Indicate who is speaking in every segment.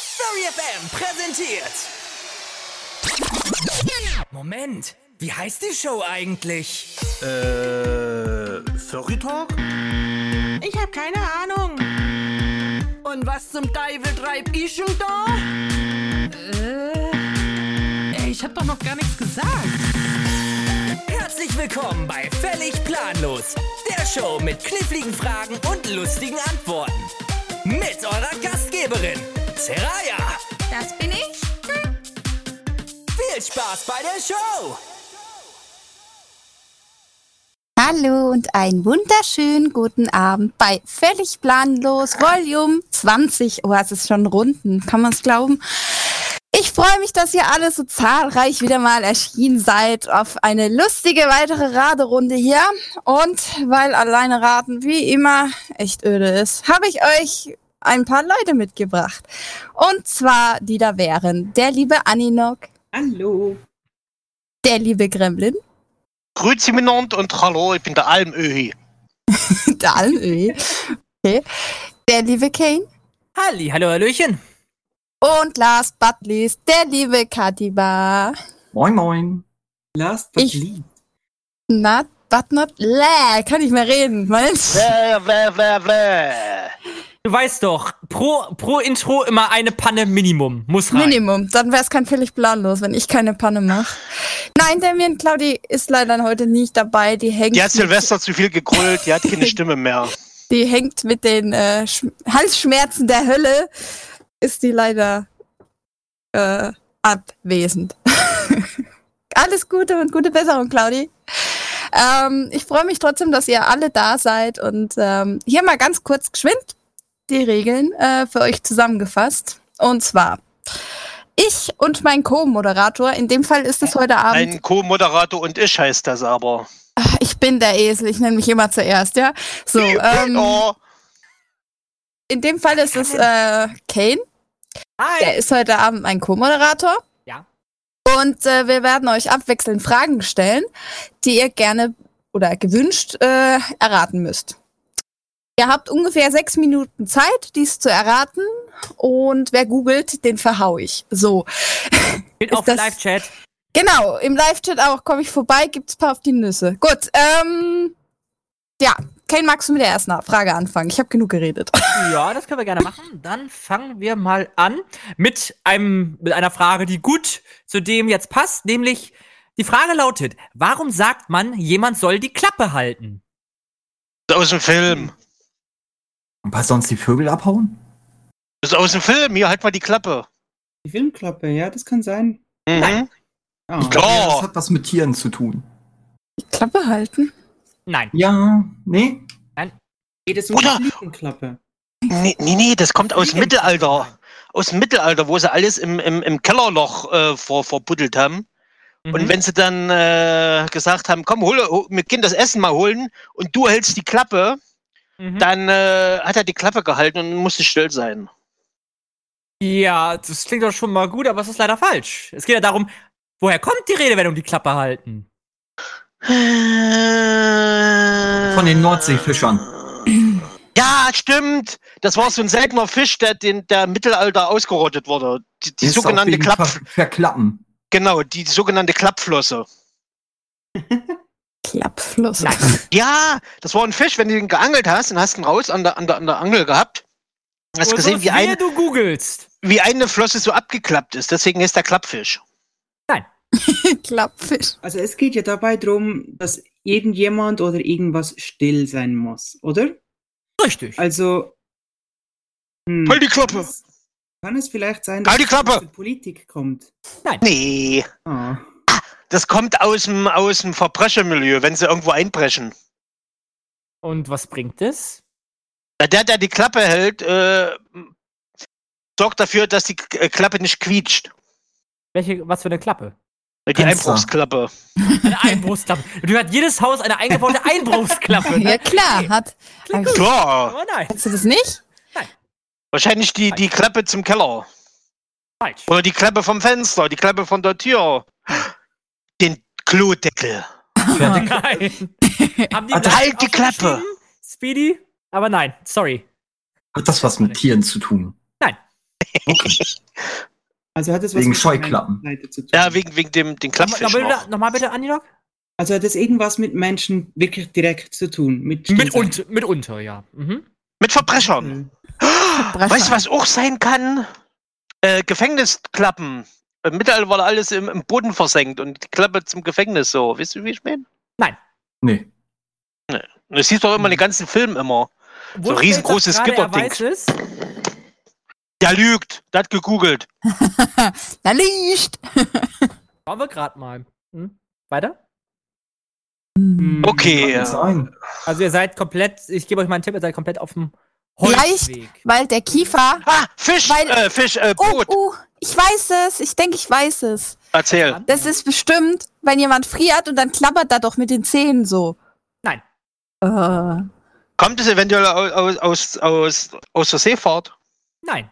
Speaker 1: Story FM präsentiert. Moment, wie heißt die Show eigentlich?
Speaker 2: Äh, Furry Talk?
Speaker 3: Ich hab keine Ahnung.
Speaker 4: Und was zum Teufel treib ich schon da?
Speaker 3: Äh, ey, ich hab doch noch gar nichts gesagt.
Speaker 1: Herzlich willkommen bei Völlig Planlos, der Show mit kniffligen Fragen und lustigen Antworten. Mit eurer Gastgeberin, Seraya.
Speaker 5: Das bin ich. Hm.
Speaker 1: Viel Spaß bei der Show.
Speaker 6: Hallo und einen wunderschönen guten Abend bei Völlig Planlos Volume 20. Oh, es ist schon Runden, kann man es glauben. Ich freue mich, dass ihr alle so zahlreich wieder mal erschienen seid auf eine lustige weitere Raderunde hier. Und weil alleine raten wie immer echt öde ist, habe ich euch ein paar Leute mitgebracht. Und zwar die da wären der liebe Aninok.
Speaker 7: Hallo.
Speaker 6: Der liebe Gremlin.
Speaker 8: Grüezi miteinander und hallo, ich bin der Almöhi.
Speaker 6: der Almöhi. äh, Okay. Der liebe Kane.
Speaker 1: Halli, hallo, Hallöchen.
Speaker 6: Und last but least, der liebe Katiba.
Speaker 9: Moin, moin.
Speaker 7: Last but least.
Speaker 6: Not but not lä. Kann ich mehr reden, Mensch.
Speaker 8: Bläh, bläh, bläh, bläh.
Speaker 1: Du weißt doch, pro, pro Intro immer eine Panne Minimum. Muss rein.
Speaker 6: Minimum. Dann wäre es kein völlig planlos, wenn ich keine Panne mache. Nein, Damien Claudi ist leider heute nicht dabei. Die hängt.
Speaker 8: Die hat Silvester zu viel gegrölt. Die hat keine Stimme mehr.
Speaker 6: Die hängt mit den äh, Halsschmerzen der Hölle ist die leider äh, abwesend. Alles Gute und gute Besserung, Claudi. Ähm, ich freue mich trotzdem, dass ihr alle da seid und ähm, hier mal ganz kurz geschwind die Regeln äh, für euch zusammengefasst. Und zwar, ich und mein Co-Moderator, in dem Fall ist es heute Abend.
Speaker 8: Ein Co-Moderator und ich heißt das aber.
Speaker 6: Ach, ich bin der Esel, ich nenne mich immer zuerst, ja. So, ähm, oh in dem Fall ist es äh, Kane. Hi. Der ist heute Abend mein Co-Moderator.
Speaker 1: Ja.
Speaker 6: Und äh, wir werden euch abwechselnd Fragen stellen, die ihr gerne oder gewünscht äh, erraten müsst. Ihr habt ungefähr sechs Minuten Zeit, dies zu erraten. Und wer googelt, den verhau ich. So.
Speaker 1: Bin auf Live-Chat.
Speaker 6: Genau, im Live-Chat auch. Komme ich vorbei, gibt's paar auf die Nüsse. Gut, ähm, ja, Kane, magst du mit der ersten Frage anfangen? Ich habe genug geredet.
Speaker 1: Ja, das können wir gerne machen. Dann fangen wir mal an mit, einem, mit einer Frage, die gut zu dem jetzt passt, nämlich die Frage lautet, warum sagt man, jemand soll die Klappe halten?
Speaker 8: Aus dem Film.
Speaker 9: Und was sonst die Vögel abhauen?
Speaker 8: Das ist aus dem Film, hier halt mal die Klappe.
Speaker 7: Die Filmklappe, ja, das kann sein. Ah,
Speaker 8: Mhm. Nein.
Speaker 9: Oh. Ich glaube, ja, das hat was mit Tieren zu tun.
Speaker 6: Die Klappe halten?
Speaker 1: Nein.
Speaker 9: Ja, nee.
Speaker 1: Nein.
Speaker 7: Geht es um Oder? die Fliegenklappe?
Speaker 8: Nee, nee, nee, das kommt aus dem Mittelalter. Aus dem Mittelalter, wo sie alles im, im, im Kellerloch äh, ver, verbuddelt haben. Mhm. Und wenn sie dann äh, gesagt haben, komm, hol, hol, wir gehen das Essen mal holen und du hältst die Klappe, mhm. dann äh, hat er die Klappe gehalten und musste still sein.
Speaker 1: Ja, das klingt doch schon mal gut, aber es ist leider falsch. Es geht ja darum, woher kommt die Redewendung die Klappe halten?
Speaker 9: Von den Nordseefischern.
Speaker 8: Ja, stimmt. Das war so ein seltener Fisch, der in der Mittelalter ausgerottet wurde. Die, die sogenannte Klapp Ver
Speaker 9: Verklappen.
Speaker 8: Genau, die sogenannte Klappflosse.
Speaker 6: Klappflosse.
Speaker 8: Ja, das war ein Fisch, wenn du den geangelt hast, dann hast du ihn raus an der, an der, an der Angel gehabt. Hast
Speaker 1: Oder
Speaker 8: gesehen, wie, ein,
Speaker 1: du googelst.
Speaker 8: wie eine Flosse so abgeklappt ist. Deswegen ist der Klappfisch.
Speaker 1: Nein.
Speaker 6: Klappfisch.
Speaker 7: Also es geht ja dabei darum, dass irgendjemand oder irgendwas still sein muss, oder?
Speaker 1: Richtig.
Speaker 7: Also.
Speaker 8: Hm, halt die Klappe!
Speaker 7: Kann es, kann es vielleicht sein,
Speaker 8: dass halt es aus
Speaker 7: der Politik kommt? Ah,
Speaker 8: Nein. Nee. Oh. Das kommt aus dem, aus dem Verbrechermilieu, wenn sie irgendwo einbrechen.
Speaker 1: Und was bringt es?
Speaker 8: Der, der die Klappe hält, äh, sorgt dafür, dass die äh, Klappe nicht quietscht.
Speaker 1: Welche, was für eine Klappe?
Speaker 8: Die Fenster. Einbruchsklappe.
Speaker 1: Eine Einbruchsklappe. Du hat jedes Haus eine eingebaute ne? Einbruchsklappe.
Speaker 6: ja klar, okay. hat.
Speaker 8: Klingt klar.
Speaker 1: Aber Oh nein.
Speaker 6: Hast du das nicht?
Speaker 1: Nein.
Speaker 8: Wahrscheinlich die, die Klappe zum Keller.
Speaker 1: Falsch.
Speaker 8: Oder die Klappe vom Fenster, die Klappe von der Tür. Den Klodeckel.
Speaker 1: Ja, nein. Haben die
Speaker 8: also halt die Klappe.
Speaker 1: Speedy? Aber nein, sorry.
Speaker 9: Hat das was mit Tieren zu tun?
Speaker 1: Nein.
Speaker 9: Okay.
Speaker 7: Also hat es
Speaker 9: Wegen
Speaker 7: mit
Speaker 9: Scheuklappen.
Speaker 7: Menschenseite zu tun?
Speaker 8: Ja, wegen, wegen dem, dem
Speaker 1: Nochmal
Speaker 8: Klappfisch.
Speaker 1: bitte,
Speaker 8: Noch.
Speaker 1: noch mal bitte Anilog?
Speaker 7: Also hat es irgendwas mit Menschen wirklich direkt zu tun? Mit,
Speaker 1: Mit
Speaker 7: Stillsein?
Speaker 1: und, mitunter, ja. Mhm.
Speaker 8: Mit Verbrechern. Weißt du, was auch sein kann? Äh, Gefängnisklappen. Im Mittelalter war alles im, im Boden versenkt und die Klappe zum Gefängnis so. Weißt du, wie ich meine?
Speaker 9: Nee.
Speaker 8: Das siehst du doch immer in den ganzen Filmen immer.
Speaker 1: Wusste jetzt
Speaker 8: riesengroßes
Speaker 1: auch gerade, er
Speaker 8: Gitterding.
Speaker 1: weiß es?
Speaker 8: Der lügt. Der hat gegoogelt.
Speaker 6: Na, Licht!
Speaker 1: Schauen wir gerade mal. Hm? Weiter?
Speaker 7: Hm.
Speaker 8: Okay.
Speaker 9: Kann sein.
Speaker 1: Also ihr seid komplett, ich gebe euch mal einen Tipp, ihr seid komplett auf dem
Speaker 6: Vielleicht-
Speaker 1: Holzweg.
Speaker 6: Weil der Kiefer.
Speaker 8: Ah, Fisch,
Speaker 6: Weil-
Speaker 8: äh, Fisch, äh,
Speaker 6: Oh,
Speaker 8: Boot.
Speaker 6: oh, ich weiß es. Ich denke, ich weiß es.
Speaker 8: Erzähl.
Speaker 6: Das ist bestimmt, wenn jemand friert und dann klappert da doch mit den Zähnen so.
Speaker 1: Nein.
Speaker 6: Äh,
Speaker 8: Kommt es eventuell aus, aus, aus, aus der Seefahrt?
Speaker 1: Nein.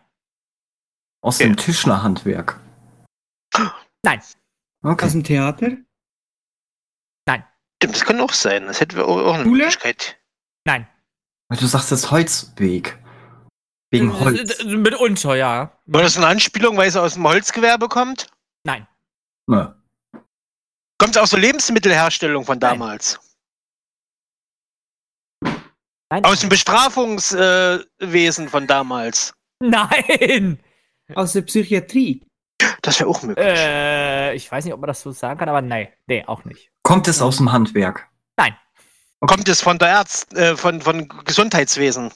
Speaker 9: Aus dem Tischlerhandwerk.
Speaker 1: Nein. Also-
Speaker 7: Aus
Speaker 9: Okay.
Speaker 7: dem Theater?
Speaker 8: Stimmt, Das kann auch sein. Das hätten wir auch, auch eine
Speaker 7: Schule?
Speaker 8: Möglichkeit.
Speaker 1: Nein.
Speaker 9: Du sagst jetzt Holzweg. Wegen
Speaker 1: Äh,
Speaker 9: Holz.
Speaker 1: Mitunter, ja.
Speaker 8: War das eine Anspielung, weil es aus dem Holzgewerbe kommt?
Speaker 9: Ne.
Speaker 8: Kommt es aus der Lebensmittelherstellung von
Speaker 1: Nein.
Speaker 8: damals?
Speaker 1: Nein.
Speaker 8: Aus dem Bestrafungswesen äh, Wesen von damals?
Speaker 1: Nein!
Speaker 7: Aus der Psychiatrie?
Speaker 8: Das wäre auch möglich.
Speaker 1: Äh, ich weiß nicht, ob man das so sagen kann, aber nein. Nee, auch nicht.
Speaker 9: Kommt es aus dem Handwerk?
Speaker 8: Kommt es von der Ärzt, äh, von, von Gesundheitswesen?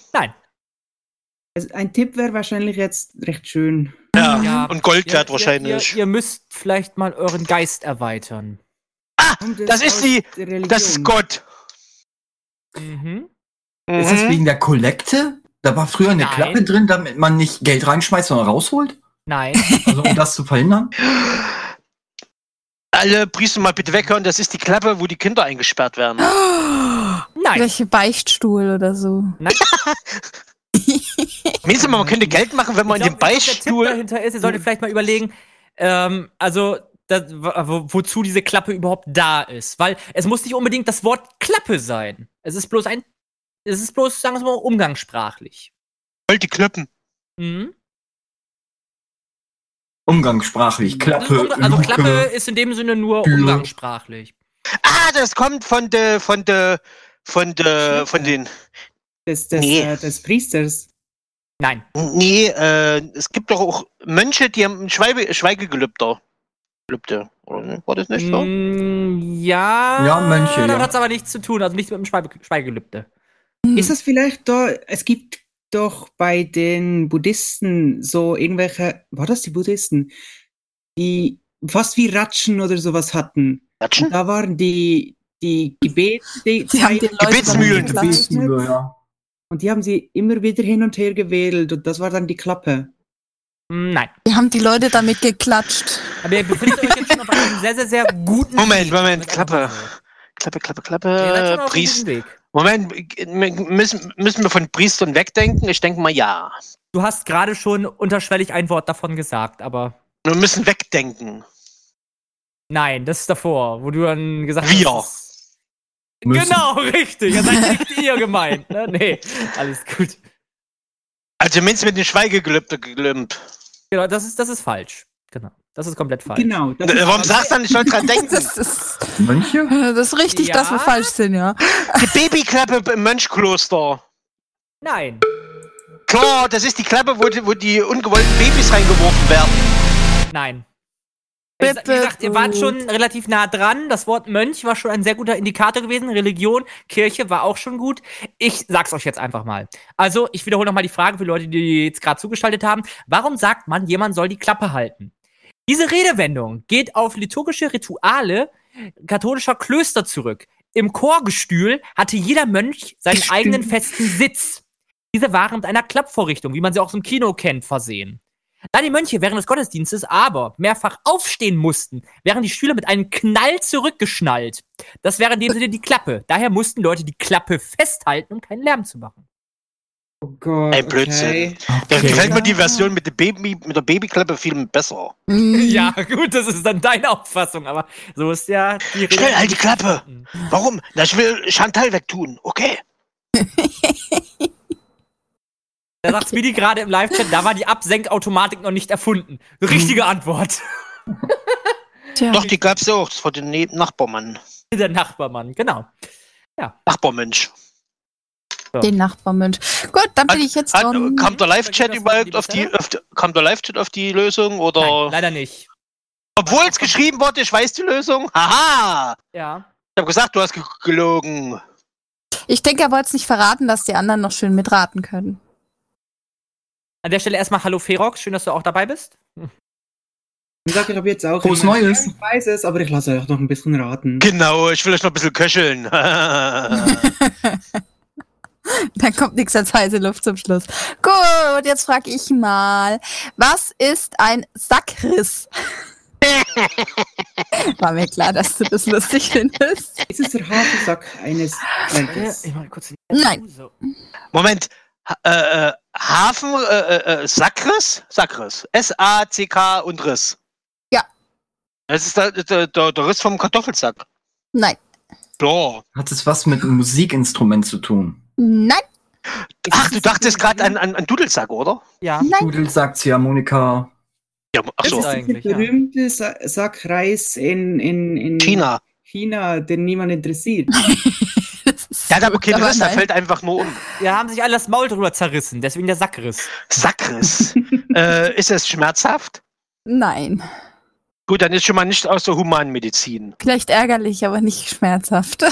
Speaker 7: Also ein Tipp wäre wahrscheinlich jetzt recht schön.
Speaker 8: Ja.
Speaker 1: Ja,
Speaker 8: Mhm. Und Gold wert
Speaker 1: ihr-
Speaker 8: wahrscheinlich.
Speaker 1: Ihr, ihr müsst vielleicht mal euren Geist erweitern.
Speaker 7: Kommt
Speaker 8: das
Speaker 7: es
Speaker 8: ist
Speaker 7: aus
Speaker 8: die-
Speaker 7: der Religion?
Speaker 8: das ist Gott.
Speaker 1: Mhm.
Speaker 9: Ist das
Speaker 8: Mhm.
Speaker 9: wegen der Kollekte? Da war früher eine
Speaker 1: Nein.
Speaker 9: Klappe drin, damit man nicht Geld reinschmeißt, sondern rausholt?
Speaker 1: Nein.
Speaker 9: Also um das zu verhindern?
Speaker 8: Alle Priester mal bitte weghören, das ist die Klappe, wo die Kinder eingesperrt werden.
Speaker 1: Nein.
Speaker 6: welche Beichtstuhl oder so.
Speaker 8: Meinst du mal, man könnte Geld machen, wenn man
Speaker 1: Ich
Speaker 8: in den
Speaker 1: glaub, ich glaub, Der Tipp
Speaker 8: Beistuhl.
Speaker 1: dahinter ist, ihr solltet vielleicht mal überlegen, ähm, also das, wo, wozu diese Klappe überhaupt da ist. Weil es muss nicht unbedingt das Wort Klappe sein. Es ist bloß ein. Es ist bloß, sagen wir mal, umgangssprachlich.
Speaker 8: Voll die Knöpfen.
Speaker 1: Mhm.
Speaker 9: Umgangssprachlich.
Speaker 1: Das ist um,
Speaker 9: Klappe.
Speaker 1: also
Speaker 9: Luke.
Speaker 1: Klappe ist in dem Sinne nur
Speaker 9: Luke.
Speaker 1: umgangssprachlich.
Speaker 8: Ah, das kommt von der, von der, von der, von den.
Speaker 7: Des, des,
Speaker 8: Nee.
Speaker 7: äh, des Priesters.
Speaker 1: Nein.
Speaker 8: Nee, äh, es gibt doch auch Mönche, die haben Schweibe, Schweigegelübde. Gelübde. Oder war das nicht so?
Speaker 1: Mm, ja.
Speaker 9: Ja, Mönche,
Speaker 1: Damit
Speaker 9: ja.
Speaker 1: hat's aber nichts zu tun, also nichts mit dem Schweige Schweigegelübde.
Speaker 7: Ist das vielleicht da, es gibt doch bei den Buddhisten so irgendwelche, war das die Buddhisten, die fast wie Ratschen oder sowas hatten.
Speaker 8: Ratschen?
Speaker 7: Da waren die, die Gebete, die,
Speaker 6: Die haben den Leuten
Speaker 8: Gebetsmühlen.
Speaker 6: damit gezeichnet.
Speaker 9: Gebetsmühle, ja.
Speaker 7: und die haben sie immer wieder hin und her gewedelt und das war dann die Klappe.
Speaker 1: Mm, Nein.
Speaker 6: Die haben die Leute damit geklatscht.
Speaker 1: Aber ihr befindet euch jetzt schon auf einem sehr, sehr, sehr guten
Speaker 8: Moment,
Speaker 1: Weg.
Speaker 8: Moment,
Speaker 1: Das ist einfach
Speaker 8: Klappe.
Speaker 1: so.
Speaker 8: Klappe, Klappe,
Speaker 1: Ihr seid schon
Speaker 8: Klappe.
Speaker 1: auf einem
Speaker 8: Priest.
Speaker 1: guten Weg.
Speaker 8: Moment, äh, müssen, müssen wir von Priestern wegdenken? Ich denke mal ja.
Speaker 1: Du hast gerade schon unterschwellig ein Wort davon gesagt, aber
Speaker 8: Wir müssen wegdenken.
Speaker 1: nein, das ist davor, wo du dann gesagt
Speaker 8: Wir.
Speaker 1: hast. Wir.
Speaker 9: Müssen.
Speaker 1: Genau, richtig. Ihr seid nicht ihr gemeint. Ne? Nee, alles gut.
Speaker 8: Also Menschen mit dem Schweigegelübde gelimpt.
Speaker 1: Genau, das ist, das ist falsch. Genau. Das ist komplett falsch.
Speaker 7: Genau. das ist-
Speaker 8: Äh, Warum sagst du dann, ich soll dran denken?
Speaker 6: Das ist,
Speaker 9: Mönche?
Speaker 6: das ist richtig, dass wir
Speaker 1: Ja.
Speaker 6: falsch sind, ja.
Speaker 8: Die Babyklappe im Mönchkloster.
Speaker 1: Nein.
Speaker 8: Klar, das ist die Klappe, wo die, wo die ungewollten Babys reingeworfen werden.
Speaker 1: Nein. Wie gesagt- wie gesagt, ihr wart schon relativ nah dran. Das Wort Mönch war schon ein sehr guter Indikator gewesen. Religion, Kirche war auch schon gut. Ich sag's euch jetzt einfach mal. Also, ich wiederhole nochmal die Frage für Leute, die jetzt gerade zugeschaltet haben. Warum sagt man, jemand soll die Klappe halten? Diese Redewendung geht auf liturgische Rituale katholischer Klöster zurück. Im Chorgestühl hatte jeder Mönch seinen eigenen festen Sitz. Diese waren mit einer Klappvorrichtung, wie man sie auch aus dem Kino kennt, versehen. Da die Mönche während des Gottesdienstes aber mehrfach aufstehen mussten, wären die Stühle mit einem Knall zurückgeschnallt. Das wäre in dem Sinne die Klappe. Daher mussten Leute die Klappe festhalten, um keinen Lärm zu machen.
Speaker 7: Oh Gott,
Speaker 8: Ein Blödsinn.
Speaker 7: okay.
Speaker 8: Da
Speaker 9: Okay.
Speaker 8: gefällt mir die Version mit, dem Baby, mit der Babyklappe viel besser.
Speaker 1: Ja, gut, das ist dann deine Auffassung, aber so ist ja die Rede.
Speaker 8: Schnell, halt die Klappe! Warum? Na, ich will Chantal wegtun. Okay.
Speaker 1: Da sagt Speedy gerade im Live-Chat, da war die Absenkautomatik noch nicht erfunden.
Speaker 8: Mhm.
Speaker 1: Richtige Antwort.
Speaker 6: Tja.
Speaker 8: Doch, die gab es auch von den Ne- Nachbarmann.
Speaker 1: Der Nachbarmann, genau.
Speaker 8: Nachbarmensch.
Speaker 6: Den Nachbarmund. Gut, dann bin ich jetzt
Speaker 8: Hat,
Speaker 6: dran.
Speaker 8: kam der Live-Chat
Speaker 1: Vergeht das
Speaker 8: überhaupt
Speaker 1: die
Speaker 8: auf die,
Speaker 1: Bestellung?
Speaker 8: auf die, kam der Live-Chat auf die Lösung
Speaker 1: Nein,
Speaker 8: oder?
Speaker 1: leider nicht.
Speaker 8: Obwohl es geschrieben wurde, ich weiß die Lösung. Haha!
Speaker 1: Ja.
Speaker 8: Ich habe gesagt, du hast ge- gelogen.
Speaker 6: Ich denke, er wollte es nicht verraten, dass die anderen noch schön mitraten können.
Speaker 1: An der Stelle erstmal Hallo Ferox, schön, dass du auch dabei bist.
Speaker 7: Ich sage ich jetzt auch.
Speaker 9: Frohes
Speaker 7: immer,
Speaker 9: Neues.
Speaker 7: Ich weiß es, aber ich lasse euch noch ein bisschen raten.
Speaker 8: Genau, ich will euch noch ein bisschen köcheln.
Speaker 6: Dann kommt nichts als heiße Luft zum Schluss. Gut, jetzt frage ich mal, was ist ein Sackriss? War mir klar, dass du das lustig findest.
Speaker 7: Ist es der Hafensack eines Landes?
Speaker 1: mach kurz den
Speaker 6: Nein.
Speaker 8: Moment. Ha- Äh, äh, Hafen, äh, äh, Sakris? Sakris. S-A-C-K und Riss.
Speaker 6: Ja.
Speaker 8: Das ist der, der, der, der Riss vom Kartoffelsack.
Speaker 6: Nein.
Speaker 8: Boah.
Speaker 9: Hat es was mit einem Musikinstrument zu tun?
Speaker 6: Nein,
Speaker 8: Ach, du dachtest gerade an, an, an Dudelsack, oder?
Speaker 1: Ja.
Speaker 6: nein.
Speaker 9: Dudelsack, Harmonika.
Speaker 8: Ja, ach
Speaker 1: Ist
Speaker 8: so.
Speaker 1: ein-
Speaker 7: Das
Speaker 1: eigentlich,
Speaker 7: ist
Speaker 1: ja.
Speaker 7: der berühmte Sa Sackreis in, in, in
Speaker 8: China.
Speaker 7: China, den niemand interessiert.
Speaker 6: Das ist
Speaker 8: Der hat aber
Speaker 6: gut,
Speaker 8: keinen Riss, der
Speaker 6: nein.
Speaker 8: fällt einfach nur um.
Speaker 1: Ja, haben sich alle das Maul drüber zerrissen, deswegen der Sackriss.
Speaker 8: Sackriss. äh, ist es schmerzhaft?
Speaker 6: Nein.
Speaker 8: Gut, dann ist schon mal nicht aus der Humanmedizin.
Speaker 6: Vielleicht ärgerlich, aber nicht schmerzhaft.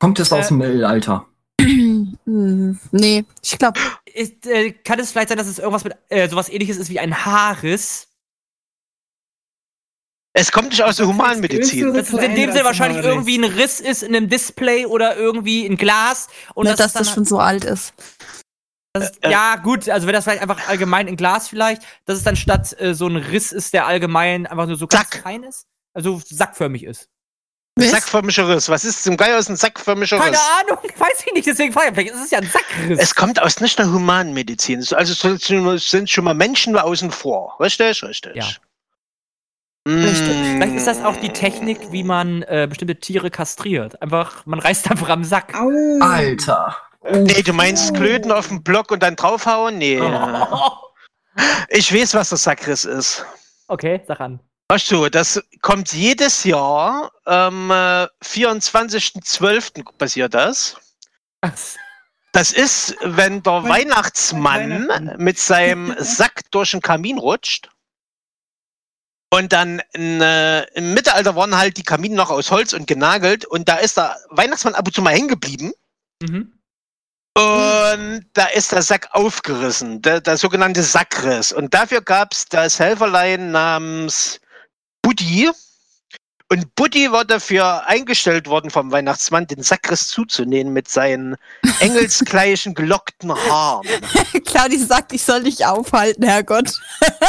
Speaker 9: Kommt es aus dem Mittelalter?
Speaker 6: Hm, nee, ich glaube,
Speaker 1: Ist, äh, kann es vielleicht sein, dass es irgendwas mit äh, sowas ähnliches ist wie ein Haarriss?
Speaker 8: Es kommt nicht aus der Humanmedizin.
Speaker 1: Dass es in dem Sinne wahrscheinlich irgendwie ein Riss ist in einem Display oder irgendwie ein Glas. Und
Speaker 6: nur, ne, dass
Speaker 1: dann
Speaker 6: das schon Äh, so alt ist.
Speaker 1: Das ist, ja, gut, also wenn das vielleicht einfach allgemein in Glas vielleicht, dass es dann statt äh, so ein Riss ist, der allgemein einfach nur so ganz
Speaker 8: Sack.
Speaker 1: klein ist, also sackförmig ist.
Speaker 8: Sackförmiger Riss. Was ist zum Geier ist ein sackförmiger
Speaker 1: Keine
Speaker 8: Riss?
Speaker 1: Ahnung, weiß ich nicht, deswegen frage ich, vielleicht ist es ja ein Sackriss.
Speaker 8: Es kommt aus nicht der Humanmedizin. Es- Also es sind- sind schon mal Menschen außen vor. Richtig, richtig.
Speaker 1: Ja.
Speaker 8: Mm.
Speaker 6: Richtig.
Speaker 1: vielleicht ist das auch die Technik, wie man äh, bestimmte Tiere kastriert. Einfach, man reißt einfach am Sack.
Speaker 7: Au.
Speaker 9: Alter.
Speaker 8: Nee, du meinst Klöten auf dem Block und dann draufhauen? Nee.
Speaker 1: Oh.
Speaker 8: Ich weiß, was der Sackriss ist.
Speaker 1: Okay, sag an.
Speaker 8: Weißt du, das kommt jedes Jahr. Am äh, 24.12. passiert das. Das ist, wenn der
Speaker 7: Wenn-
Speaker 8: Weihnachtsmann
Speaker 7: Weihnachten.
Speaker 8: mit seinem Sack durch den Kamin rutscht. Und dann in, äh, im Mittelalter waren halt die Kamine noch aus Holz und genagelt. Und da ist der Weihnachtsmann ab und zu mal hängen geblieben.
Speaker 1: Mhm.
Speaker 8: Und da ist der Sack aufgerissen, der, der sogenannte Sackriss. Und dafür gab es das Helferlein namens Buddy. Und Buddy war dafür eingestellt worden vom Weihnachtsmann, den Sackriss zuzunähen mit seinen engelsgleichen gelockten Haaren.
Speaker 6: Claudi sagt, ich soll dich aufhalten, Herrgott,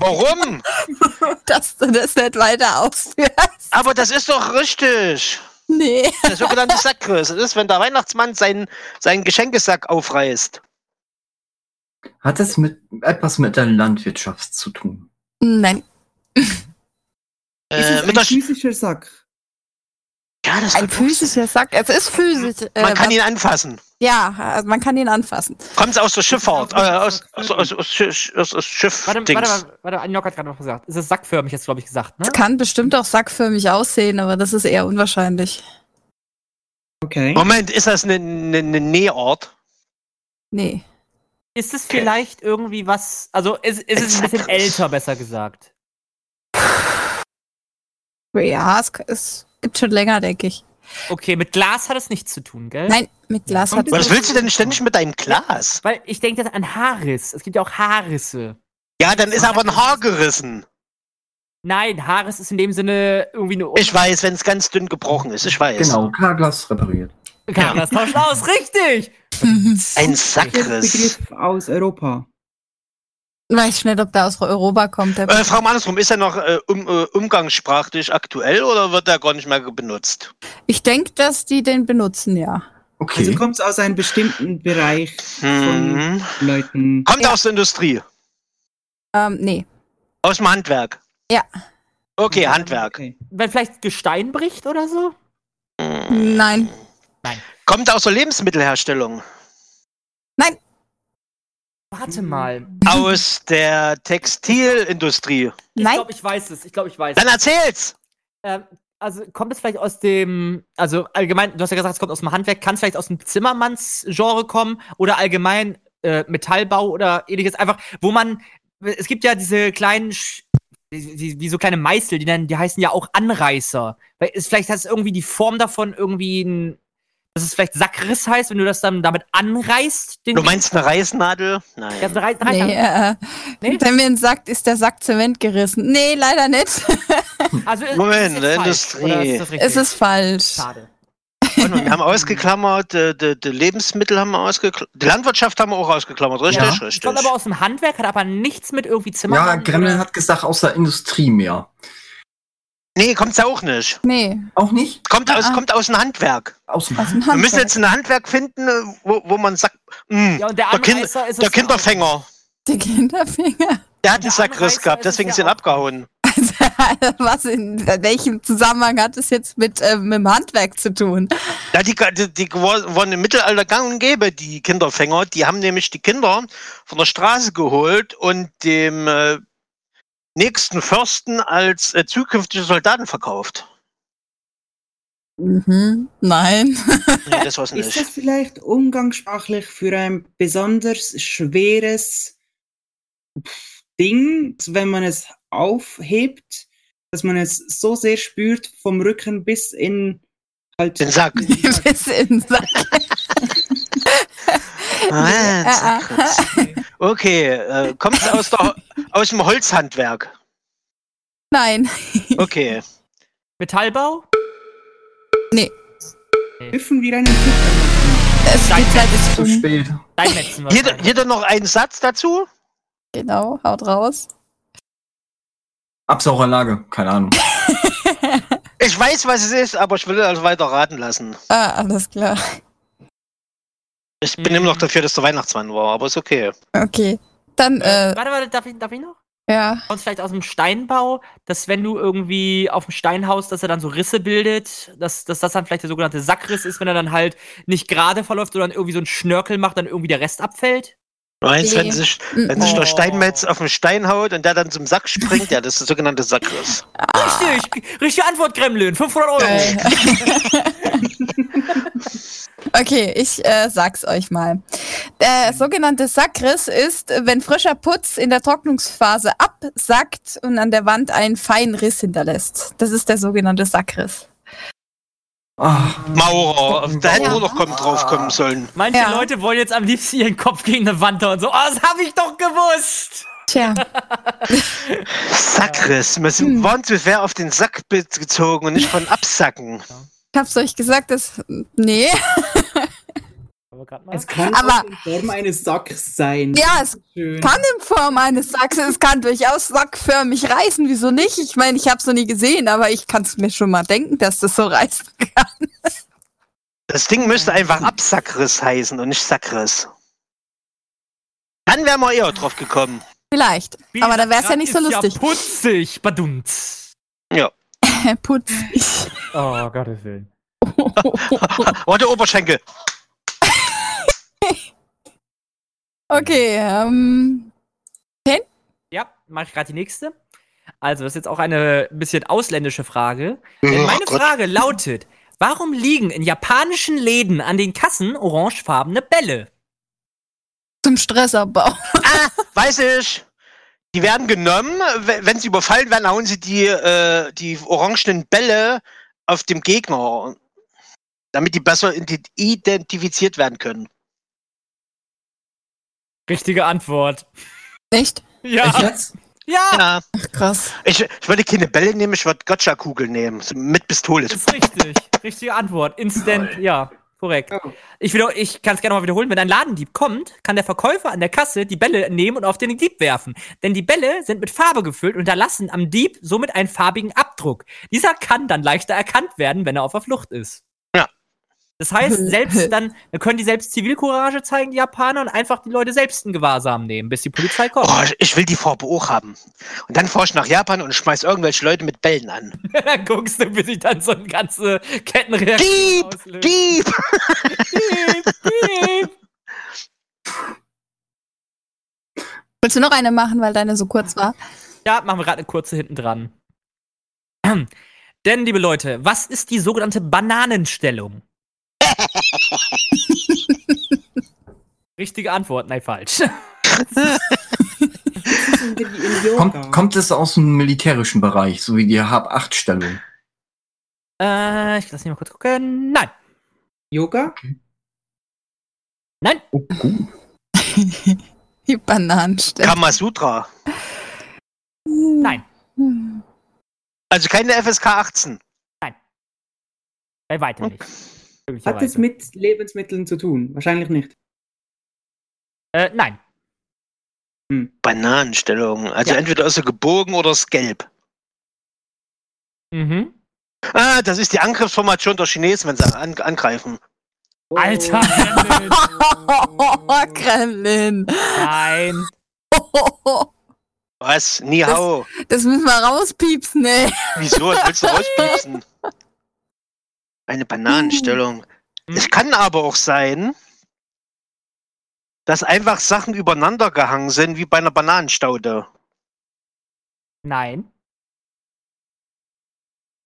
Speaker 8: Warum?
Speaker 6: dass du das nicht weiter ausführst.
Speaker 8: Aber das ist doch richtig.
Speaker 6: Nee.
Speaker 8: Der sogenannte Sackriss. Das ist, wenn der Weihnachtsmann seinen, seinen Geschenkesack aufreißt.
Speaker 9: Hat es mit etwas mit der Landwirtschaft zu tun?
Speaker 6: Nein,
Speaker 8: Äh,
Speaker 7: Ist es
Speaker 8: mit
Speaker 7: ein
Speaker 8: der Sch-
Speaker 7: physischer Sack?
Speaker 8: ja, das
Speaker 6: ein
Speaker 8: kann doch-
Speaker 6: physischer Sack. Es ist physisch. Äh,
Speaker 8: Man kann
Speaker 6: was-
Speaker 8: ihn anfassen.
Speaker 6: ja, also man kann ihn anfassen.
Speaker 8: Kommt aus der Schifffahrt, äh, aus, aus,
Speaker 7: Sackförmig.
Speaker 8: aus, aus, Schiff- aus, aus Schiff.
Speaker 1: Warte, warte,
Speaker 8: Dings.
Speaker 1: warte, warte, Anjok hat gerade noch gesagt. Es ist sackförmig, jetzt glaube ich gesagt, ne?
Speaker 6: Es kann bestimmt auch sackförmig aussehen, aber das ist eher unwahrscheinlich.
Speaker 7: Okay.
Speaker 8: Moment, ist das eine ne, ne Nähort?
Speaker 6: Nee.
Speaker 1: Ist es vielleicht irgendwie was, also ist, ist es ein
Speaker 8: Exakt.
Speaker 1: bisschen älter, besser gesagt.
Speaker 6: Ja, es, es gibt schon länger, denke ich.
Speaker 1: Okay, mit Glas hat es nichts zu tun, gell?
Speaker 6: Nein, mit Glas hat
Speaker 8: Was willst du denn ständig mit deinem Glas?
Speaker 1: Weil ich denke jetzt an Haarriss. Es gibt ja auch Haarrisse.
Speaker 8: Ja, dann ist aber ein Haar gerissen.
Speaker 1: Nein, Haarriss ist in dem Sinne irgendwie eine.
Speaker 8: Ich weiß, wenn es ganz dünn gebrochen ist, ich weiß.
Speaker 9: Genau, Karglas repariert.
Speaker 1: Kann das tauschen aus, richtig!
Speaker 6: Mhm.
Speaker 8: Ein
Speaker 7: Der
Speaker 8: Sackriss.
Speaker 7: Begriff aus Europa.
Speaker 6: Weiß nicht, ob der aus Europa kommt. Der
Speaker 8: Äh, Frau Mannesrum, ist er noch äh, um, äh, umgangssprachlich aktuell oder wird er gar nicht mehr ge- benutzt?
Speaker 6: ich denke, dass die den benutzen, ja.
Speaker 9: Okay.
Speaker 7: Also kommt es aus einem bestimmten Bereich von
Speaker 8: Hm.
Speaker 7: Leuten.
Speaker 8: Kommt aus der Industrie,
Speaker 6: Ähm, nee.
Speaker 8: aus dem Handwerk.
Speaker 6: Ja.
Speaker 8: Okay, Handwerk.
Speaker 7: Okay.
Speaker 1: Wenn vielleicht Gestein bricht oder so?
Speaker 6: Nein.
Speaker 8: Kommt aus der Lebensmittelherstellung.
Speaker 6: Nein.
Speaker 1: Warte mal.
Speaker 8: Aus der Textilindustrie.
Speaker 1: Ich
Speaker 6: Nein.
Speaker 1: glaube, ich weiß es. Ich glaube, ich weiß
Speaker 8: Dann
Speaker 1: es.
Speaker 8: erzähl's!
Speaker 1: Ähm, also kommt es vielleicht aus dem, also allgemein, du hast ja gesagt, es kommt aus dem Handwerk, kann es vielleicht aus dem Zimmermanns-Genre kommen oder allgemein äh, Metallbau oder ähnliches. Einfach, wo man, es gibt ja diese kleinen, Sch- die, die, wie so kleine Meißel, die, nennen, die heißen ja auch Anreißer. Weil es, vielleicht hat es irgendwie die Form davon irgendwie ein, dass es vielleicht Sackriss heißt, wenn du das dann damit anreißt. Den
Speaker 8: Du meinst eine Reißnadel? Nein.
Speaker 1: Ja, so Reiß, Reiß,
Speaker 6: Nee, äh,
Speaker 1: Nee?
Speaker 6: Wenn mir ein sagt, ist der Sack Zement gerissen. Nee, leider nicht.
Speaker 1: Also, ist-
Speaker 8: Moment,
Speaker 1: ist
Speaker 8: der
Speaker 1: jetzt falsch,
Speaker 8: Industrie.
Speaker 1: oder Ist das richtig?
Speaker 6: es ist falsch.
Speaker 1: schade.
Speaker 8: Warte mal, Wir haben ausgeklammert, äh, die, die Lebensmittel haben wir ausgeklammert, die Landwirtschaft haben wir auch ausgeklammert, richtig?
Speaker 9: Ja.
Speaker 8: richtig.
Speaker 1: Kommt aber aus dem Handwerk, hat aber nichts mit irgendwie Zimmermann.
Speaker 9: Ja, Gremlin
Speaker 1: oder-
Speaker 9: hat gesagt, aus der Industrie mehr.
Speaker 8: nee, kommt's ja auch nicht.
Speaker 6: Nee,
Speaker 9: Auch nicht?
Speaker 8: Kommt aus,
Speaker 6: Ah.
Speaker 8: kommt aus dem Handwerk.
Speaker 9: Aus dem
Speaker 6: aus dem
Speaker 8: Wir müssen
Speaker 6: Handwerk.
Speaker 8: jetzt ein Handwerk finden, äh, wo, wo man sagt, mh,
Speaker 1: Ja, und der
Speaker 8: der,
Speaker 1: Anreißer
Speaker 8: kind,
Speaker 1: ist es
Speaker 8: der
Speaker 1: auch.
Speaker 8: Kinderfänger,
Speaker 6: Die Kinderfinger.
Speaker 8: der hat einen
Speaker 1: Der
Speaker 8: Sackriss
Speaker 1: Anreißer
Speaker 8: gehabt,
Speaker 1: ist es
Speaker 8: deswegen
Speaker 1: ja
Speaker 8: ist ihn
Speaker 1: auch.
Speaker 8: abgehauen.
Speaker 6: Also, was in welchem Zusammenhang hat es jetzt mit, äh, mit dem Handwerk zu tun?
Speaker 8: Ja, die, die, die waren im Mittelalter gang und gäbe, die Kinderfänger. Die haben nämlich die Kinder von der Straße geholt und dem äh, nächsten Fürsten als äh, zukünftige Soldaten verkauft.
Speaker 6: Mhm. Nein.
Speaker 8: Nee, das war's
Speaker 7: Ist
Speaker 8: nicht.
Speaker 7: das vielleicht umgangssprachlich für ein besonders schweres pff, Ding, dass wenn man es aufhebt, dass man es so sehr spürt, vom Rücken bis in halt
Speaker 8: Den Sack.
Speaker 6: Bis in den Sack.
Speaker 8: Ah,
Speaker 6: Äh,
Speaker 8: Sackriss. Okay, äh, kommt aus, der, aus dem Holzhandwerk.
Speaker 6: Nein.
Speaker 8: Okay.
Speaker 1: Metallbau?
Speaker 7: dürfen wir einen Tipp
Speaker 6: Es geht halt nicht
Speaker 9: zu
Speaker 6: um.
Speaker 9: spät.
Speaker 1: Steinmetzen
Speaker 8: Jeder,
Speaker 1: wahrscheinlich.
Speaker 8: jeder noch einen Satz dazu?
Speaker 6: Genau, haut raus.
Speaker 9: Absaugerlage, keine Ahnung.
Speaker 8: Ich weiß, was es ist, aber ich will das weiter raten lassen.
Speaker 6: Ah, alles klar.
Speaker 8: Ich
Speaker 7: Mhm.
Speaker 8: bin immer noch dafür, dass der Weihnachtsmann war, aber ist okay.
Speaker 6: Okay. Dann, äh,
Speaker 1: Warte, warte, darf ich, darf ich noch?
Speaker 6: ja.
Speaker 1: Kommt vielleicht aus dem Steinbau, dass wenn du irgendwie auf dem Stein haust, dass er dann so Risse bildet, dass, dass das dann vielleicht der sogenannte Sackriss ist, wenn er dann halt nicht gerade verläuft, sondern irgendwie so ein Schnörkel macht, dann irgendwie der Rest abfällt?
Speaker 8: Meinst, wenn
Speaker 6: Nee.
Speaker 8: sich,
Speaker 6: Mm,
Speaker 8: wenn sich
Speaker 1: Oh.
Speaker 8: der Steinmetz auf den Stein haut und der dann zum Sack springt, ja, das ist der sogenannte Sackriss.
Speaker 6: Ah.
Speaker 1: Richtig! Richtige Antwort, Gremlin! 500 Euro!
Speaker 6: oh, Geil. okay, ich äh, sag's euch mal. Der sogenannte Sackriss ist, äh, wenn frischer Putz in der Trocknungsphase absackt und an der Wand einen feinen Riss hinterlässt. Das ist der sogenannte Sackriss.
Speaker 9: Ah,
Speaker 8: Maurer, da hätten
Speaker 6: Ja.
Speaker 8: wir noch kommen, drauf kommen sollen.
Speaker 1: Manche
Speaker 6: Ja.
Speaker 1: Leute wollen jetzt am liebsten ihren Kopf gegen eine Wand hauen. So, oh, das hab ich doch gewusst!
Speaker 6: Tja,
Speaker 8: Sackriss, wir sind
Speaker 6: Hm.
Speaker 8: waren zu sehr auf den Sack gezogen und nicht von Absacken.
Speaker 6: ich hab's euch gesagt, das. Nee.
Speaker 1: Aber grad mal.
Speaker 7: Es kann
Speaker 6: Aber-
Speaker 7: auch in Form eines Sacks sein.
Speaker 6: Ja, es
Speaker 7: Schön.
Speaker 6: kann in Form eines Sacks, es kann durchaus sackförmig reißen. Wieso nicht? Ich meine, ich hab's noch nie gesehen, aber ich kann's mir schon mal denken, dass das so reißen kann.
Speaker 8: Das Ding müsste einfach Absackriss heißen und nicht Sackriss. Dann wären wir eher drauf gekommen.
Speaker 6: Vielleicht.
Speaker 1: Wie
Speaker 6: Aber da wär's ja
Speaker 1: grad
Speaker 6: nicht so
Speaker 1: ist
Speaker 6: lustig.
Speaker 1: Ja putzig, badunz.
Speaker 6: Äh, Putz.
Speaker 1: Oh, Gottes Willen.
Speaker 8: Oh, der Oberschenkel.
Speaker 6: Okay, ähm,
Speaker 1: Ja, mache ich gerade die nächste. Also, das ist jetzt auch eine bisschen ausländische Frage. Denn
Speaker 8: Ach
Speaker 1: meine
Speaker 8: Gott.
Speaker 1: Frage lautet: Warum liegen in japanischen Läden an den Kassen orangefarbene Bälle?
Speaker 6: zum Stressabbau.
Speaker 8: Weiß ich. Die werden genommen. w- Wenn sie überfallen werden, hauen sie die, äh, die orangenen Bälle auf dem Gegner, damit die besser ident- identifiziert werden können.
Speaker 1: Richtige Antwort.
Speaker 6: Echt?
Speaker 9: ich
Speaker 1: Ja,
Speaker 9: jetzt?
Speaker 1: ja,
Speaker 8: Ja.
Speaker 6: Krass.
Speaker 8: Ich, ich würde keine Bälle nehmen, ich würde Gotcha-Kugeln nehmen. so Mit Pistole.
Speaker 1: ist richtig. Richtige Antwort. Instant, ja. Korrekt.
Speaker 7: Oh.
Speaker 1: Ich, wiederhol- ich kann es gerne mal wiederholen. Wenn ein Ladendieb kommt, kann der Verkäufer an der Kasse die Bälle nehmen und auf den Dieb werfen. Denn die Bälle sind mit Farbe gefüllt und hinterlassen am Dieb somit einen farbigen Abdruck. Dieser kann dann leichter erkannt werden, wenn er auf der Flucht ist.
Speaker 8: Ja.
Speaker 1: Das heißt, selbst dann dann können die selbst Zivilcourage zeigen, die Japaner, und einfach die Leute selbst in Gewahrsam nehmen, bis die Polizei kommt.
Speaker 8: Oh, ich- ich will die Farbe auch haben. Und dann fahr ich nach Japan und schmeiß irgendwelche Leute mit Bällen an.
Speaker 1: dann guckst du, bis sich dann so eine ganze Kettenreaktion
Speaker 8: Dieb!
Speaker 1: auslöst.
Speaker 8: Dieb!
Speaker 1: Dieb, Dieb.
Speaker 6: Willst du noch eine machen, weil deine so kurz war?
Speaker 1: Ja, machen wir gerade eine kurze hinten dran. Denn, liebe Leute, was ist die sogenannte Bananenstellung? Richtige Antwort, nein, falsch.
Speaker 7: Sind die im Yoga?
Speaker 9: Kommt, kommt es aus dem militärischen Bereich, so wie die Hab-8-Stellung?
Speaker 1: Äh, ich lasse mich mal kurz gucken. Nein.
Speaker 7: Yoga?
Speaker 1: Nein.
Speaker 9: Oh, gut.
Speaker 6: Die Bananenstelle.
Speaker 8: Kamasutra.
Speaker 1: Nein.
Speaker 6: Hm.
Speaker 8: Also keine FSK 18.
Speaker 1: Bei weitem nicht.
Speaker 7: Hat das
Speaker 1: Möglicherweise.
Speaker 7: mit Lebensmitteln zu tun? Wahrscheinlich nicht.
Speaker 1: Äh, nein.
Speaker 8: Bananenstellung. Also
Speaker 1: Ja.
Speaker 8: entweder ist er gebogen oder ist gelb.
Speaker 1: Mhm.
Speaker 8: Ah, das ist die Angriffsformation der Chinesen, wenn sie an angreifen.
Speaker 7: Oh.
Speaker 1: Alter.
Speaker 6: Oh, Kremlin.
Speaker 1: Nein.
Speaker 8: Was? Ni hao.
Speaker 6: Das müssen wir rauspiepsen, ey.
Speaker 8: Wieso? Was willst du rauspiepsen? Eine Bananenstellung.
Speaker 1: Hm.
Speaker 8: Es kann aber auch sein, dass einfach Sachen übereinander gehangen sind, wie bei einer Bananenstaude.
Speaker 1: Nein.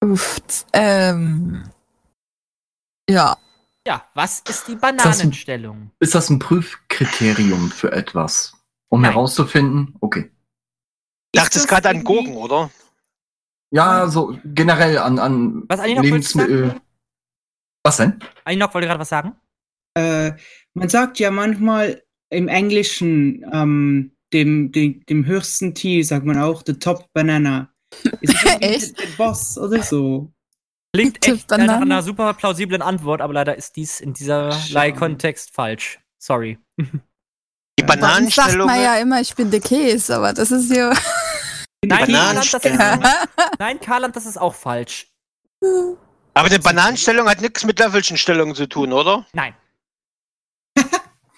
Speaker 6: Uff, ähm. Ja.
Speaker 1: Ja, was ist die Bananenstellung?
Speaker 9: Ist das ein Prüfkriterium für etwas? Um
Speaker 1: Nein.
Speaker 9: herauszufinden? Okay.
Speaker 8: Dachtest
Speaker 7: das
Speaker 8: gerade an
Speaker 7: irgendwie-
Speaker 8: Gurken, oder?
Speaker 9: Ja, so generell an, an
Speaker 1: Was, Alinok, wolltest du
Speaker 9: Lebensmittel. Was denn?
Speaker 1: Einok wollte gerade was sagen.
Speaker 7: Äh, man sagt ja manchmal im Englischen, ähm, dem, dem, dem höchsten Tier sagt man auch the top banana. Ist es irgendwie
Speaker 6: Echt?
Speaker 7: der Boss oder so?
Speaker 1: Klingt
Speaker 6: Tipp
Speaker 1: echt nach
Speaker 6: Bananen.
Speaker 1: einer super plausiblen Antwort, aber leider ist dies in dieserlei Kontext falsch. Sorry.
Speaker 8: Die
Speaker 6: Sonst sagt
Speaker 8: Bananenstellung.
Speaker 6: man ja immer, ich bin der Käse, aber das ist ja.
Speaker 1: Nein, Karland, das ist,
Speaker 8: Bananenstellung.
Speaker 1: nein, Karland, das ist auch falsch.
Speaker 8: Aber die Bananenstellung hat nichts mit Löffelchenstellung zu tun, oder?
Speaker 1: Nein.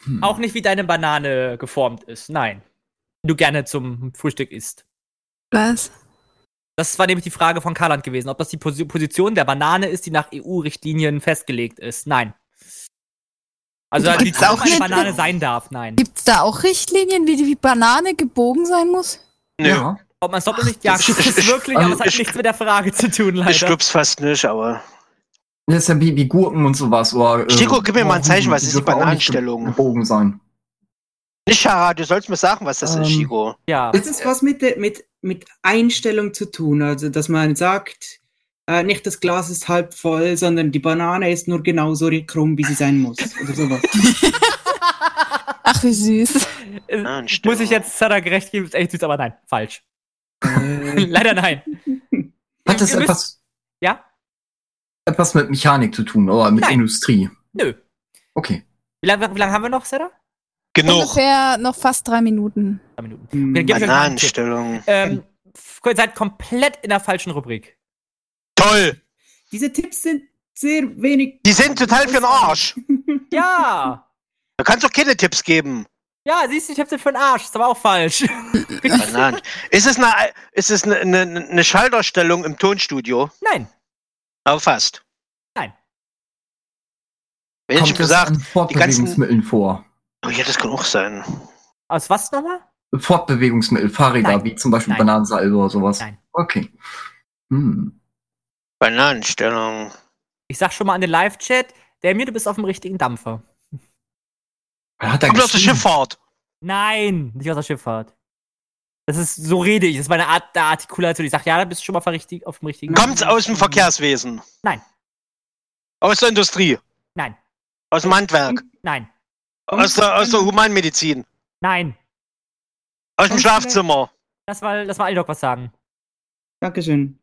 Speaker 9: Hm.
Speaker 1: Auch nicht, wie deine Banane geformt ist. Nein. Du gerne zum Frühstück isst.
Speaker 6: Was?
Speaker 1: Das war nämlich die Frage von Karland gewesen, ob das die Posi- Position der Banane ist, die nach EU-Richtlinien festgelegt ist. Nein. Also die
Speaker 6: Gibt's auch
Speaker 1: Form eine
Speaker 6: hier-
Speaker 1: Banane sein darf, nein.
Speaker 6: Gibt's da auch Richtlinien, wie die wie Banane gebogen sein muss?
Speaker 8: Nö.
Speaker 9: Ja.
Speaker 1: Ob man es doppelt nicht jagt,
Speaker 8: Ich-
Speaker 1: das ist
Speaker 8: ich-
Speaker 1: wirklich, aber es hat
Speaker 8: ich-
Speaker 1: nichts mit der Frage zu tun,
Speaker 8: Ich
Speaker 1: leider.
Speaker 8: glaub's fast nicht, aber.
Speaker 9: Das ist ja wie, wie Gurken und sowas. Oder, äh,
Speaker 8: Stiko, gib mir mal ein Zeichen, was ist die
Speaker 9: dürfen auch nicht
Speaker 8: Bananenstellung?
Speaker 9: Gebogen sein.
Speaker 8: Nicht, Shara, du sollst mir sagen, was das
Speaker 9: Ähm,
Speaker 8: ist, Chico.
Speaker 1: Ja.
Speaker 7: Hat das was mit, der- mit, mit Einstellung zu tun? Also, dass man sagt, äh, nicht das Glas ist halb voll, sondern die Banane ist nur genauso krumm, wie sie sein muss. Oder sowas.
Speaker 6: Ach, wie süß.
Speaker 1: Äh,
Speaker 8: Bananenstellung.
Speaker 1: Muss ich jetzt Sada gerecht geben, ist echt süß, aber nein, falsch.
Speaker 7: äh,
Speaker 1: leider nein.
Speaker 9: Hat das
Speaker 1: Ihr müsst-
Speaker 9: etwas,
Speaker 1: Ja?
Speaker 9: etwas mit Mechanik zu tun oder mit
Speaker 1: Nein.
Speaker 9: Industrie?
Speaker 1: Nö.
Speaker 9: Okay.
Speaker 1: Wie lange wie lang haben wir noch, Sada?
Speaker 8: Genug.
Speaker 6: Ungefähr noch fast drei Minuten.
Speaker 1: Drei Minuten.
Speaker 7: hm,
Speaker 1: Wir geben-
Speaker 8: Bananenstellung.
Speaker 1: Ähm, f- ihr seid komplett in der falschen Rubrik.
Speaker 8: Toll.
Speaker 7: diese Tipps sind sehr wenig.
Speaker 8: Die sind total für den Arsch.
Speaker 1: Ja.
Speaker 8: Du kannst doch keine Tipps geben.
Speaker 1: Ja, siehst du, ich hab's für den Arsch. Das war auch falsch.
Speaker 8: Bananen. ist es, eine, ist es eine, eine, eine Schalterstellung im Tonstudio?
Speaker 1: Nein.
Speaker 8: Aber fast.
Speaker 1: Nein.
Speaker 8: Wenn ich schon
Speaker 9: das
Speaker 8: gesagt,
Speaker 9: an Fortbewegungsmitteln vor?
Speaker 8: oh ja, das kann auch sein.
Speaker 1: Aus Also, was nochmal?
Speaker 9: Fortbewegungsmittel, Fahrräder,
Speaker 1: Nein.
Speaker 9: wie zum Beispiel
Speaker 1: Nein.
Speaker 9: Bananensalbe oder sowas.
Speaker 1: Nein.
Speaker 9: Okay. Hm.
Speaker 8: Bananenstellung.
Speaker 1: Ich sag schon mal an den Live-Chat, Damien, du bist auf dem richtigen Dampfer.
Speaker 9: Hat er
Speaker 8: Kommt aus der
Speaker 9: geschrieben?
Speaker 8: Schifffahrt.
Speaker 1: Nein, nicht aus der Schifffahrt. Das ist, so rede ich. Das ist meine Art der Artikulation. Ich sag, ja, da bist du schon mal auf, richtig, auf dem richtigen
Speaker 8: Kommt's aus dem Verkehrswesen?
Speaker 1: Nein.
Speaker 8: Aus der Industrie?
Speaker 1: Nein.
Speaker 8: Aus dem Handwerk?
Speaker 1: Nein.
Speaker 8: Aus der, aus der Humanmedizin?
Speaker 1: Nein.
Speaker 8: Aus dem Schlafzimmer?
Speaker 1: Das war, das war Alidok was sagen.
Speaker 7: Dankeschön.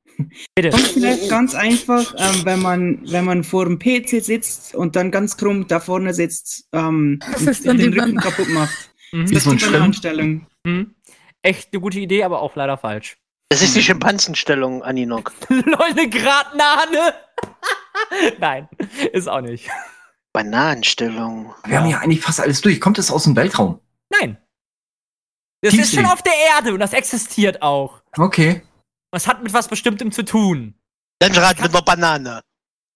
Speaker 1: Bitte.
Speaker 7: Sonst vielleicht ganz einfach, ähm, wenn, man, wenn man vor dem PC sitzt und dann ganz krumm da vorne sitzt ähm,
Speaker 6: ist
Speaker 7: und
Speaker 6: dann
Speaker 7: den
Speaker 6: die
Speaker 7: Rücken
Speaker 6: Banane.
Speaker 7: kaputt macht.
Speaker 1: Mhm.
Speaker 9: Ist
Speaker 7: Das
Speaker 9: so ein
Speaker 7: ist die
Speaker 9: Schlimm.
Speaker 7: Bananenstellung.
Speaker 1: Mhm. Echt eine gute Idee, aber auch leider falsch.
Speaker 8: Das ist die Schimpansenstellung, Aninok.
Speaker 1: Leute, Gratnane! Nein, ist auch nicht.
Speaker 8: Bananenstellung.
Speaker 9: Wir haben ja eigentlich fast alles durch. Kommt es aus dem Weltraum?
Speaker 1: Nein. Das ist
Speaker 9: Tiefsee.
Speaker 1: schon auf der Erde und das existiert auch.
Speaker 9: Okay.
Speaker 1: Das hat mit was Bestimmtem zu tun.
Speaker 8: Dann schreibt mit einer Banane.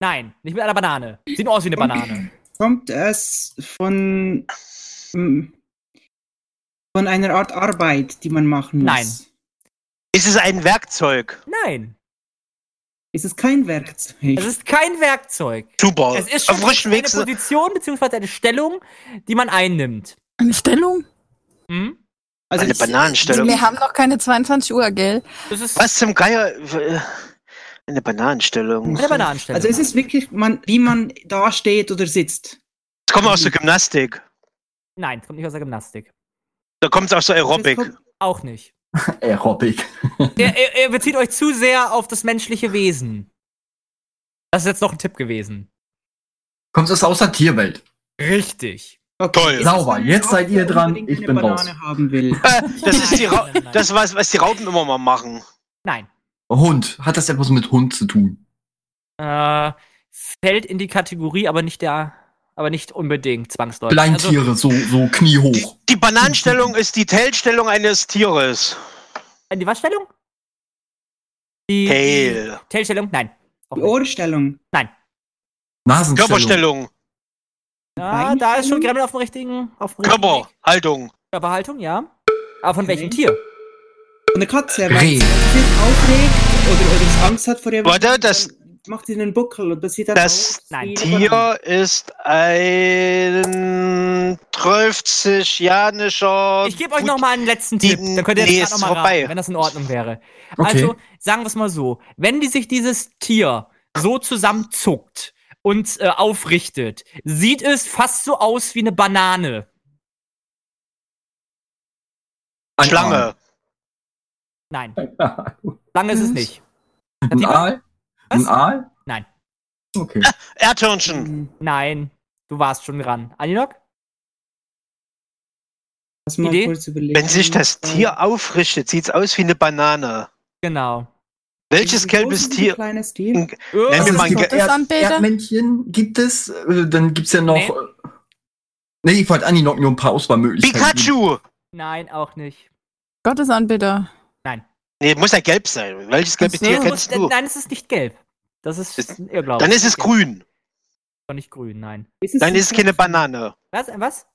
Speaker 1: Nein, nicht mit einer Banane. Sieht nur aus wie eine Banane.
Speaker 7: Kommt es von. mm, hm, Von einer Art Arbeit, die man machen muss.
Speaker 1: Nein.
Speaker 8: Ist es ein Werkzeug?
Speaker 1: Nein,
Speaker 7: Ist es kein Werkzeug?
Speaker 1: es ist kein Werkzeug.
Speaker 8: Super.
Speaker 1: Es ist schon
Speaker 8: Auf frischem
Speaker 1: eine
Speaker 8: Weg. so-
Speaker 1: Position bzw. eine Stellung, die man einnimmt.
Speaker 6: Eine Stellung?
Speaker 1: Hm?
Speaker 7: also
Speaker 8: Eine
Speaker 7: ich-
Speaker 8: Bananenstellung.
Speaker 6: Wir haben noch keine 22 Uhr, gell?
Speaker 1: Das ist
Speaker 8: Was zum Geier? Äh, Eine Bananenstellung.
Speaker 1: eine Bananenstellung.
Speaker 7: Also es ist wirklich, man, wie man da steht oder sitzt.
Speaker 8: Das kommt aus der Gymnastik.
Speaker 1: Nein, es kommt nicht aus der Gymnastik.
Speaker 8: Da kommt es aus der
Speaker 7: Das
Speaker 8: Aerobic.
Speaker 7: kommt-
Speaker 1: Auch nicht.
Speaker 9: Aerobic.
Speaker 1: Ihr, ihr, ihr bezieht euch zu sehr auf das menschliche Wesen. Das ist jetzt noch ein Tipp gewesen.
Speaker 9: Kommt es aus der Tierwelt?
Speaker 1: Richtig.
Speaker 7: Okay.
Speaker 8: Toll.
Speaker 7: Ist es
Speaker 9: Sauber,
Speaker 7: eine
Speaker 9: jetzt
Speaker 7: Frau,
Speaker 9: seid ihr
Speaker 7: die
Speaker 9: dran,
Speaker 7: unbedingt
Speaker 9: ich
Speaker 7: eine
Speaker 9: bin
Speaker 7: Banane
Speaker 9: raus.
Speaker 7: haben will.
Speaker 8: Äh, das ist die Ra
Speaker 1: Nein, nein, nein.
Speaker 8: das was, was die Raupen immer mal machen.
Speaker 1: Nein.
Speaker 9: Hund. Hat das etwas mit Hund zu tun?
Speaker 1: Äh, fällt in die Kategorie, aber nicht der, aber nicht unbedingt zwangsläufig. Also,
Speaker 9: Bleintiere, so, so
Speaker 8: Die,
Speaker 9: kniehoch.
Speaker 8: die Bananenstellung ist die Tailstellung eines Tieres.
Speaker 1: äh, die Waschstellung? Die
Speaker 8: Tail.
Speaker 1: die Tailstellung? Nein. Auch
Speaker 7: Die
Speaker 1: nicht.
Speaker 7: Ohrstellung.
Speaker 9: Nasenstellung.
Speaker 8: Körperstellung,
Speaker 1: Ja, Ah, da ist schon Gremlin auf dem richtigen, auf dem richtigen
Speaker 8: Körper,
Speaker 1: Weg.
Speaker 8: Haltung.
Speaker 1: Körperhaltung, ja. Aber von
Speaker 7: Okay.
Speaker 1: welchem Tier?
Speaker 7: Von der Katze, weil
Speaker 9: Reh.
Speaker 7: sie sich aufregt oder, oder sie Angst hat vor ihr.
Speaker 8: Warte, das-
Speaker 7: dann Macht sie einen Buckel und das sieht dann
Speaker 8: Das
Speaker 7: aus wie
Speaker 1: Nein.
Speaker 7: eine Banane.
Speaker 8: Tier ist ein 12-janischer.
Speaker 1: Ich gebe euch nochmal einen letzten Tipp.
Speaker 8: die-
Speaker 1: Dann könnt ihr
Speaker 8: nee,
Speaker 1: jetzt
Speaker 8: ist
Speaker 1: gerade nochmal
Speaker 8: vorbei.
Speaker 1: raten, wenn das in Ordnung wäre.
Speaker 9: Okay.
Speaker 1: Also, sagen wir es mal so. Wenn die sich dieses Tier so zusammenzuckt und äh, aufrichtet, sieht es fast so aus wie eine Banane.
Speaker 9: Ein
Speaker 8: Schlange.
Speaker 1: Nein,
Speaker 9: Aal.
Speaker 1: lange ist es
Speaker 6: Was?
Speaker 1: nicht.
Speaker 9: Ein Aal?
Speaker 1: Was?
Speaker 9: Ein Aal?
Speaker 1: Nein.
Speaker 9: Okay.
Speaker 8: Erdhörnchen.
Speaker 7: Mhm.
Speaker 1: Nein, du warst schon dran. Aninok?
Speaker 7: Lass mal
Speaker 1: Idee?
Speaker 7: kurz überlegen.
Speaker 8: Wenn sich das
Speaker 7: äh,
Speaker 8: Tier aufrichtet, sieht's aus wie eine Banane.
Speaker 1: Genau. Äh,
Speaker 8: Welches
Speaker 7: Ein
Speaker 8: gelbes
Speaker 7: großes,
Speaker 8: Tier?
Speaker 7: kleines
Speaker 8: Hm.
Speaker 7: Tier.
Speaker 8: Nenn mir
Speaker 9: Also,
Speaker 8: mal
Speaker 9: es
Speaker 8: ein
Speaker 9: gibt
Speaker 6: Ge-
Speaker 9: Erd
Speaker 6: Sanddäter?
Speaker 9: Erdmännchen gibt es. Äh, Dann gibt es ja noch.
Speaker 1: Nee.
Speaker 9: Nee, nee ich wollte Anni noch nur ein paar Auswahlmöglichkeiten.
Speaker 8: Pikachu!
Speaker 1: Nein, auch nicht.
Speaker 6: Gottesanbeter.
Speaker 8: Nee, muss ja gelb sein. Welches gelbe
Speaker 6: Ach so.
Speaker 8: Tier
Speaker 1: Es
Speaker 8: kennst
Speaker 1: muss-
Speaker 8: du?
Speaker 1: Nein, es ist nicht gelb. Das ist
Speaker 8: Ist-
Speaker 1: ein Irrglaube.
Speaker 8: Dann ist es grün.
Speaker 1: Doch nicht grün, nein.
Speaker 7: Ist es
Speaker 8: Dann
Speaker 7: ein
Speaker 8: ist es keine Banane.
Speaker 1: Was? Äh, Was?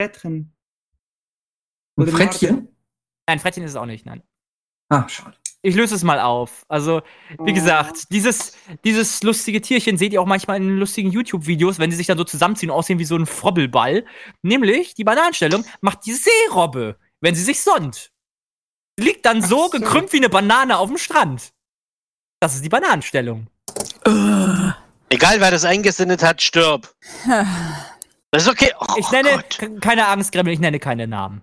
Speaker 7: Frettchen?
Speaker 9: Ein Frettchen?
Speaker 1: Nein, Frettchen ist es auch nicht, nein.
Speaker 9: Ah, schade.
Speaker 1: Ich löse es mal auf. Also, wie gesagt, dieses, dieses lustige Tierchen seht ihr auch manchmal in lustigen YouTube-Videos, wenn sie sich dann so zusammenziehen und aussehen wie so ein Frobbelball. Nämlich, die Bananenstellung macht die Seerobbe, wenn sie sich sonnt. Sie Liegt dann so,
Speaker 7: so.
Speaker 1: gekrümmt wie eine Banane auf dem Strand. Das ist die Bananenstellung.
Speaker 8: Egal, wer das eingesendet hat, stirb. Das ist okay. Oh,
Speaker 1: Ich nenne,
Speaker 8: Gott.
Speaker 1: k- keine Angst, Gremlin, ich nenne keine Namen.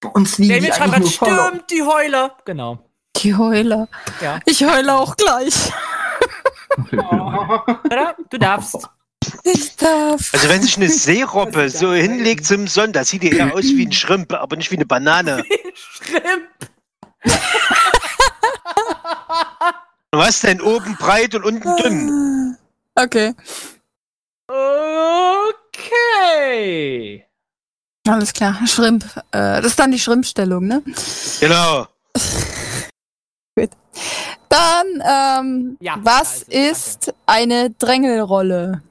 Speaker 9: Bei uns liegen
Speaker 1: Gremlin
Speaker 9: die
Speaker 1: schreibt
Speaker 9: eigentlich
Speaker 1: gerade,
Speaker 9: nur voll.
Speaker 1: stürmt die Heuler. Genau.
Speaker 6: Die Heuler.
Speaker 1: Ja.
Speaker 6: Ich heule auch gleich.
Speaker 1: Oder? Du darfst.
Speaker 6: Ich darf.
Speaker 8: Also wenn sich eine Seerobbe so hinlegt zum Sonnen, das sieht die eher aus wie ein Schrimp, aber nicht wie eine Banane.
Speaker 1: Schrimp.
Speaker 8: Du hast denn oben breit und unten dünn.
Speaker 6: Ah. Okay.
Speaker 1: Okay.
Speaker 6: Alles klar. Schrimp. Äh, das ist dann die Schrimpstellung, ne?
Speaker 8: Genau.
Speaker 6: Dann, ähm,
Speaker 1: Ja,
Speaker 6: was
Speaker 1: also, danke.
Speaker 6: ist eine Drängelrolle?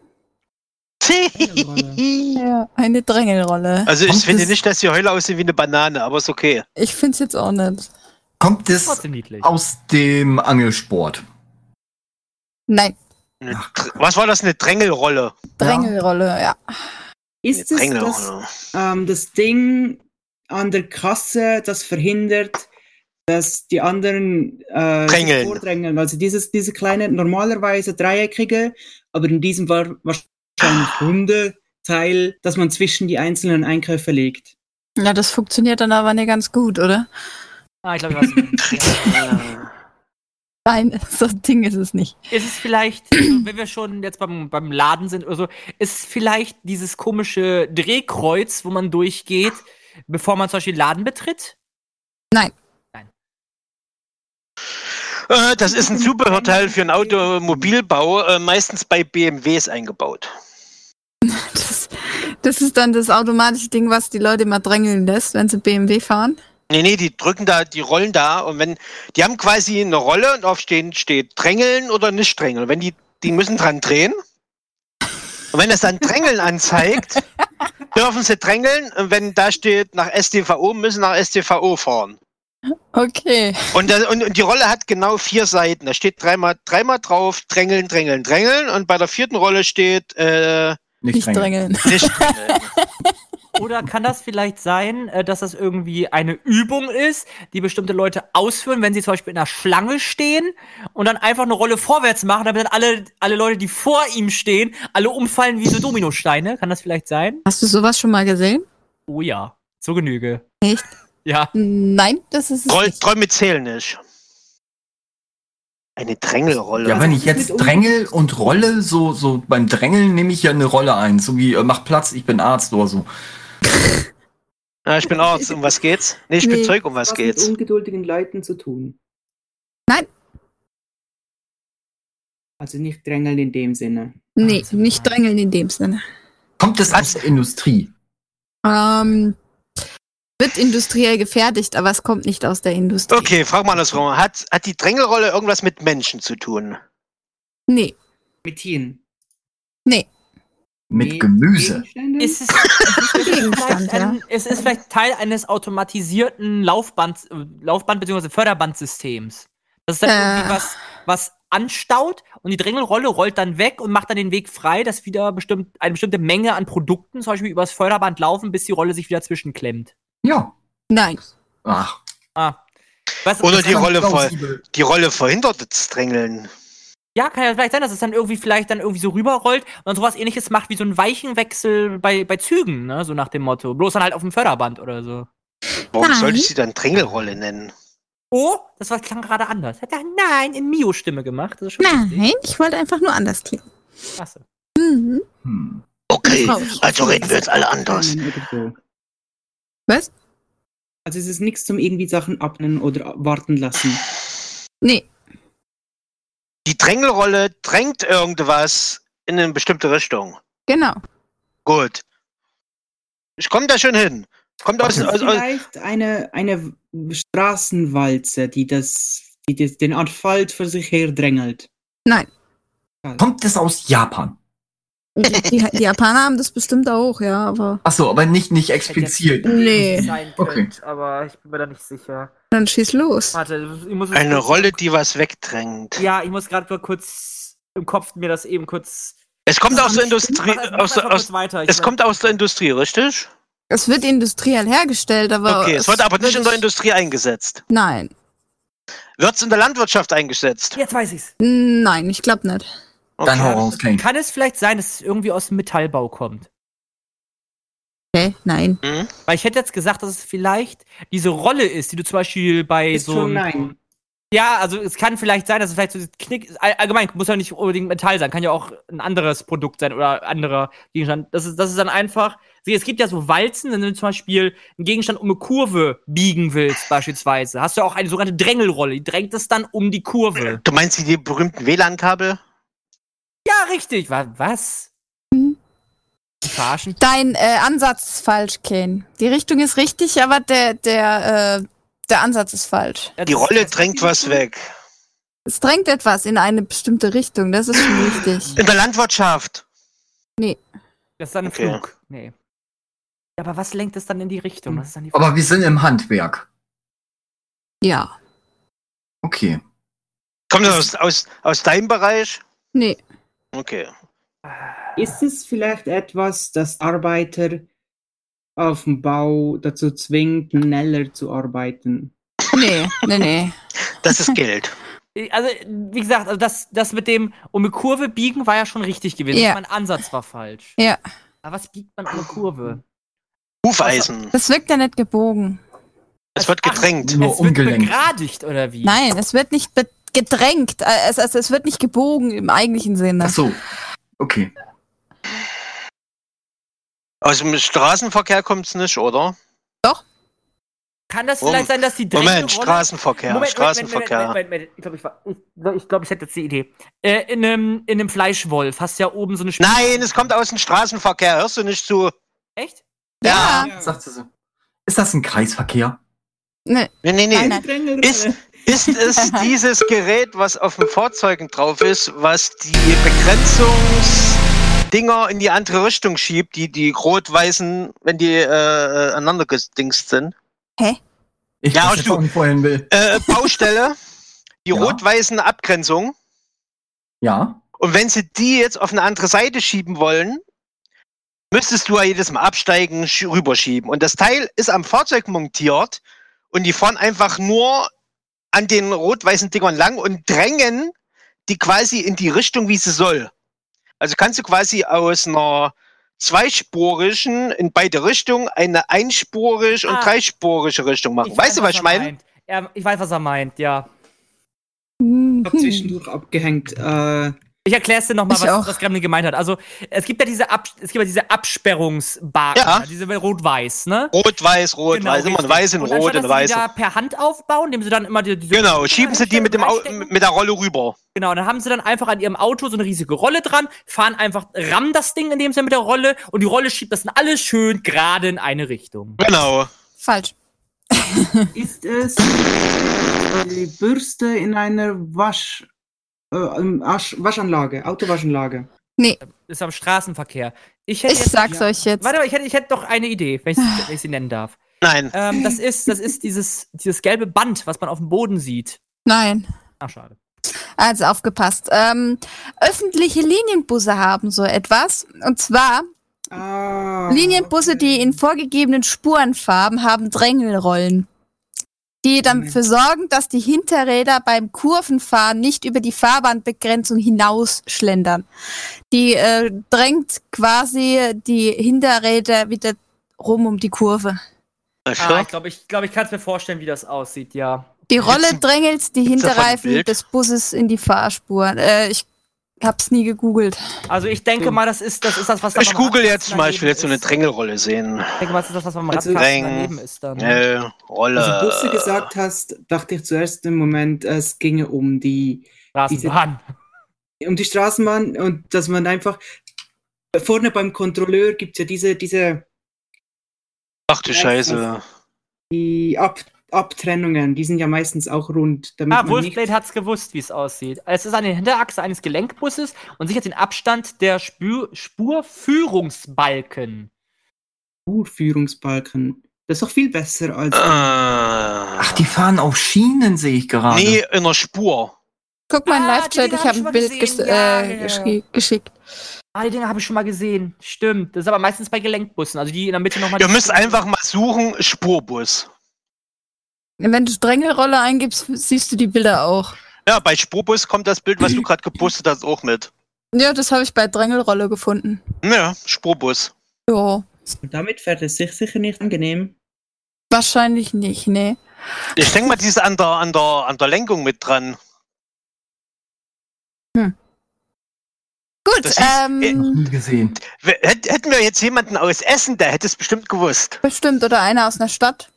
Speaker 6: Ja, eine Drängelrolle.
Speaker 8: Also ich
Speaker 9: Kommt
Speaker 8: finde
Speaker 9: es-
Speaker 8: nicht, dass die Heule aussehen wie eine Banane, aber ist okay.
Speaker 6: Ich find's jetzt auch nicht.
Speaker 9: Kommt es
Speaker 1: Trotzdem niedlich.
Speaker 9: aus dem Angelsport?
Speaker 6: Nein,
Speaker 8: Eine Dr- Was war das, eine Drängelrolle?
Speaker 6: Drängelrolle, ja.
Speaker 7: Ist es das,
Speaker 8: Drängelrolle.
Speaker 7: ähm, das Ding an der Kasse, das verhindert, dass die anderen äh, sich
Speaker 8: Drängeln.
Speaker 7: vordrängeln? Also dieses, diese kleine, normalerweise dreieckige, aber in diesem war
Speaker 8: Ah.
Speaker 7: wahrscheinlich runde Teil, dass man zwischen die einzelnen Einkäufe legt.
Speaker 6: Ja, das funktioniert dann aber nicht ganz gut, oder?
Speaker 1: Ah, ich glaube, ich weiß nicht.
Speaker 6: Nein, so ein Ding ist es nicht.
Speaker 1: Ist es vielleicht, also, wenn wir schon jetzt beim, beim Laden sind oder so, ist es vielleicht dieses komische Drehkreuz, wo man durchgeht, bevor man zum Beispiel den Laden betritt?
Speaker 8: Äh, das ist ein Zubehörteil für einen Automobilbau, äh, meistens bei BMWs eingebaut.
Speaker 6: Das, das ist dann das automatische Ding, was die Leute immer drängeln lässt, wenn sie BMW fahren.
Speaker 8: Nee, nee, die drücken da, die rollen da und wenn, die haben quasi eine Rolle und auf denen steht drängeln oder nicht drängeln. Wenn die, die müssen dran drehen. Und wenn das dann drängeln anzeigt, dürfen sie drängeln, wenn da steht nach STVO, müssen nach STVO fahren.
Speaker 6: Okay.
Speaker 8: Und, das, und, und die Rolle hat genau vier Seiten. Da steht dreimal, dreimal drauf, drängeln, drängeln, drängeln. Und bei der vierten Rolle steht äh,
Speaker 6: Nicht drängeln.
Speaker 8: nicht drängeln.
Speaker 1: Oder kann das vielleicht sein, äh, dass das irgendwie eine Übung ist, die bestimmte Leute ausführen, wenn sie zum Beispiel in einer Schlange stehen und dann einfach eine Rolle vorwärts machen, damit dann alle, alle Leute, die vor ihm stehen, alle umfallen wie so Dominosteine? Kann das vielleicht sein?
Speaker 6: Hast du sowas schon mal gesehen?
Speaker 1: Oh ja, zur Genüge.
Speaker 6: Echt?
Speaker 1: Ja.
Speaker 6: Nein, das ist es
Speaker 8: Troll,
Speaker 6: nicht.
Speaker 8: Troll mit Zählen nicht. Eine Drängelrolle.
Speaker 9: Ja, wenn ich jetzt drängel und rolle, so, so beim Drängeln nehme ich ja eine Rolle ein. So wie, äh, mach Platz, ich bin Arzt oder so.
Speaker 8: Ah, ich bin Arzt, um was geht's? Nee, ich bin
Speaker 6: Nee.
Speaker 8: Zeug, um was
Speaker 7: mit
Speaker 8: geht's?
Speaker 7: ungeduldigen Leuten zu tun.
Speaker 6: Nein.
Speaker 7: Also nicht drängeln in dem Sinne.
Speaker 6: Nee, nicht drängeln in dem Sinne.
Speaker 9: Kommt das aus der Industrie?
Speaker 6: Ähm, wird industriell gefertigt, aber es kommt nicht aus der Industrie.
Speaker 8: Okay, frag mal andersrum. Hat, hat die Drängelrolle irgendwas mit Menschen zu tun?
Speaker 6: Nee.
Speaker 7: Mit Tieren.
Speaker 9: Mit
Speaker 7: Nee,
Speaker 9: Gemüse.
Speaker 7: Gegenständen?
Speaker 1: Ist es, ist es,
Speaker 6: Hm. Gegenstand,
Speaker 1: vielleicht
Speaker 6: ja.
Speaker 1: ein, es ist vielleicht Teil eines automatisierten Laufband, äh, Laufband bzw. Förderbandsystems. Das ist dann
Speaker 6: Äh.
Speaker 1: irgendwie was, was anstaut und die Drängelrolle rollt dann weg und macht dann den Weg frei, dass wieder bestimmt, eine bestimmte Menge an Produkten zum Beispiel übers Förderband laufen, bis die Rolle sich wieder zwischenklemmt.
Speaker 9: Ja.
Speaker 6: Nein.
Speaker 9: Ach.
Speaker 1: Ah. Was,
Speaker 8: Oder
Speaker 1: das
Speaker 8: die
Speaker 1: kann,
Speaker 8: Rolle voll.
Speaker 9: plausibel.
Speaker 8: Die Rolle verhindert das Drängeln.
Speaker 1: Ja, kann ja vielleicht sein, dass es dann irgendwie vielleicht dann irgendwie so rüberrollt und dann sowas ähnliches macht wie so ein Weichenwechsel bei, bei Zügen, ne? So nach dem Motto. Bloß dann halt auf dem Förderband oder so.
Speaker 8: Warum
Speaker 6: Nein.
Speaker 8: sollte ich sie dann Drängelrolle nennen?
Speaker 1: Oh, das war, klang gerade anders. Hat er nein in Mio-Stimme gemacht. Das ist schon
Speaker 6: Nein, ich wollte einfach nur anders klingen.
Speaker 1: klasse.
Speaker 6: Mhm.
Speaker 9: Hm.
Speaker 8: Okay,
Speaker 6: Frau, ich-
Speaker 8: also reden wir jetzt alle anders.
Speaker 7: Abnehmen oder so.
Speaker 6: Was?
Speaker 7: Also es ist nichts zum irgendwie Sachen abnehmen oder ab- warten lassen.
Speaker 6: Nee.
Speaker 8: Die Drängelrolle drängt irgendwas in eine bestimmte Richtung.
Speaker 6: Genau.
Speaker 8: Gut. Ich komme da schon hin. Kommt aus,
Speaker 7: Also,
Speaker 8: aus, aus
Speaker 7: Vielleicht eine, eine Straßenwalze, die das, die das, den Asphalt für sich her drängelt.
Speaker 9: Kommt das aus Japan?
Speaker 6: Die, die Japaner haben das bestimmt auch, ja, aber
Speaker 9: Ach so, aber nicht, nicht explizit.
Speaker 6: Nee.
Speaker 1: Sein
Speaker 9: Okay.
Speaker 1: könnt, aber ich bin mir da nicht sicher.
Speaker 6: dann schieß los.
Speaker 1: Warte, ich muss es
Speaker 8: eine
Speaker 1: kurz-
Speaker 8: Rolle, die was wegdrängt.
Speaker 1: Ja, ich muss gerade nur kurz im Kopf mir das eben kurz.
Speaker 8: Es kommt aus
Speaker 1: Mach
Speaker 8: der Industrie.
Speaker 1: das- mach
Speaker 8: Aus,
Speaker 1: das mal
Speaker 8: aus,
Speaker 1: kurz weiter. Ich
Speaker 8: es
Speaker 1: mein-
Speaker 8: kommt aus der Industrie, richtig?
Speaker 6: Es wird industriell hergestellt, aber.
Speaker 8: Okay, es wird aber nicht in der
Speaker 6: wird-
Speaker 8: Industrie eingesetzt.
Speaker 6: Nein.
Speaker 8: Wird es in der Landwirtschaft eingesetzt?
Speaker 1: Jetzt weiß ich's.
Speaker 6: Nein, ich glaube nicht.
Speaker 8: Okay.
Speaker 9: Dann hau raus, Kane.
Speaker 1: Kann es vielleicht sein, dass es irgendwie aus dem Metallbau kommt?
Speaker 6: Hä? Nein.
Speaker 8: Hm?
Speaker 1: Weil ich hätte jetzt gesagt, dass es vielleicht diese Rolle ist, die du zum Beispiel bei
Speaker 7: Ist
Speaker 1: so.
Speaker 7: schon
Speaker 1: einem-
Speaker 7: nein.
Speaker 1: Ja, also es kann vielleicht sein, dass es vielleicht so dieses Knick. all- Allgemein muss ja nicht unbedingt Metall sein, kann ja auch ein anderes Produkt sein oder anderer Gegenstand. Das ist, das ist dann einfach. Sieh, Es gibt ja so Walzen, wenn du zum Beispiel einen Gegenstand um eine Kurve biegen willst, beispielsweise, hast du ja auch eine sogenannte Drängelrolle. Die drängt es dann um die Kurve.
Speaker 8: Du meinst die berühmten WLAN-Kabel?
Speaker 1: Ja, richtig. Wa was?
Speaker 6: Mhm.
Speaker 1: Die Verarschen?
Speaker 6: Dein äh, Ansatz ist falsch, Kane. Die Richtung ist richtig, aber der, der, äh, der Ansatz ist falsch.
Speaker 1: Ja, das
Speaker 8: Die
Speaker 1: ist-
Speaker 8: Rolle
Speaker 1: das-
Speaker 8: drängt was weg.
Speaker 6: Es drängt etwas in eine bestimmte Richtung, das ist schon richtig.
Speaker 8: In der Landwirtschaft.
Speaker 1: Das ist dann ein
Speaker 8: Okay.
Speaker 1: Flug. Nee. Ja, aber was lenkt es dann in die Richtung? Das ist dann die
Speaker 9: Aber wir sind im Handwerk.
Speaker 6: Ja.
Speaker 9: Okay.
Speaker 8: Kommt das aus, aus, aus deinem Bereich?
Speaker 6: Nee.
Speaker 8: Okay.
Speaker 7: Ist es vielleicht etwas, das Arbeiter auf dem Bau dazu zwingt, schneller zu arbeiten?
Speaker 6: Nee, nee, nee.
Speaker 8: Das ist Geld.
Speaker 1: Also, wie gesagt, also das, das mit dem um eine Kurve biegen war ja schon richtig gewesen.
Speaker 6: Ja.
Speaker 1: Mein Ansatz war falsch.
Speaker 6: Ja.
Speaker 1: Aber was biegt man um eine Kurve?
Speaker 8: Hufeisen.
Speaker 6: Das wirkt ja nicht gebogen.
Speaker 8: Es wird gedrängt.
Speaker 9: Nur
Speaker 1: es wird
Speaker 9: umgelenkt.
Speaker 1: begradigt, oder wie?
Speaker 6: Nein, es wird nicht be- gedrängt. äh, Es, es, es wird nicht gebogen im eigentlichen Sinne.
Speaker 9: Ach so. Okay.
Speaker 8: Aus dem Straßenverkehr kommt es nicht, oder?
Speaker 1: Kann das
Speaker 8: Moment,
Speaker 1: vielleicht sein, dass die
Speaker 8: Um- Moment,
Speaker 1: Drängelrolle-
Speaker 8: Straßenverkehr.
Speaker 1: Moment,
Speaker 8: Straßenverkehr.
Speaker 1: Moment, Moment, Moment, Moment, Moment. Ich glaube, ich, war- ich, ich, glaub, ich hätte jetzt die Idee. Äh, in, einem, in einem Fleischwolf hast du ja oben so eine Spie-
Speaker 8: Nein, es kommt aus dem Straßenverkehr. Hörst du nicht zu?
Speaker 1: Echt?
Speaker 6: ja.
Speaker 9: Sagte sie. Ist das ein Kreisverkehr?
Speaker 8: Nee, nee,
Speaker 6: Nein,
Speaker 8: nee.
Speaker 6: nein.
Speaker 8: Ist, ist es dieses Gerät, was auf den Fahrzeugen drauf ist, was die Begrenzungs. Dinger in die andere Richtung schiebt, die, die rot-weißen, wenn die äh, äh, aneinander gedingst sind.
Speaker 9: Ich
Speaker 8: Ja,
Speaker 9: weiß
Speaker 8: und
Speaker 9: nicht,
Speaker 8: du-
Speaker 9: wo ich vorhin will.
Speaker 8: Äh, Baustelle, die
Speaker 9: Ja.
Speaker 8: rot-weißen Abgrenzung.
Speaker 9: Ja.
Speaker 8: Und wenn sie die jetzt auf eine andere Seite schieben wollen, müsstest du ja jedes Mal absteigen, sch- rüberschieben. Und das Teil ist am Fahrzeug montiert und die fahren einfach nur an den rot-weißen Dingern lang und drängen die quasi in die Richtung, wie sie soll. Also kannst du quasi aus einer zweisporigen in beide Richtungen eine einspurige und
Speaker 1: Ah.
Speaker 8: dreisporige Richtung machen. weißt du, was ich meine?
Speaker 1: Ja, ich weiß, was er meint, ja.
Speaker 6: Mhm.
Speaker 7: Ich hab zwischendurch abgehängt. Äh,
Speaker 1: Ich erkläre es dir nochmal,
Speaker 6: Ich
Speaker 1: was,
Speaker 6: auch.
Speaker 1: was Gremlin gemeint hat. Also, es gibt ja diese, Ab es gibt ja diese Absperrungsbarken,
Speaker 8: Ja.
Speaker 1: ja. diese rot-weiß, ne?
Speaker 8: Rot-weiß, rot-weiß,
Speaker 1: Genau,
Speaker 8: immer ein
Speaker 1: richtig.
Speaker 8: weiß, ein
Speaker 1: Und anstatt,
Speaker 8: rot,
Speaker 1: dass
Speaker 8: ein
Speaker 1: sie die
Speaker 8: weiß.
Speaker 1: da per Hand aufbauen, indem sie dann immer die, diese
Speaker 8: Genau, schieben sie die mit, dem Au
Speaker 1: reinstecken.
Speaker 8: mit der Rolle rüber.
Speaker 1: Genau, dann haben sie dann einfach an ihrem Auto so eine riesige Rolle dran, fahren einfach, rammen das Ding in dem Sinne mit der Rolle und die Rolle schiebt das dann alles schön gerade in eine Richtung.
Speaker 8: Genau.
Speaker 6: Falsch.
Speaker 7: ist es die Bürste in einer Wasch, äh, im Asch, Waschanlage, Autowaschanlage?
Speaker 1: Ist am Straßenverkehr. Ich hätte
Speaker 6: Ich
Speaker 1: jetzt,
Speaker 6: sag's euch jetzt.
Speaker 1: Warte mal, ich hätte, ich hätte doch eine Idee, wenn ich, wenn ich sie nennen darf.
Speaker 8: Nein.
Speaker 1: Ähm, das ist, das ist dieses, dieses gelbe Band, was man auf dem Boden sieht.
Speaker 6: Nein.
Speaker 1: Ach, schade.
Speaker 6: Also aufgepasst. Ähm, öffentliche Linienbusse haben so etwas. Und zwar
Speaker 8: Oh.
Speaker 7: Ah,
Speaker 6: Linienbusse,
Speaker 7: okay.
Speaker 6: die in vorgegebenen Spurenfarben haben Drängelrollen, die
Speaker 8: Mhm.
Speaker 6: dafür sorgen, dass die Hinterräder beim Kurvenfahren nicht über die Fahrbahnbegrenzung hinausschlendern. Die äh, drängt quasi die Hinterräder wieder rum um die Kurve.
Speaker 1: Ah, ich glaube, ich, glaub, ich kann es mir vorstellen, wie das aussieht, ja.
Speaker 6: Die
Speaker 8: Gibt's
Speaker 6: Rolle
Speaker 8: ein-
Speaker 6: drängelt die
Speaker 8: gibt's davon ein
Speaker 6: Hinterreifen
Speaker 8: Bild?
Speaker 6: des Busses in die Fahrspur. Äh, ich hab's nie gegoogelt.
Speaker 1: Also ich denke mal, das ist das, ist das was da
Speaker 8: ich
Speaker 1: beim
Speaker 8: google
Speaker 1: Radkasten
Speaker 8: jetzt mal, ich will
Speaker 1: daneben
Speaker 8: jetzt so eine
Speaker 1: ist.
Speaker 8: Drängelrolle sehen.
Speaker 1: Ich denke mal, das ist das, was beim
Speaker 7: Also-
Speaker 1: Radkasten
Speaker 8: Dräng-
Speaker 1: daneben ist dann. ne?
Speaker 8: Äh, Rolle.
Speaker 1: Also
Speaker 7: Als du Also Busse gesagt hast, dachte ich zuerst im Moment, es ginge um die,
Speaker 1: Straßenbahn.
Speaker 7: um die Straßenbahn und dass man einfach äh, vorne beim Kontrolleur gibt es ja diese, diese
Speaker 8: Ach du Scheiße.
Speaker 7: die Ab Abtrennungen, die sind ja meistens auch rund, damit
Speaker 1: Ah,
Speaker 7: man nicht
Speaker 1: Wolfblade hat's gewusst, wie es aussieht. Es ist an der Hinterachse eines Gelenkbusses und sichert den Abstand der Spür Spurführungsbalken.
Speaker 7: Spurführungsbalken. Das ist doch viel besser als
Speaker 8: Ah.
Speaker 9: Ach,
Speaker 8: Ach,
Speaker 9: die fahren auf Schienen, sehe ich gerade.
Speaker 8: Äh, nee, in der Spur.
Speaker 6: Guck mal in
Speaker 1: Ah,
Speaker 6: Live-Chat,
Speaker 1: die
Speaker 6: ich
Speaker 1: hab
Speaker 6: habe
Speaker 1: ich
Speaker 6: ein
Speaker 1: mal
Speaker 6: Bild
Speaker 1: gesehen.
Speaker 6: ges-
Speaker 1: Ja,
Speaker 6: äh,
Speaker 1: ja, ja.
Speaker 6: geschi- geschickt.
Speaker 1: Ah, die Dinger habe ich schon mal gesehen. Stimmt. Das ist aber meistens bei Gelenkbussen, also die in der Mitte nochmal.
Speaker 8: Ihr müsst einfach mal suchen, Spurbus.
Speaker 6: Wenn du Drängelrolle eingibst, siehst du die Bilder auch.
Speaker 8: Ja, bei Spurbus kommt das Bild,
Speaker 1: Mhm.
Speaker 8: was du gerade gepostet hast, auch mit.
Speaker 6: Ja, das habe ich bei Drängelrolle gefunden.
Speaker 8: Ja, Spurbus.
Speaker 6: Ja,
Speaker 7: Und damit fährt es sich sicher nicht angenehm.
Speaker 6: wahrscheinlich nicht, ne. nee.
Speaker 8: Ich denke mal, die ist an der, an, der, an der Lenkung mit dran.
Speaker 6: Gut,
Speaker 8: Das ist- Äh.
Speaker 9: Noch
Speaker 6: ähm,
Speaker 9: nie gesehen.
Speaker 8: W- hätt- Hätten wir jetzt jemanden aus Essen, der hätte es bestimmt gewusst.
Speaker 6: bestimmt. Oder einer aus einer Stadt.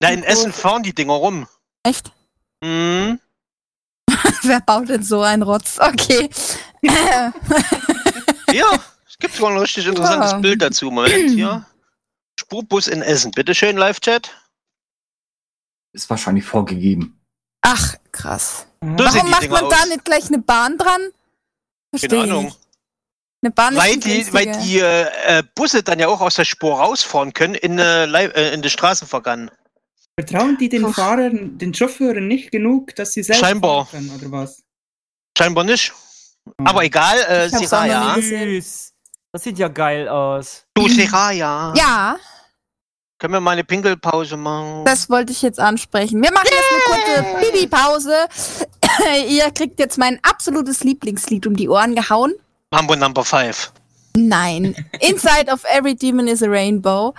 Speaker 8: Na, in Essen fahren die Dinger rum.
Speaker 6: Echt?
Speaker 8: Hm.
Speaker 6: Wer baut denn so einen Rotz? Okay.
Speaker 8: Ja, es gibt sogar ein richtig interessantes
Speaker 6: Ja.
Speaker 8: Bild dazu. Moment, hier. Spurbus in Essen. Bitte schön, Live-Chat.
Speaker 9: Ist wahrscheinlich vorgegeben.
Speaker 6: Ach, krass.
Speaker 8: So sehen
Speaker 6: Mhm. Warum
Speaker 8: die
Speaker 6: macht
Speaker 8: Dinger
Speaker 6: man da
Speaker 8: aus.
Speaker 6: nicht gleich eine Bahn dran? Verstehe
Speaker 8: Keine
Speaker 6: ich
Speaker 8: Ahnung.
Speaker 6: nicht. Eine Bahn ist
Speaker 8: Weil
Speaker 6: nicht
Speaker 8: die, weil
Speaker 6: günstiger.
Speaker 8: die äh, äh, Busse dann ja auch aus der Spur rausfahren können in, äh, Lei- äh, in die Straßen vergangen.
Speaker 7: Vertrauen die den
Speaker 6: Uff.
Speaker 7: Fahrern, den Chauffeuren nicht genug, dass sie selbst
Speaker 8: Scheinbar.
Speaker 7: fahren können, oder was?
Speaker 8: Scheinbar nicht. Aber egal, äh,
Speaker 6: Mhm. Ich hab's auch noch nie
Speaker 8: Siraya.
Speaker 6: gesehen.
Speaker 1: Süß. Das sieht ja geil aus.
Speaker 8: Du Siraya.
Speaker 6: Ja,
Speaker 8: Können wir mal eine Pinkelpause machen?
Speaker 6: Das wollte ich jetzt ansprechen. Wir machen jetzt eine kurze Bibi-Pause. Ihr kriegt jetzt mein absolutes Lieblingslied um die Ohren gehauen.
Speaker 8: Mambo Number 5.
Speaker 6: Nein. Inside of Every Demon is a Rainbow.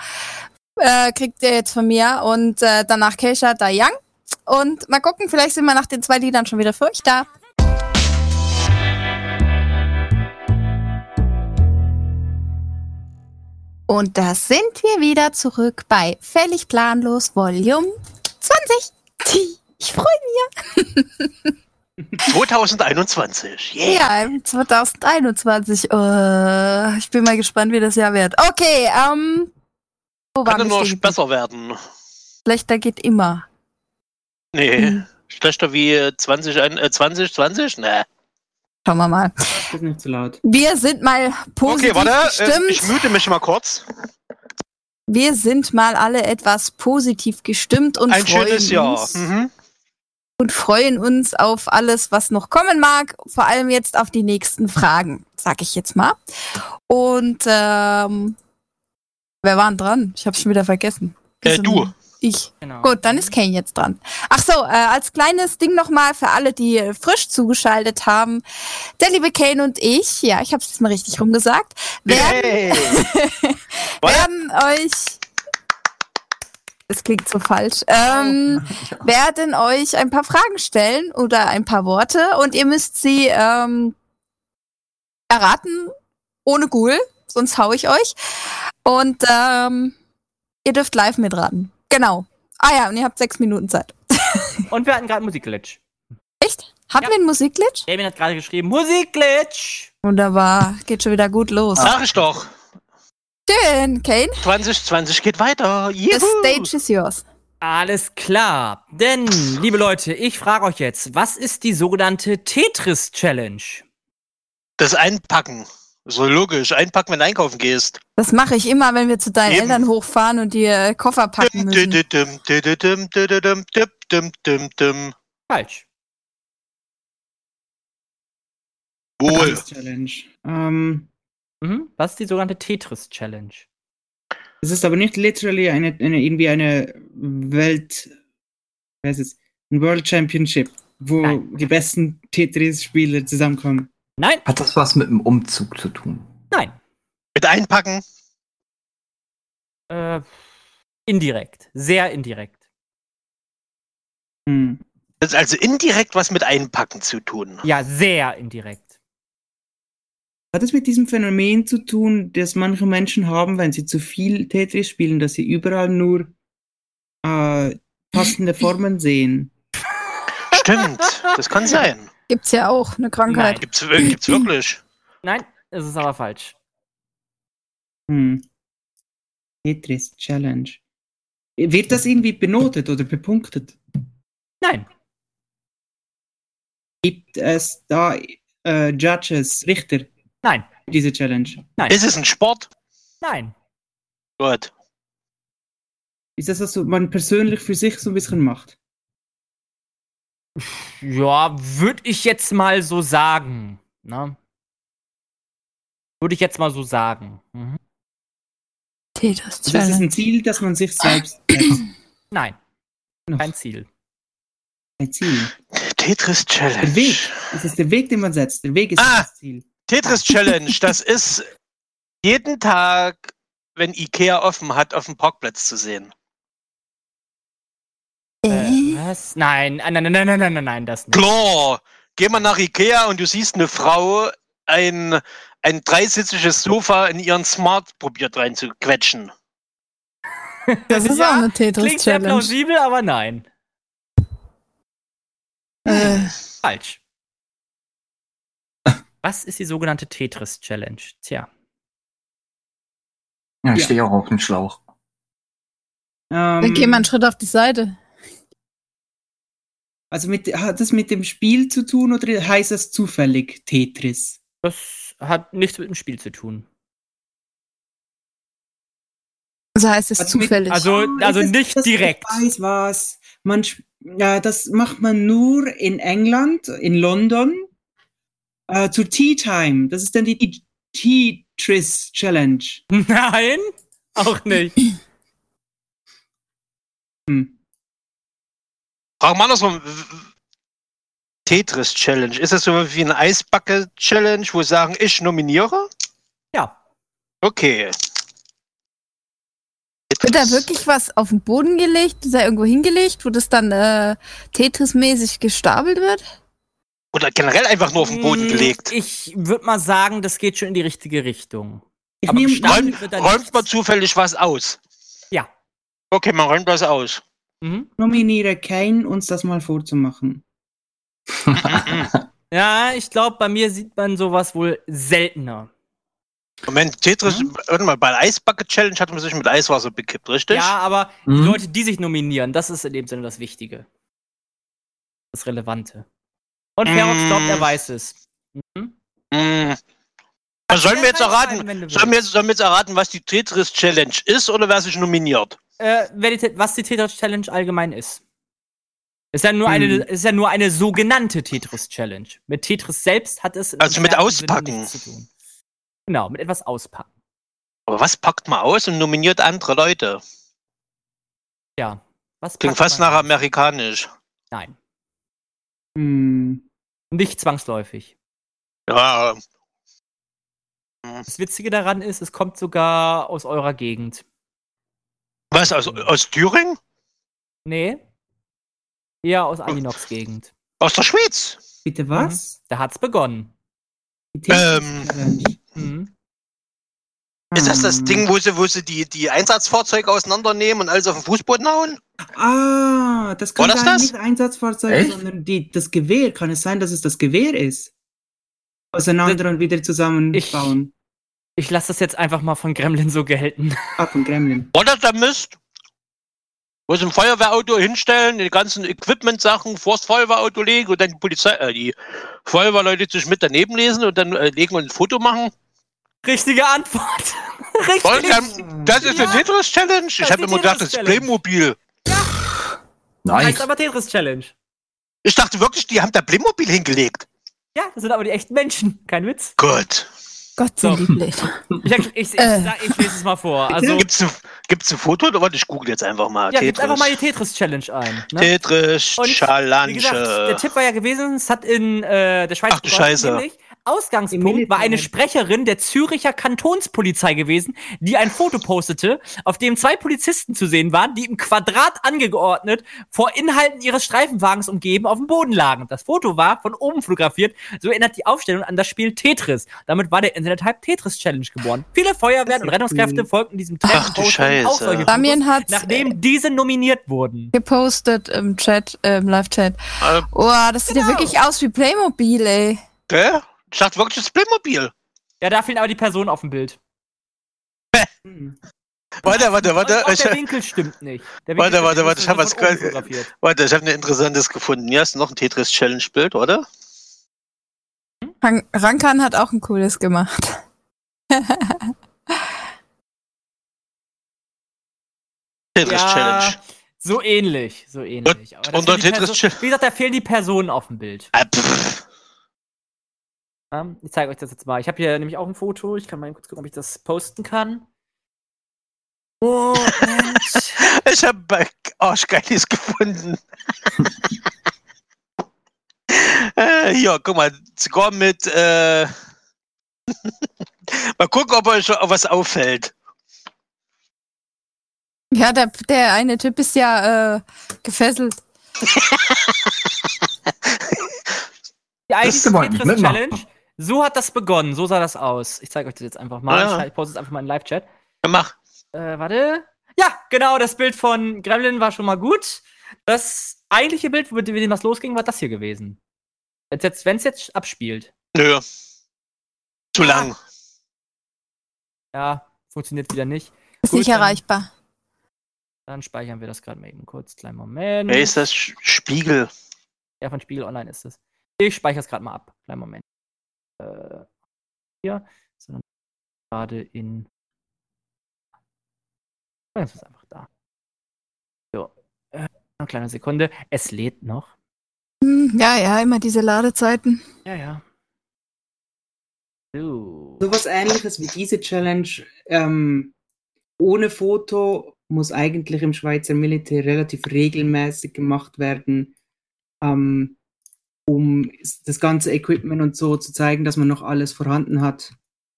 Speaker 6: Äh, kriegt ihr jetzt von mir und äh, danach Keisha Da Young. Und mal gucken, vielleicht sind wir nach den zwei Liedern schon wieder für euch da. Und da sind wir wieder zurück bei Völlig Planlos Volume 20. Ich freue
Speaker 8: 2021. Yeah.
Speaker 6: Ja, im 2021. Äh, ich bin mal gespannt, wie das Jahr wird. Okay, ähm. Wo
Speaker 8: Kann ja
Speaker 6: waren wir
Speaker 8: nur
Speaker 6: stehen geblieben?
Speaker 8: besser werden.
Speaker 6: Schlechter geht immer.
Speaker 8: Nee.
Speaker 6: Mhm.
Speaker 8: Schlechter wie 20, ein- äh, 2020? äh, Nee.
Speaker 6: Schauen wir mal.
Speaker 7: Das ist nicht zu laut.
Speaker 6: Wir sind mal positiv
Speaker 8: Okay, warte, äh,
Speaker 6: gestimmt.
Speaker 8: ich mute mich mal kurz.
Speaker 6: Wir sind mal alle etwas positiv gestimmt und
Speaker 8: Ein
Speaker 6: freuen
Speaker 8: schönes Jahr.
Speaker 6: uns.
Speaker 8: Mhm.
Speaker 6: und freuen uns auf alles, was noch kommen mag. Vor allem jetzt auf die nächsten Fragen, sag ich jetzt mal. Und ähm, wer war denn dran? Ich habe schon wieder vergessen.
Speaker 8: Äh,
Speaker 6: Wieso
Speaker 8: du.
Speaker 6: denn Ich.
Speaker 3: Genau.
Speaker 6: Gut, dann ist Kane jetzt dran. Ach so, äh, als kleines Ding nochmal für alle, die äh, frisch zugeschaltet haben. Der liebe Kane und ich, ja, ich habe es jetzt mal richtig rumgesagt, werden,
Speaker 8: Yay. Warte.
Speaker 6: werden euch... Es klingt so falsch. Ähm, werden euch ein paar Fragen stellen oder ein paar Worte und ihr müsst sie ähm, erraten ohne Google, sonst hau ich euch. Und ähm, ihr dürft live mitraten. Genau. Ah ja, und ihr habt sechs Minuten Zeit.
Speaker 1: Und wir hatten gerade einen Musikglitch.
Speaker 6: Echt? Hatten
Speaker 1: Ja.
Speaker 6: wir einen Musikglitch?
Speaker 1: Damien hat gerade geschrieben, Musikglitch!
Speaker 6: Wunderbar. Geht schon wieder gut los.
Speaker 8: Sag ich doch.
Speaker 6: Schön, Kane.
Speaker 8: 2020 geht weiter.
Speaker 6: The
Speaker 8: Juhu.
Speaker 6: stage is yours.
Speaker 1: Alles klar. Denn, liebe Leute, ich frage euch jetzt, was ist die sogenannte Tetris-Challenge?
Speaker 8: Das Einpacken. So logisch. Einpacken, wenn du einkaufen gehst.
Speaker 6: Das mache ich immer, wenn wir zu deinen
Speaker 8: Eben.
Speaker 6: Eltern hochfahren und die äh, Koffer packen
Speaker 8: Dum,
Speaker 6: müssen.
Speaker 8: dum, dum, dum, dum, dum, dum, dum, dum, dum.
Speaker 1: Falsch.
Speaker 8: Wohl.
Speaker 7: Das Challenge. Ähm,
Speaker 1: Mhm. Was ist die sogenannte Tetris-Challenge?
Speaker 7: es ist aber nicht literally eine, eine irgendwie eine Welt, was ist es? ein World Championship, wo
Speaker 1: Nein.
Speaker 7: die besten Tetris-Spieler zusammenkommen.
Speaker 1: Nein,
Speaker 9: Hat das was mit dem Umzug zu tun?
Speaker 1: nein.
Speaker 8: Mit Einpacken.
Speaker 1: Äh, indirekt. Sehr indirekt.
Speaker 7: Hm.
Speaker 8: Das ist also indirekt was mit Einpacken zu tun.
Speaker 1: Ja, sehr indirekt.
Speaker 7: Hat es mit diesem Phänomen zu tun, das manche Menschen haben, wenn sie zu viel Tetris spielen, dass sie überall nur äh, passende Formen sehen?
Speaker 8: Stimmt. Das kann sein.
Speaker 6: Gibt's ja auch eine Krankheit.
Speaker 1: Nein,
Speaker 8: Gibt's, wir- gibt's wirklich.
Speaker 1: nein, es ist aber falsch.
Speaker 7: Hm. Tetris Challenge. Wird das irgendwie benotet oder bepunktet?
Speaker 1: Nein,
Speaker 7: Gibt es da äh, Judges, Richter
Speaker 1: nein,
Speaker 7: für diese Challenge?
Speaker 8: Ist es ein Sport?
Speaker 1: nein.
Speaker 8: Gott.
Speaker 7: Ist das, was man persönlich für sich so ein bisschen macht?
Speaker 1: Ja, würde ich jetzt mal so sagen. Ne? Würde ich jetzt mal so sagen. Mhm.
Speaker 6: Tetris
Speaker 7: Also es ist
Speaker 6: Challenge.
Speaker 7: ein Ziel, das man sich selbst setzt.
Speaker 1: Nein,
Speaker 7: Noch
Speaker 1: kein Ziel.
Speaker 7: ein Ziel.
Speaker 8: Tetris
Speaker 7: Der
Speaker 8: Challenge.
Speaker 7: Weg. Es ist der Weg, den man setzt. Der Weg ist
Speaker 8: Ah.
Speaker 7: das Ziel.
Speaker 8: Tetris Challenge. Das ist jeden Tag, wenn Ikea offen hat, auf dem Parkplatz zu sehen.
Speaker 1: Äh,
Speaker 6: Äh,
Speaker 1: was? Nein, nein, nein, nein, nein, nein, nein, nein, das nicht.
Speaker 8: Klar, geh mal nach Ikea und du siehst eine Frau ein, ein dreisitziges Sofa in ihren Smart probiert reinzuquetschen.
Speaker 6: das ist
Speaker 1: ja,
Speaker 6: auch eine Tetris
Speaker 1: Klingt sehr
Speaker 6: Challenge.
Speaker 1: plausibel, aber nein.
Speaker 6: Äh,
Speaker 1: Falsch. Was ist die sogenannte Tetris-Challenge? Tja,
Speaker 9: Ja, ich
Speaker 7: Ja.
Speaker 9: stehe auch auf dem Schlauch.
Speaker 7: Ähm,
Speaker 6: dann geh mal einen Schritt auf die Seite.
Speaker 7: also mit, hat das mit dem Spiel zu tun oder heißt das zufällig Tetris?
Speaker 1: das hat nichts mit dem Spiel zu tun.
Speaker 6: So heißt es
Speaker 7: Also mit-
Speaker 6: zufällig.
Speaker 1: Also, also
Speaker 7: ist-
Speaker 1: nicht
Speaker 7: das-
Speaker 1: direkt.
Speaker 7: Ich weiß was. Man, sp- ja, das macht man nur in England, in London, äh, zur Tea Time. Das ist dann die Tea- Tetris Challenge.
Speaker 1: Nein, auch nicht.
Speaker 7: Hm.
Speaker 8: Frag mal andersrum. w- w- Tetris Challenge. Ist das so wie eine Eisbacke Challenge, wo sagen, ich nominiere?
Speaker 1: Ja,
Speaker 8: Okay.
Speaker 6: Wird da
Speaker 8: Tetris.
Speaker 6: wirklich was auf den Boden gelegt, ist da irgendwo hingelegt, wo das dann äh, Tetris-mäßig gestapelt wird?
Speaker 8: Oder generell einfach nur auf den
Speaker 6: Hm,
Speaker 8: Boden
Speaker 1: Mm,
Speaker 8: gelegt.
Speaker 1: Ich würde mal sagen, das geht schon in die richtige Richtung.
Speaker 7: Ich
Speaker 1: Aber
Speaker 7: nehme
Speaker 1: gestanden
Speaker 7: an,
Speaker 8: Räum,
Speaker 1: wird da
Speaker 8: räumt
Speaker 1: nichts.
Speaker 8: man zufällig was aus?
Speaker 1: Ja.
Speaker 8: Okay, man räumt was aus.
Speaker 1: Mhm.
Speaker 7: nominiere Kane, uns das mal vorzumachen.
Speaker 1: Ja, ich glaube, bei mir sieht man sowas wohl seltener.
Speaker 8: Moment, Tetris,
Speaker 1: Mhm.
Speaker 7: Hm?
Speaker 8: warte mal, bei der Eisbacke Challenge hat man sich mit Eiswasser bekippt, richtig?
Speaker 1: Ja, aber die
Speaker 9: Mhm.
Speaker 1: Leute, die sich nominieren, das ist in dem Sinne das Wichtige. Das Relevante. Und Ferox
Speaker 8: Mm.
Speaker 1: glaubt, er weiß es. Mhm.
Speaker 8: Hm. Sollen wir jetzt erraten,
Speaker 1: Wenn du
Speaker 8: sollen wir, jetzt- sollen wir jetzt erraten, was die Tetris Challenge ist oder wer sich nominiert?
Speaker 1: äh, wer die, Tet- was die Tetris Challenge allgemein ist. Ist ja nur
Speaker 8: Hm.
Speaker 1: eine, ist ja nur eine sogenannte Tetris Challenge. Mit Tetris selbst hat es im
Speaker 8: Also mit
Speaker 1: entfernten Sinne
Speaker 8: Auspacken.
Speaker 1: nichts zu tun. Genau, mit etwas auspacken.
Speaker 8: Aber was packt man aus und nominiert andere Leute?
Speaker 1: Ja. Was
Speaker 8: Klingt
Speaker 1: packt
Speaker 8: fast
Speaker 1: man-
Speaker 8: nach amerikanisch.
Speaker 1: Nein,
Speaker 7: Hm.
Speaker 1: nicht zwangsläufig.
Speaker 8: Ja,
Speaker 1: Das Witzige daran ist, es kommt sogar aus eurer Gegend.
Speaker 8: was, aus, aus Thüringen?
Speaker 1: Nee. Ja,
Speaker 8: Hm.
Speaker 1: aus Alinox Gegend.
Speaker 8: Aus der Schweiz?
Speaker 1: Mhm.
Speaker 7: Bitte was?
Speaker 1: Da hat's begonnen.
Speaker 7: Die
Speaker 8: Ähm.
Speaker 7: Tetris-Challenge.
Speaker 1: Mhm.
Speaker 8: Ist das das
Speaker 7: Hm.
Speaker 8: Ding, wo sie, wo sie die, die Einsatzfahrzeuge auseinandernehmen und alles auf den Fußboden hauen?
Speaker 7: Ah, das kann
Speaker 8: War das
Speaker 7: sein,
Speaker 8: das?
Speaker 7: nicht Einsatzfahrzeug,
Speaker 9: Echt?
Speaker 7: sondern die, das Gewehr. Kann es sein, dass es das Gewehr ist? Auseinander und wieder zusammenbauen.
Speaker 1: Ich lasse das jetzt einfach mal von Gremlin so gelten.
Speaker 7: Ab und Ah, Gremlin.
Speaker 8: War das der Mist? Wo sie ein Feuerwehrauto hinstellen, die ganzen Equipment-Sachen vor das Feuerwehrauto legen und dann die Polizei, äh, die Feuerwehrleute sich mit daneben lesen und dann äh, legen und ein Foto machen?
Speaker 1: Richtige Antwort.
Speaker 8: Wollen,
Speaker 1: Richtig.
Speaker 8: ähm, das ist eine Tetris-Challenge? Ich
Speaker 1: ist
Speaker 8: habe
Speaker 1: die
Speaker 8: immer gedacht, das ist
Speaker 1: Tetris-Challenge.
Speaker 8: Playmobil.
Speaker 1: Heißt
Speaker 9: Nice.
Speaker 1: aber Tetris Challenge.
Speaker 8: Ich dachte wirklich, die haben da Playmobil hingelegt.
Speaker 1: Ja, das sind aber die echten Menschen. Kein Witz.
Speaker 8: Gut.
Speaker 6: Gott
Speaker 1: So.
Speaker 6: sei lieblich.
Speaker 1: Ich, ich, ich, ich,
Speaker 6: Äh.
Speaker 1: sag- ich lese es mal vor. Also,
Speaker 8: Gibt's ein, gibt's ein Foto oder warte, ich google jetzt einfach mal.
Speaker 1: ja, gibt's einfach mal die Tetris Challenge ein. Ne?
Speaker 8: Tetris
Speaker 1: Und,
Speaker 8: Challenge.
Speaker 1: Wie gesagt, der Tipp war ja gewesen, es hat in äh, der Schweiz
Speaker 8: Ach du Scheiße.
Speaker 7: Im
Speaker 1: Ausgangspunkt
Speaker 7: Militär.
Speaker 1: war eine Sprecherin der Züricher Kantonspolizei gewesen, die ein Foto postete, auf dem zwei Polizisten zu sehen waren, die im Quadrat angeordnet vor Inhalten ihres Streifenwagens umgeben auf dem Boden lagen. Das Foto war von oben fotografiert. So erinnert die Aufstellung an das Spiel Tetris. Damit war der Internet-Hype Tetris Challenge geboren. Viele Feuerwehren und Rettungskräfte
Speaker 7: cool.
Speaker 1: folgten diesem
Speaker 8: Ach,
Speaker 1: Trend
Speaker 8: du
Speaker 1: und posteten auch
Speaker 8: Scheiße.
Speaker 1: solche Fotos,
Speaker 6: Damien hat's äh,
Speaker 1: nachdem diese nominiert wurden.
Speaker 6: gepostet im Chat, äh, im Live-Chat.
Speaker 8: Äh,
Speaker 6: Oh, das sieht
Speaker 1: Genau.
Speaker 6: ja wirklich aus wie Playmobil, ey.
Speaker 8: Gell? Ich dachte wirklich, das ist Playmobil.
Speaker 1: Ja, da fehlen aber die Personen auf dem Bild.
Speaker 7: Hm.
Speaker 8: Warte, warte, warte.
Speaker 1: Und auch
Speaker 8: Ich,
Speaker 1: der Winkel stimmt nicht. Der
Speaker 8: Warte,
Speaker 1: Winkel
Speaker 8: warte,
Speaker 1: stimmt
Speaker 8: warte,
Speaker 1: nicht,
Speaker 8: ich hab was
Speaker 1: sondern von oben
Speaker 8: gehört.
Speaker 1: fotografiert.
Speaker 8: warte, ich habe ein interessantes gefunden. Hier ist noch ein Tetris-Challenge-Bild, oder?
Speaker 6: Han Rankan hat auch ein cooles gemacht.
Speaker 8: Tetris-Challenge.
Speaker 1: Ja, so ähnlich, so ähnlich. Aber da
Speaker 8: unter
Speaker 1: fehlen die
Speaker 8: Tetris
Speaker 1: Perso-
Speaker 8: Chip.
Speaker 1: Wie gesagt, da fehlen die Personen auf dem Bild.
Speaker 8: Ah, pff.
Speaker 1: Ja, ich zeige euch das jetzt mal. Ich habe hier nämlich auch ein Foto. Ich kann mal eben kurz gucken, ob ich das posten kann. Moment.
Speaker 8: Ich habe bei Arschgeilis gefunden. äh, hier, guck mal, sogar mit. Äh, mal gucken, ob euch was auffällt.
Speaker 6: Ja, der, der eine Typ ist ja äh, gefesselt.
Speaker 1: Die eigentliche
Speaker 9: wollte ich mitmachen.
Speaker 1: Tetris-Challenge. So hat das begonnen. So sah das aus. Ich zeige euch das jetzt einfach mal.
Speaker 8: Ah, ja.
Speaker 1: Ich, ich poste es einfach mal in den Live-Chat.
Speaker 8: Ja, Mach.
Speaker 1: Äh, warte. Ja, genau, das Bild von Gremlin war schon mal gut. Das eigentliche Bild, mit dem was losging, war das hier gewesen. Wenn es jetzt, wenn's jetzt abspielt.
Speaker 8: Nö. Zu lang.
Speaker 1: Ja, funktioniert wieder nicht.
Speaker 6: Ist
Speaker 1: Gut,
Speaker 6: nicht
Speaker 1: dann-
Speaker 6: erreichbar.
Speaker 1: Dann speichern wir das gerade mal eben kurz. Kleinen Moment.
Speaker 8: Wer ist das? Sch- Spiegel.
Speaker 1: Ja, von Spiegel Online ist es. Ich speichere es gerade mal ab. Kleinen Moment. Äh, hier, sondern gerade in. Ah, Das ist einfach da. So, äh, eine kleine Sekunde. Es lädt noch.
Speaker 6: Hm, ja, ja, immer diese Ladezeiten.
Speaker 1: Ja, ja. So.
Speaker 7: So was ähnliches wie diese Challenge ähm, ohne Foto muss eigentlich im Schweizer Militär relativ regelmäßig gemacht werden, ähm, um s- das ganze Equipment und so zu zeigen, dass man noch alles vorhanden hat.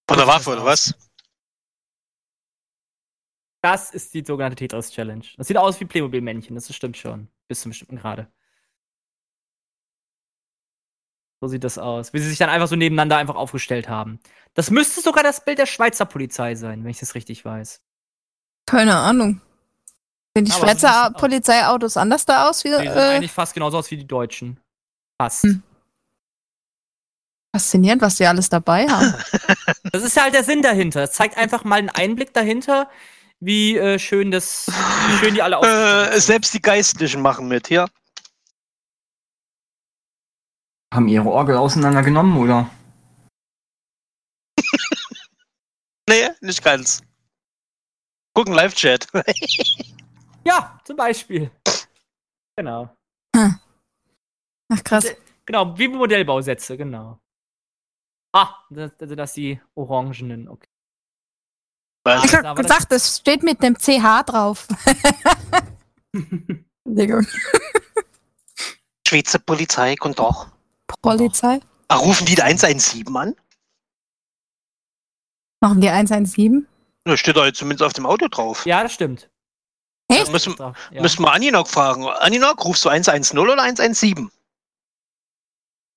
Speaker 8: Von der Waffe, oder was?
Speaker 1: Das ist die sogenannte Tetris-Challenge. Das sieht aus wie Playmobil-Männchen, das stimmt schon. Bis zum bestimmten Grade. So sieht das aus. Wie sie sich dann einfach so nebeneinander einfach aufgestellt haben. Das müsste sogar das Bild der Schweizer Polizei sein, wenn ich das richtig weiß.
Speaker 6: Keine Ahnung. Sehen die
Speaker 1: Aber
Speaker 6: Schweizer
Speaker 1: so sieht's aus.
Speaker 6: Polizeiautos anders da aus? Wie,
Speaker 1: Die sehen
Speaker 6: äh,
Speaker 1: eigentlich fast genauso aus wie die Deutschen. Fast.
Speaker 6: Hm. faszinierend, was die alles dabei haben.
Speaker 1: Das ist ja halt der Sinn dahinter. Das zeigt einfach mal einen Einblick dahinter, wie äh, schön das, wie schön die alle
Speaker 8: Äh,
Speaker 1: ausgestattet sind.
Speaker 8: selbst die Geistlichen machen mit, hier.
Speaker 9: Haben ihre Orgel auseinandergenommen, oder?
Speaker 8: Nee, nicht ganz. Gucken Live-Chat.
Speaker 1: Ja, zum Beispiel. Genau.
Speaker 6: Ach krass.
Speaker 1: Genau, wie Modellbausätze, genau. Ah, das, also das die orangenen, okay.
Speaker 8: Was?
Speaker 6: Ich
Speaker 1: Ach, aber
Speaker 6: hab gesagt, es steht mit dem CH drauf. Entschuldigung.
Speaker 8: Schweizer Polizei kommt doch.
Speaker 6: Polizei.
Speaker 8: Ah, rufen die die 117 an?
Speaker 6: Machen wir 117?
Speaker 8: Das steht da jetzt zumindest auf dem Auto drauf.
Speaker 1: Ja, das stimmt.
Speaker 6: Echt?
Speaker 8: Da müssen,
Speaker 1: Ja.
Speaker 8: müssen wir Aninok fragen. Aninok, rufst du 110 oder 117?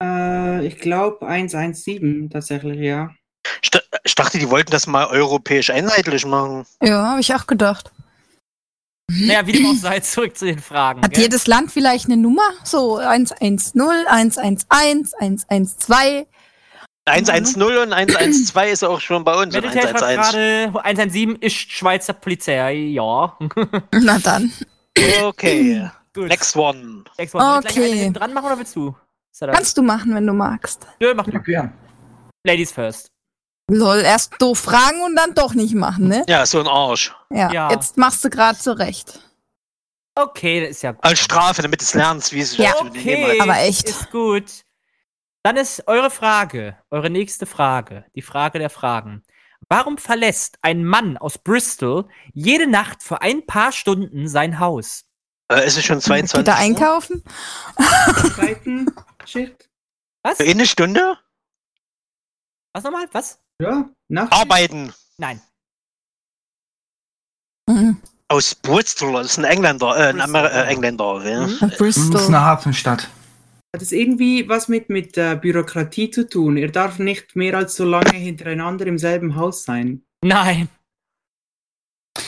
Speaker 7: Äh, ich glaube 117 tatsächlich, ja.
Speaker 8: St ich dachte, die wollten das mal europäisch einheitlich machen.
Speaker 6: Ja, habe ich auch gedacht.
Speaker 1: Naja, wie dem auch sei, zurück zu den Fragen.
Speaker 6: Hat
Speaker 1: gell?
Speaker 6: jedes Land vielleicht eine Nummer? So 110, 111, 112.
Speaker 8: 110 und 112 ist auch schon bei uns. Und
Speaker 1: Meditate hat
Speaker 8: 111.
Speaker 1: gerade 117 ist Schweizer Polizei, ja.
Speaker 6: Na dann.
Speaker 8: Okay.
Speaker 1: Gut.
Speaker 8: Next one.
Speaker 1: Next one. Soll ich
Speaker 6: Okay.
Speaker 1: Gleich eine hinten dran machen oder willst du? Sadaf?
Speaker 6: Kannst du machen, wenn du magst.
Speaker 1: Nö, mach du.
Speaker 9: Ja, gern.
Speaker 1: Ladies first.
Speaker 6: Lol, erst doof fragen und dann doch nicht machen, ne?
Speaker 8: Ja, so ein Arsch.
Speaker 6: Ja.
Speaker 1: Ja.
Speaker 6: Jetzt machst du gerade zurecht.
Speaker 1: Okay, das ist ja gut.
Speaker 8: Als Strafe, damit du es lernst, wie es
Speaker 6: Ja.
Speaker 8: also, die
Speaker 1: Okay,
Speaker 8: jemand-
Speaker 6: Aber echt.
Speaker 1: Ist gut. Dann ist eure Frage, eure nächste Frage, die Frage der Fragen. Warum verlässt ein Mann aus Bristol jede Nacht für ein paar Stunden sein Haus?
Speaker 8: Äh, es ist schon 22
Speaker 6: Geht
Speaker 1: ne?
Speaker 6: er
Speaker 8: Uhr.
Speaker 6: einkaufen?
Speaker 7: Zweiten Schicht.
Speaker 1: Was?
Speaker 8: Für eine Stunde?
Speaker 1: Was nochmal? Was?
Speaker 7: Ja, Nacht.
Speaker 8: Arbeiten.
Speaker 1: Nein.
Speaker 6: Mhm.
Speaker 8: Aus Bristol, das ist ein Engländer, äh, ein
Speaker 1: Bristol,
Speaker 8: Amer
Speaker 1: ja.
Speaker 8: äh, Engländer.
Speaker 1: Mhm.
Speaker 8: Ja.
Speaker 9: Das ist eine
Speaker 6: Bristol.
Speaker 9: Hafenstadt.
Speaker 7: Hat das irgendwie was mit, mit äh, Bürokratie zu tun? Er darf nicht mehr als so lange hintereinander im selben Haus sein.
Speaker 1: Nein.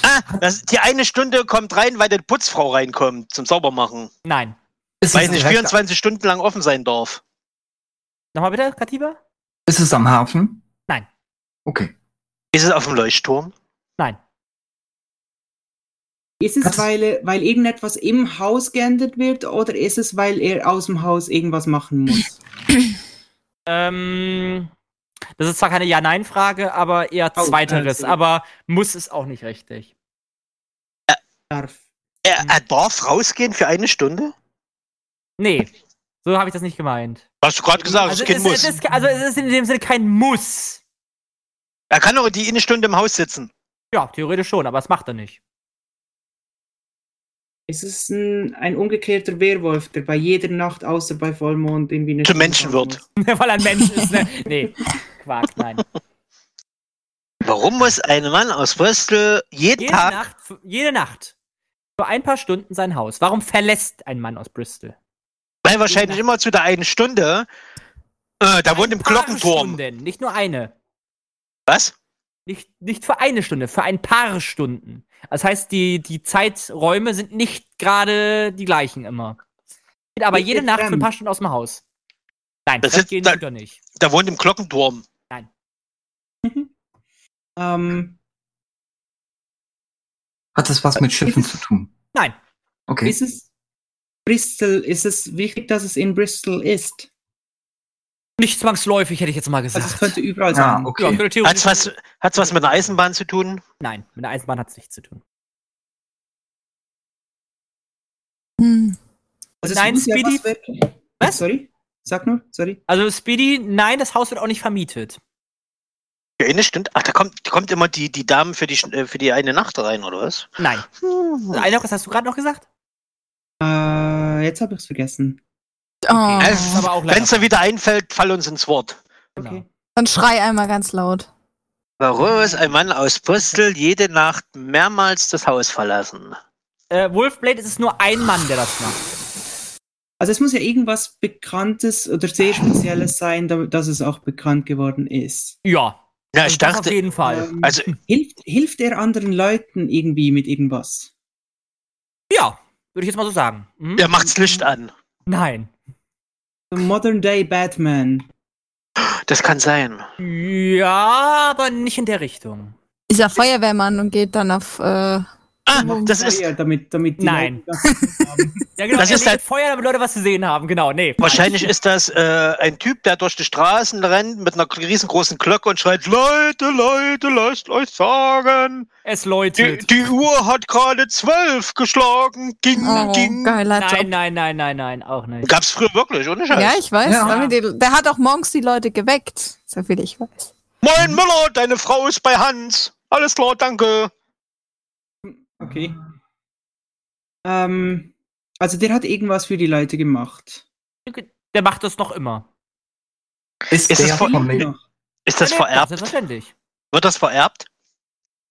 Speaker 8: Ah, das, die eine Stunde kommt rein, weil die Putzfrau reinkommt zum Saubermachen.
Speaker 1: Nein.
Speaker 9: Ist
Speaker 8: Weil
Speaker 9: es,
Speaker 8: es nicht
Speaker 9: direkt,
Speaker 8: 24 Stunden lang offen sein darf.
Speaker 1: Nochmal bitte, Katiba?
Speaker 9: ist es am Hafen?
Speaker 1: Nein.
Speaker 9: Okay.
Speaker 8: Ist es auf dem Leuchtturm?
Speaker 1: Nein.
Speaker 7: Ist es,
Speaker 9: Hat's-
Speaker 7: weil, weil irgendetwas im Haus geändert wird oder ist es, weil er aus dem Haus irgendwas machen muss?
Speaker 1: Ähm, das ist zwar keine Ja-Nein-Frage, aber eher
Speaker 7: Oh,
Speaker 1: zweiteres.
Speaker 7: äh,
Speaker 1: aber muss es auch nicht richtig.
Speaker 7: Darf.
Speaker 8: Er, er darf rausgehen für eine Stunde?
Speaker 1: Nee, so habe ich das nicht gemeint.
Speaker 8: Hast du gerade gesagt, das Kind
Speaker 1: Also es,
Speaker 8: muss.
Speaker 1: Es ist, also es ist in dem Sinne kein Muss.
Speaker 8: er kann auch die eine Stunde im Haus sitzen.
Speaker 1: Ja, theoretisch schon, aber es macht er nicht.
Speaker 7: Ist es ein, ein umgekehrter Werwolf, der bei jeder Nacht außer bei Vollmond irgendwie eine
Speaker 8: Zum
Speaker 7: Stunde
Speaker 8: Menschen
Speaker 7: warten
Speaker 8: wird.
Speaker 7: muss?
Speaker 1: Weil er ein Mensch ist, ne? Nee, Quark, nein.
Speaker 8: Warum muss ein Mann aus Bristol jeden
Speaker 1: Jede
Speaker 8: Tag.
Speaker 1: Nacht, f- jede Nacht, für ein paar Stunden sein Haus. Warum verlässt ein Mann aus Bristol?
Speaker 8: Weil wahrscheinlich immer zu der einen Stunde. Äh, da wohnt im
Speaker 1: Paar
Speaker 8: Glockenturm.
Speaker 1: Stunden, nicht nur eine.
Speaker 8: Was?
Speaker 1: Nicht, nicht für eine Stunde, für ein paar Stunden. Das heißt, die, die Zeiträume sind nicht gerade die gleichen immer. Geht Aber
Speaker 7: Geht
Speaker 1: jede
Speaker 7: ihr
Speaker 1: Nacht für ein
Speaker 7: fremd?
Speaker 1: paar Stunden aus dem Haus. Nein,
Speaker 8: Das
Speaker 1: das
Speaker 8: ist-
Speaker 1: gehen
Speaker 8: da-
Speaker 1: tut er nicht.
Speaker 8: Da wohnt im Glockenturm.
Speaker 7: Ähm,
Speaker 9: Hat das was mit Schiffen zu tun?
Speaker 1: Nein.
Speaker 9: Okay.
Speaker 7: Ist es Bristol, ist es wichtig, dass es in Bristol ist?
Speaker 1: Nicht zwangsläufig, hätte ich jetzt mal
Speaker 7: Also es
Speaker 1: gesagt.
Speaker 7: könnte überall
Speaker 9: Ah,
Speaker 1: ja,
Speaker 7: sein.
Speaker 9: okay.
Speaker 1: könnte
Speaker 8: Hat's
Speaker 1: theoretisch.
Speaker 8: was, hat's was mit einer Eisenbahn zu tun?
Speaker 1: Nein, mit der Eisenbahn hat es nichts zu tun.
Speaker 6: Hm.
Speaker 7: Also es
Speaker 1: Nein,
Speaker 7: muss ja
Speaker 1: Speedy-
Speaker 7: was wirklich-
Speaker 1: Was?
Speaker 7: Sorry? Sag nur, sorry.
Speaker 1: Also Speedy, nein, das Haus wird auch nicht vermietet.
Speaker 8: Für eine Stunde? Ach, da kommt, kommt immer die, die Damen für die, Sch- äh, für die eine Nacht rein, oder was?
Speaker 1: Nein.
Speaker 8: Hm.
Speaker 1: Einer, was hast du gerade noch gesagt?
Speaker 7: Äh, jetzt habe ich es vergessen.
Speaker 6: Oh.
Speaker 8: Äh,
Speaker 1: Das ist aber auch leider.
Speaker 8: Wenn es dir wieder einfällt, fall uns ins Wort.
Speaker 1: Genau.
Speaker 7: Okay.
Speaker 6: Dann schrei einmal ganz laut.
Speaker 8: Warum ist ein Mann aus Bristol jede Nacht mehrmals das Haus verlassen?
Speaker 1: Äh, Wolfblade es ist nur ein Mann, der das macht.
Speaker 7: Also es muss ja irgendwas Bekanntes oder sehr Spezielles sein, da- dass es auch bekannt geworden ist.
Speaker 1: Ja.
Speaker 8: Ja,
Speaker 1: also
Speaker 8: ich
Speaker 1: das auf
Speaker 8: dachte,
Speaker 1: jeden Fall.
Speaker 7: Ähm,
Speaker 8: also
Speaker 7: hilft, hilft er anderen Leuten irgendwie mit irgendwas?
Speaker 1: Ja, würde ich jetzt mal so sagen. Hm?
Speaker 8: er macht's Licht an.
Speaker 1: Nein.
Speaker 7: So Modern Day Batman.
Speaker 8: Das kann sein.
Speaker 1: Ja, aber nicht in der Richtung.
Speaker 6: Ist er Feuerwehrmann und geht dann auf äh,
Speaker 8: Ah, das ist
Speaker 7: Feuer, damit, damit die
Speaker 1: Nein.
Speaker 7: Leute das haben.
Speaker 1: Ja, genau.
Speaker 8: Das
Speaker 1: er
Speaker 8: ist
Speaker 1: legt
Speaker 8: halt-
Speaker 1: Feuer, damit Leute was gesehen haben. Genau, nee.
Speaker 8: Wahrscheinlich ist das äh, ein Typ, der durch die Straßen rennt mit einer riesengroßen Glocke und schreit, Leute, Leute, lasst euch sagen,
Speaker 1: Es
Speaker 8: die,
Speaker 1: läutet.
Speaker 8: die Uhr hat gerade zwölf geschlagen. Ging,
Speaker 6: Oh,
Speaker 8: ging.
Speaker 6: geiler
Speaker 1: Nein,
Speaker 6: Job.
Speaker 1: nein, nein, nein, nein, auch nicht.
Speaker 8: Gab's früher wirklich, ohne Scheiß.
Speaker 6: Ja, ich weiß.
Speaker 9: Ja.
Speaker 6: damit Die, der hat auch morgens die Leute geweckt, so viel ich weiß.
Speaker 8: Moin Müller, deine Frau ist bei Hans. Alles klar, danke.
Speaker 7: Okay. Ähm, also der hat irgendwas für die Leute gemacht.
Speaker 1: Der macht das noch immer.
Speaker 9: Ist,
Speaker 8: Ist es
Speaker 9: der
Speaker 8: vor-
Speaker 9: vom Mil-
Speaker 7: Ja.
Speaker 8: Ist das
Speaker 1: Ja, der-
Speaker 8: vererbt?
Speaker 1: Selbstverständlich.
Speaker 8: Wird das vererbt?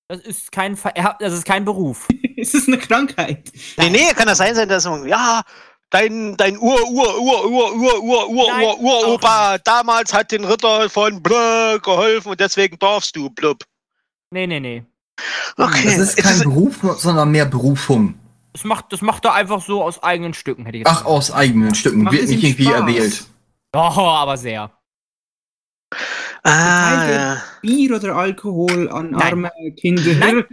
Speaker 1: Das ist kein Vererb, das ist kein Beruf.
Speaker 7: Ist es eine Krankheit?
Speaker 8: Nee, nee, kann das sein sein, dass man, ja, dein, dein Ur, Ur, Ur, Ur, Ur, Ur, Ur,
Speaker 1: Nein,
Speaker 8: Ur, Ur, Opa damals hat den Ritter von Blö geholfen und deswegen darfst du blub.
Speaker 1: Nee, nee, nee.
Speaker 8: Okay.
Speaker 9: Das ist kein Beruf, sondern mehr Berufung.
Speaker 1: Das macht, das macht er einfach so aus eigenen Stücken, hätte ich
Speaker 9: Ach,
Speaker 1: gesagt.
Speaker 9: aus eigenen Stücken.
Speaker 7: Macht
Speaker 9: Wird
Speaker 7: es
Speaker 9: nicht
Speaker 7: ihm
Speaker 9: irgendwie
Speaker 7: Spaß?
Speaker 9: erwählt.
Speaker 1: Oh, aber sehr.
Speaker 8: ah,
Speaker 7: Geteilte-
Speaker 8: ja.
Speaker 7: Bier oder Alkohol an
Speaker 1: Nein.
Speaker 7: arme Kinder.
Speaker 1: Nein.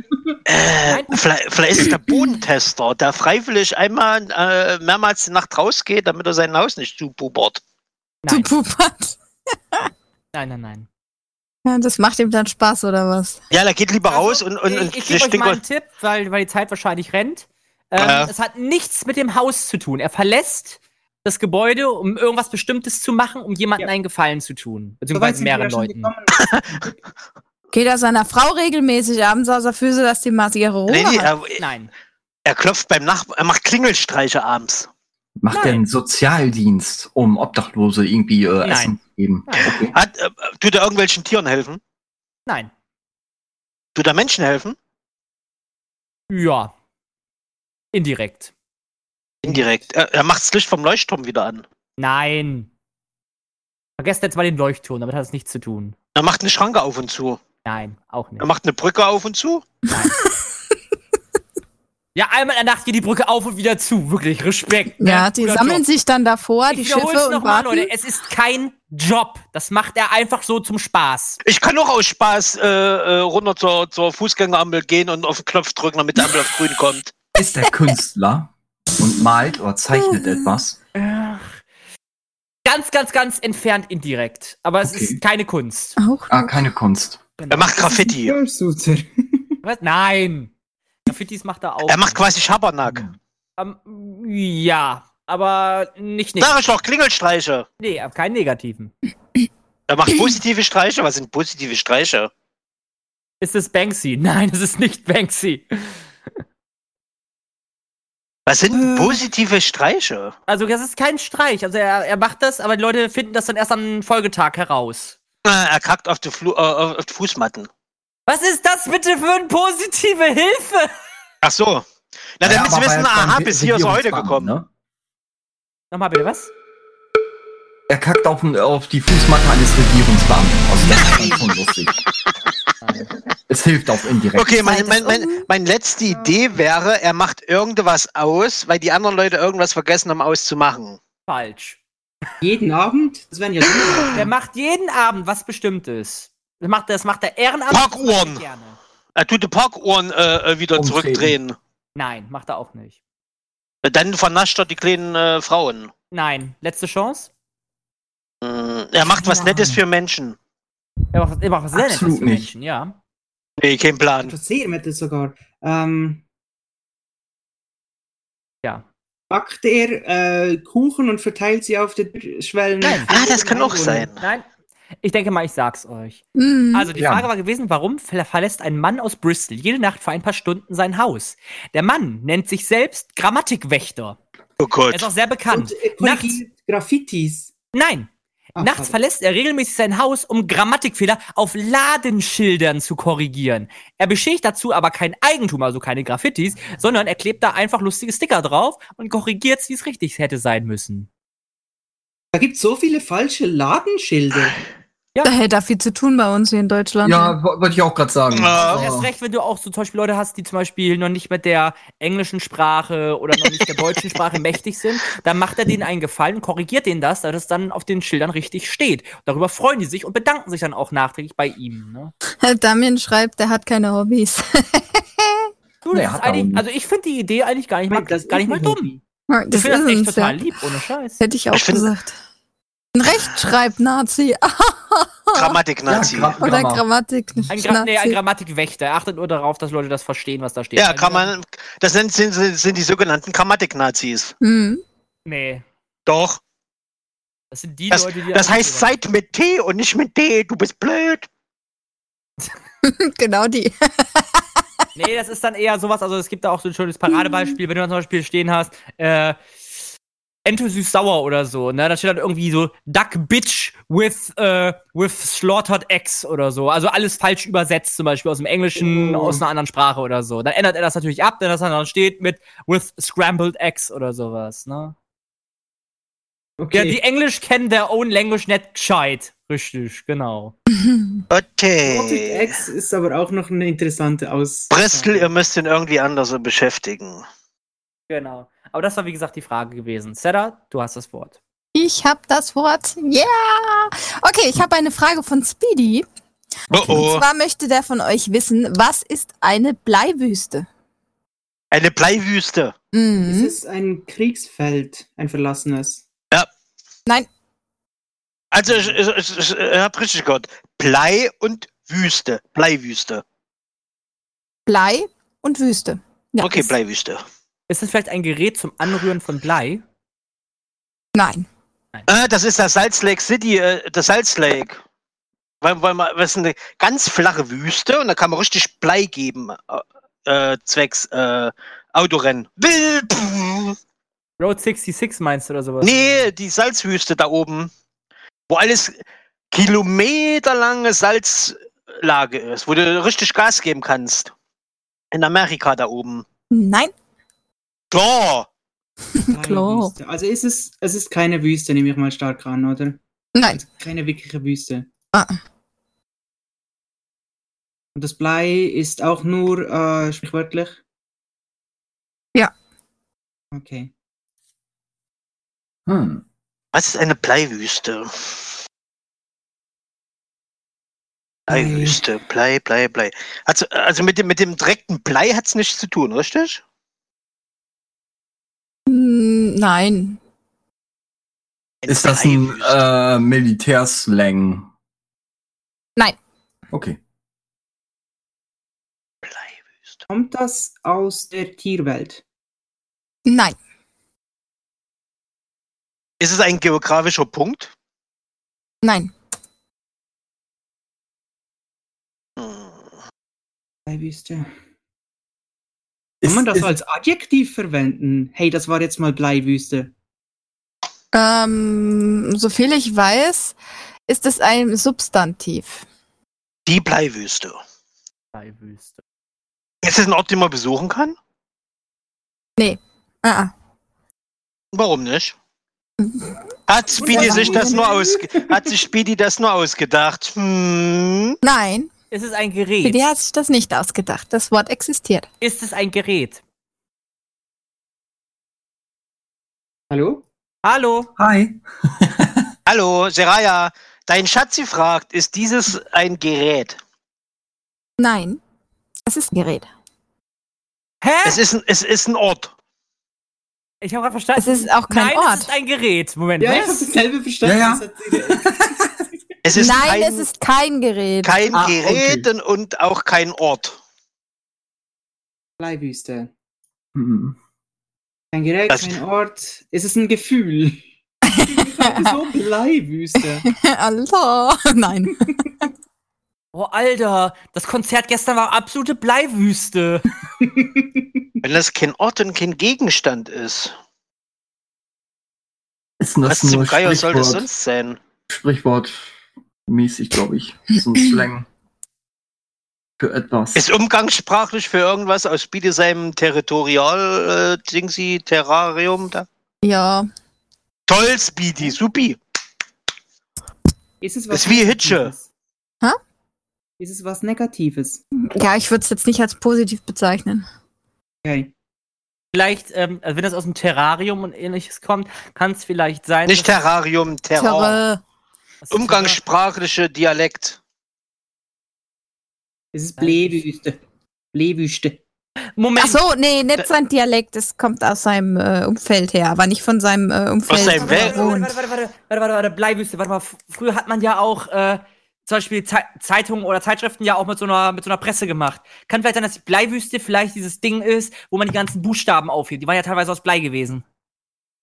Speaker 8: Äh,
Speaker 1: Nein.
Speaker 8: vielleicht, vielleicht ist es der Bodentester, der freiwillig einmal äh, mehrmals die Nacht rausgeht, damit er sein Haus nicht zupubert.
Speaker 1: Nein.
Speaker 6: Du Pupat.
Speaker 1: Nein, nein, nein.
Speaker 6: Ja, das macht ihm dann Spaß, oder was?
Speaker 8: Ja, der geht lieber
Speaker 1: Also,
Speaker 8: raus und, und, und
Speaker 1: ich ich gebe euch
Speaker 8: stinkt-
Speaker 1: mal einen Tipp, weil, weil die Zeit wahrscheinlich rennt. Ähm,
Speaker 8: Ja.
Speaker 1: Es hat nichts mit dem Haus zu tun. Er verlässt das Gebäude, um irgendwas Bestimmtes zu machen, um jemandem
Speaker 7: Ja.
Speaker 1: einen Gefallen zu tun.
Speaker 7: Soweit
Speaker 1: Beziehungsweise
Speaker 7: sind wir
Speaker 1: mehreren
Speaker 7: ja schon
Speaker 1: Leuten.
Speaker 7: gekommen.
Speaker 6: Geht er seiner Frau regelmäßig abends außer Füße, dass die mal ihre Ruhe
Speaker 8: Nee, nee,
Speaker 6: hat?
Speaker 8: er,
Speaker 1: Nein.
Speaker 8: er klopft beim Nachbarn, er macht Klingelstreiche abends.
Speaker 9: Macht
Speaker 1: Nein.
Speaker 9: der einen Sozialdienst, um Obdachlose irgendwie äh, Essen zu geben? Okay.
Speaker 8: Hat, äh, tut er irgendwelchen Tieren helfen?
Speaker 1: Nein.
Speaker 8: Tut er Menschen helfen?
Speaker 1: Ja. Indirekt.
Speaker 8: Indirekt. Er, er macht das Licht vom Leuchtturm wieder an.
Speaker 1: Nein. Vergesst jetzt mal den Leuchtturm, damit hat es nichts zu tun.
Speaker 8: Er macht eine Schranke auf und zu.
Speaker 1: Nein, auch nicht.
Speaker 8: Er macht eine Brücke auf und zu.
Speaker 1: Ja, einmal in der Nacht geht die Brücke auf und wieder zu. Wirklich, Respekt.
Speaker 8: äh,
Speaker 1: ne?
Speaker 6: Ja, die
Speaker 1: Guter
Speaker 6: sammeln
Speaker 1: Job.
Speaker 6: sich dann davor, Ah, die
Speaker 1: ich wiederhole
Speaker 6: Schiffe
Speaker 1: es
Speaker 6: und
Speaker 1: nochmal,
Speaker 6: warten.
Speaker 1: Leute. Es ist kein Job. Das macht er einfach so zum Spaß.
Speaker 8: Ich kann auch aus Spaß äh, äh, runter zur, zur Fußgängerampel gehen und auf den Knopf drücken, damit die Ampel auf grün kommt.
Speaker 9: Ist der Künstler und malt oder zeichnet
Speaker 6: Mhm.
Speaker 9: etwas?
Speaker 1: Ganz, ganz, ganz entfernt indirekt. Aber es
Speaker 9: Okay.
Speaker 1: ist keine Kunst.
Speaker 6: Auch
Speaker 9: Ah, keine Kunst.
Speaker 8: Er macht Graffiti.
Speaker 7: Fursuiter.
Speaker 1: Was? Nein. Graffitis macht er auch.
Speaker 8: Er macht quasi Schabernack.
Speaker 1: Ähm, ja, aber nicht nicht.
Speaker 8: Sag ich doch, Klingelstreiche.
Speaker 1: Nee, aber keinen negativen.
Speaker 8: Er macht positive Streiche. Was sind positive Streiche?
Speaker 1: Ist es Banksy? Nein, es ist nicht Banksy.
Speaker 8: Was sind
Speaker 7: Äh.
Speaker 8: positive Streiche?
Speaker 1: Also, das ist kein Streich. Also, er, er macht das, aber die Leute finden das dann erst am Folgetag heraus.
Speaker 8: Ah, Er kackt auf die, Flu äh, auf die Fußmatten.
Speaker 1: Was ist das bitte für eine positive Hilfe?
Speaker 8: Ach so. Na, dann müssen wir wissen, aha, bis hier ist er heute gekommen.
Speaker 9: Ne?
Speaker 1: Nochmal bitte, was?
Speaker 9: Er kackt auf, den- auf die Fußmatte eines Regierungsbeamten. Aus dem ist schon lustig. Es hilft auch indirekt.
Speaker 8: Okay, meine
Speaker 6: Zeit
Speaker 8: mein,
Speaker 6: ist
Speaker 1: Oh.
Speaker 8: mein, meine letzte Idee wäre, er macht irgendwas aus, weil die anderen Leute irgendwas vergessen haben auszumachen.
Speaker 1: Falsch.
Speaker 7: Jeden Abend? Das wären ja
Speaker 1: Der macht jeden Abend was Bestimmtes. Das macht, das macht er ehrenamtlich.
Speaker 8: Parkuhren.
Speaker 1: Das macht er gerne.
Speaker 8: Er tut die Parkuhren äh, äh, wieder
Speaker 9: Umdrehen.
Speaker 8: zurückdrehen.
Speaker 1: Nein, macht er auch nicht.
Speaker 8: Dann vernascht er die kleinen äh, Frauen.
Speaker 1: Nein, letzte Chance.
Speaker 8: Mm, Er macht was Nettes für Menschen.
Speaker 1: Er macht, er macht was sehr Nettes
Speaker 9: Absolut
Speaker 1: für
Speaker 9: nicht.
Speaker 1: Menschen, ja.
Speaker 8: Nee, kein Plan.
Speaker 7: interessieren hätte sogar. Ähm,
Speaker 1: Ja.
Speaker 7: Backt er äh, Kuchen und verteilt sie auf den Türschwellen?
Speaker 1: Nein.
Speaker 8: Ah, das kann auch
Speaker 7: äh,
Speaker 8: sein.
Speaker 1: Nein, ich denke mal, ich sag's euch.
Speaker 6: Mhm.
Speaker 1: Also die
Speaker 9: Ja.
Speaker 1: Frage war gewesen, warum ver- verlässt ein Mann aus Bristol jede Nacht für ein paar Stunden sein Haus? Der Mann nennt sich selbst Grammatikwächter.
Speaker 8: Oh
Speaker 1: Er ist
Speaker 8: Gott.
Speaker 1: auch sehr bekannt.
Speaker 7: Und er korrigiert Graffitis.
Speaker 1: Nein,
Speaker 7: Ach,
Speaker 1: Nachts
Speaker 7: also.
Speaker 1: verlässt er regelmäßig sein Haus, um Grammatikfehler auf Ladenschildern zu korrigieren. Er beschädigt dazu aber kein Eigentum, also keine Graffitis, sondern er klebt da einfach lustige Sticker drauf und korrigiert es, wie es richtig hätte sein müssen.
Speaker 7: Da gibt es so viele falsche Ladenschilder.
Speaker 1: Ah,
Speaker 6: da hätte er viel zu tun bei uns hier in Deutschland.
Speaker 9: Ja, wo- wollte ich auch gerade sagen.
Speaker 8: Ja.
Speaker 9: Also,
Speaker 1: Erst recht, wenn du auch so zum Beispiel Leute hast, die zum Beispiel noch nicht mit der englischen Sprache oder noch nicht der deutschen Sprache mächtig sind, dann macht er denen einen Gefallen, korrigiert denen das, damit es dann auf den Schildern richtig steht. Darüber freuen die sich und bedanken sich dann auch nachträglich bei ihm. Ne?
Speaker 6: Damien schreibt, er hat keine Hobbys.
Speaker 1: Du, das
Speaker 9: Nee,
Speaker 1: ist
Speaker 9: hat
Speaker 1: eigentlich,
Speaker 9: man-
Speaker 1: also ich finde die Idee eigentlich gar nicht mal,
Speaker 7: Mag das
Speaker 1: gar nicht mal
Speaker 7: nicht.
Speaker 1: dumm.
Speaker 6: Das,
Speaker 1: Ich finde das echt
Speaker 6: uns,
Speaker 1: total
Speaker 6: ja.
Speaker 1: lieb, ohne Scheiß.
Speaker 6: Hätte ich auch
Speaker 8: Ich find-
Speaker 6: gesagt. Ein Rechtschreib-Nazi
Speaker 8: Grammatik-Nazi. Ja,
Speaker 9: Ja, Gra-
Speaker 6: oder
Speaker 9: Grammar.
Speaker 6: Grammatik.
Speaker 1: Ein, Gra nee, ein
Speaker 6: Nazi.
Speaker 1: Grammatikwächter. Er achtet nur darauf, dass Leute das verstehen, was da steht. Ein-
Speaker 8: Gramma- das sind, sind, sind die sogenannten Grammatik-Nazis.
Speaker 6: Hm.
Speaker 1: Nee.
Speaker 8: Doch.
Speaker 1: Das sind die
Speaker 8: Das,
Speaker 1: Leute, die.
Speaker 8: das heißt, seid mit T und nicht mit D, du bist blöd.
Speaker 6: Genau die.
Speaker 1: Nee, das ist dann eher sowas. Also, es gibt da auch so ein schönes Paradebeispiel, wenn du dann zum Beispiel stehen hast. Äh, Ente süß sauer oder so, ne? Da steht dann irgendwie so Duck Bitch with, äh, with slaughtered eggs oder so. Also alles falsch übersetzt, zum Beispiel aus dem Englischen,
Speaker 8: Oh.
Speaker 1: aus einer anderen Sprache oder so. Dann ändert er das natürlich ab, denn das dann steht mit with scrambled eggs oder sowas, ne?
Speaker 7: Okay.
Speaker 1: Ja, die Englisch kennen their own language nicht gescheit. Richtig, genau.
Speaker 8: Äh.
Speaker 7: Exotic
Speaker 8: Okay.
Speaker 7: Eggs ist aber auch noch eine interessante Aus.
Speaker 8: Bristol, ihr müsst ihn irgendwie anders beschäftigen.
Speaker 1: Genau. Aber das war, wie gesagt, die Frage gewesen. Seda, du hast das Wort.
Speaker 6: Ich habe das Wort. Yeah! Okay, ich habe eine Frage von Speedy.
Speaker 8: Oh
Speaker 6: Und
Speaker 8: oh.
Speaker 6: zwar möchte der von euch wissen, was ist eine Bleiwüste?
Speaker 8: Eine Bleiwüste.
Speaker 7: Es
Speaker 8: hm?
Speaker 6: Mhm.
Speaker 7: ist ein Kriegsfeld, ein verlassenes.
Speaker 8: Also, ich, ich, ich, ich hab richtig gehört. Blei und Wüste. Bleiwüste.
Speaker 6: Blei und Wüste. Ja,
Speaker 8: Okay,
Speaker 6: ist-
Speaker 8: Bleiwüste.
Speaker 1: Ist das vielleicht ein Gerät zum Anrühren von Blei?
Speaker 6: Nein.
Speaker 8: Ah, das ist das Salt Lake City, äh, das Salt Lake. Weil, weil man, das ist eine ganz flache Wüste und da kann man richtig Blei geben. Äh, äh, zwecks äh, Autorennen. Will- pff.
Speaker 1: Road 66 meinst du oder sowas?
Speaker 8: Nee, die Salzwüste da oben. Wo alles kilometerlange Salzlage ist, wo du richtig Gas geben kannst. In Amerika da oben.
Speaker 6: Nein.
Speaker 8: Klar.
Speaker 6: Klar.
Speaker 7: Wüste. Also ist es, es ist keine Wüste, nehme ich mal stark an, oder?
Speaker 6: Nein.
Speaker 7: Keine wirkliche Wüste.
Speaker 6: Ah.
Speaker 7: Und das Blei ist auch nur äh, sprichwörtlich?
Speaker 6: Ja.
Speaker 7: Okay.
Speaker 9: Hm.
Speaker 8: Was ist eine Bleiwüste?
Speaker 7: Blei.
Speaker 8: Bleiwüste, Blei, Blei, Blei. Also, also mit, dem, mit dem direkten Blei hat es nichts zu tun, richtig?
Speaker 6: Hm, Nein.
Speaker 9: Ist das ein
Speaker 8: Bleiwüste.
Speaker 9: äh, Militärslang?
Speaker 6: Nein.
Speaker 9: Okay. äh,
Speaker 8: Bleiwüste.
Speaker 7: Kommt das aus der Tierwelt?
Speaker 6: Nein.
Speaker 8: Ist es ein geografischer Punkt?
Speaker 6: Nein.
Speaker 8: Hm.
Speaker 7: Bleiwüste. Kann
Speaker 9: Ist,
Speaker 7: man das
Speaker 9: ist,
Speaker 7: als Adjektiv verwenden? Hey, das war jetzt mal Bleiwüste.
Speaker 6: Ähm, so viel ich weiß, ist es ein Substantiv.
Speaker 8: Die Bleiwüste.
Speaker 1: Bleiwüste.
Speaker 8: Ist es ein Ort, den man besuchen kann?
Speaker 6: Ah, ah.
Speaker 8: Warum nicht? Hat Speedy
Speaker 6: Wunderbar.
Speaker 8: sich das nur aus hat sich Speedy das nur ausgedacht? Hm.
Speaker 6: Nein.
Speaker 1: Ist es ein
Speaker 6: Für
Speaker 1: Gerät?
Speaker 6: die hat sich das nicht ausgedacht. Das Wort existiert.
Speaker 1: Ist es ein Gerät?
Speaker 7: Hallo?
Speaker 1: Hallo?
Speaker 9: hi.
Speaker 8: Hallo, Seraya, dein Schatzi fragt, ist dieses ein Gerät?
Speaker 6: Nein. Es ist ein Gerät.
Speaker 1: Hä?
Speaker 8: Es ist ein, es ist ein Ort.
Speaker 1: ich habe gerade verstanden.
Speaker 6: Es ist auch kein
Speaker 1: Nein,
Speaker 6: Ort.
Speaker 1: es ist ein Gerät. Moment,
Speaker 7: Ja, ich habe
Speaker 1: was?
Speaker 7: dasselbe verstanden.
Speaker 9: Ja, ja.
Speaker 7: Das hat-
Speaker 8: Es ist
Speaker 6: Nein,
Speaker 8: kein,
Speaker 6: es ist kein Gerät.
Speaker 8: kein
Speaker 9: Ah,
Speaker 8: Gerät und- und auch kein Ort.
Speaker 7: Bleiwüste.
Speaker 9: Hm.
Speaker 7: Kein Gerät,
Speaker 8: Das-
Speaker 7: kein Ort. Es ist ein Gefühl. Ich hatte so Bleiwüste.
Speaker 6: Allah. Nein.
Speaker 1: Oh, Alter, das Konzert gestern war absolute Bleiwüste.
Speaker 8: Wenn das kein Ort und kein Gegenstand ist,
Speaker 9: Ist denn
Speaker 8: was
Speaker 9: das
Speaker 8: zum
Speaker 9: nur
Speaker 8: Geier soll das
Speaker 9: Sprichwort,
Speaker 8: sonst sein?
Speaker 9: Sprichwort mäßig, glaube ich. So ein Slang. Für etwas.
Speaker 8: Ist umgangssprachlich für irgendwas aus Speedy seinem Territorial, äh, Dingsi, Terrarium da?
Speaker 6: Ja.
Speaker 8: Toll, Speedy, supi.
Speaker 7: Ist es
Speaker 8: Ist wie Hitsche.
Speaker 7: Negatives?
Speaker 6: Hä?
Speaker 7: Ist es was Negatives?
Speaker 6: Ja, ich würde es jetzt nicht als positiv bezeichnen.
Speaker 7: Okay.
Speaker 1: Vielleicht, ähm, also wenn das aus dem Terrarium und ähnliches kommt, kann es vielleicht sein.
Speaker 8: Nicht Terrarium, Terror.
Speaker 6: Terror.
Speaker 1: dass-
Speaker 8: Umgangssprachliche Dialekt.
Speaker 7: Es ist
Speaker 1: Nein.
Speaker 7: Bleiwüste. Bleiwüste.
Speaker 1: Moment.
Speaker 6: Ach so, nee, nicht sein Dialekt. Es kommt aus seinem äh, Umfeld her, aber nicht von seinem äh, Umfeld.
Speaker 8: Aus seinem
Speaker 6: wo er
Speaker 8: Wel-
Speaker 6: wohnt.
Speaker 1: Warte, warte, warte, warte, warte, warte, warte, Bleiwüste, warte mal. F- Früher hat man ja auch äh, zum Beispiel Zei Zeitungen oder Zeitschriften ja auch mit so, einer, mit so einer Presse gemacht. Kann vielleicht sein, dass die Bleiwüste vielleicht dieses Ding ist, wo man die ganzen Buchstaben aufhebt. Die waren ja teilweise aus Blei gewesen.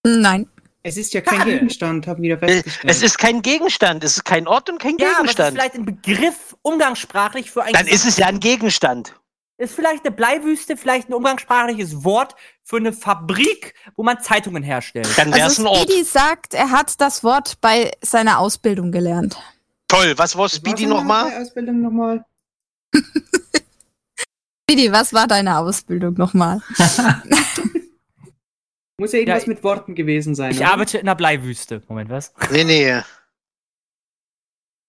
Speaker 6: Nein.
Speaker 7: Es ist ja kein Gegenstand, haben wir festgestellt.
Speaker 8: Es ist kein Gegenstand, es ist kein Ort und kein
Speaker 1: Ja, aber es ist
Speaker 8: Gegenstand.
Speaker 1: vielleicht ein Begriff umgangssprachlich für ein.
Speaker 8: Dann ist es ja ein Gegenstand.
Speaker 1: Ist vielleicht eine Bleiwüste, vielleicht ein umgangssprachliches Wort für eine Fabrik, wo man Zeitungen herstellt.
Speaker 8: Dann wäre es
Speaker 6: Also
Speaker 8: ein Ort.
Speaker 6: Speedy sagt, er hat das Wort bei seiner Ausbildung gelernt.
Speaker 8: Toll, was war Speedy
Speaker 7: Was war
Speaker 8: nochmal?
Speaker 7: die Ausbildung nochmal?
Speaker 6: Speedy, was war deine Ausbildung nochmal?
Speaker 7: Muss ja irgendwas
Speaker 1: ich-
Speaker 7: mit Worten gewesen sein.
Speaker 1: Ich
Speaker 7: oder?
Speaker 1: arbeite in einer Bleiwüste. Moment, was?
Speaker 8: Nee, nee.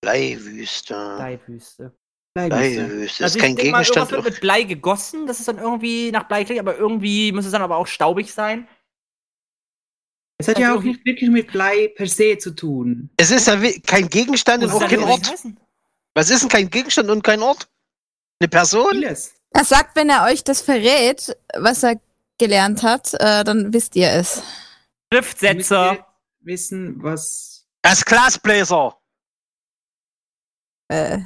Speaker 8: Bleiwüste.
Speaker 1: Bleiwüste.
Speaker 7: Bleiwüste.
Speaker 8: Bleiwüste ist
Speaker 1: Also ich
Speaker 8: kein
Speaker 1: denk mal,
Speaker 8: Gegenstand.
Speaker 1: Irgendwas wird mit Blei gegossen, das ist dann irgendwie nach Blei klingt, aber irgendwie müsste es dann aber auch staubig sein.
Speaker 7: Es hat
Speaker 1: Also-
Speaker 7: ja auch nicht wirklich mit Blei per se zu tun.
Speaker 8: Es ist ja we- kein Gegenstand und
Speaker 1: Muss es
Speaker 8: auch
Speaker 1: dann
Speaker 8: kein
Speaker 1: irgendwie
Speaker 8: Ort.
Speaker 1: heißen?
Speaker 8: Was ist denn kein Gegenstand und kein Ort? Eine Person?
Speaker 7: Vieles.
Speaker 6: Er sagt, wenn er euch das verrät, was er gelernt hat, äh, dann wisst ihr es.
Speaker 7: Damit
Speaker 1: Schriftsetzer.
Speaker 7: wir wissen, was.
Speaker 8: Das Glasbläser.
Speaker 6: Äh,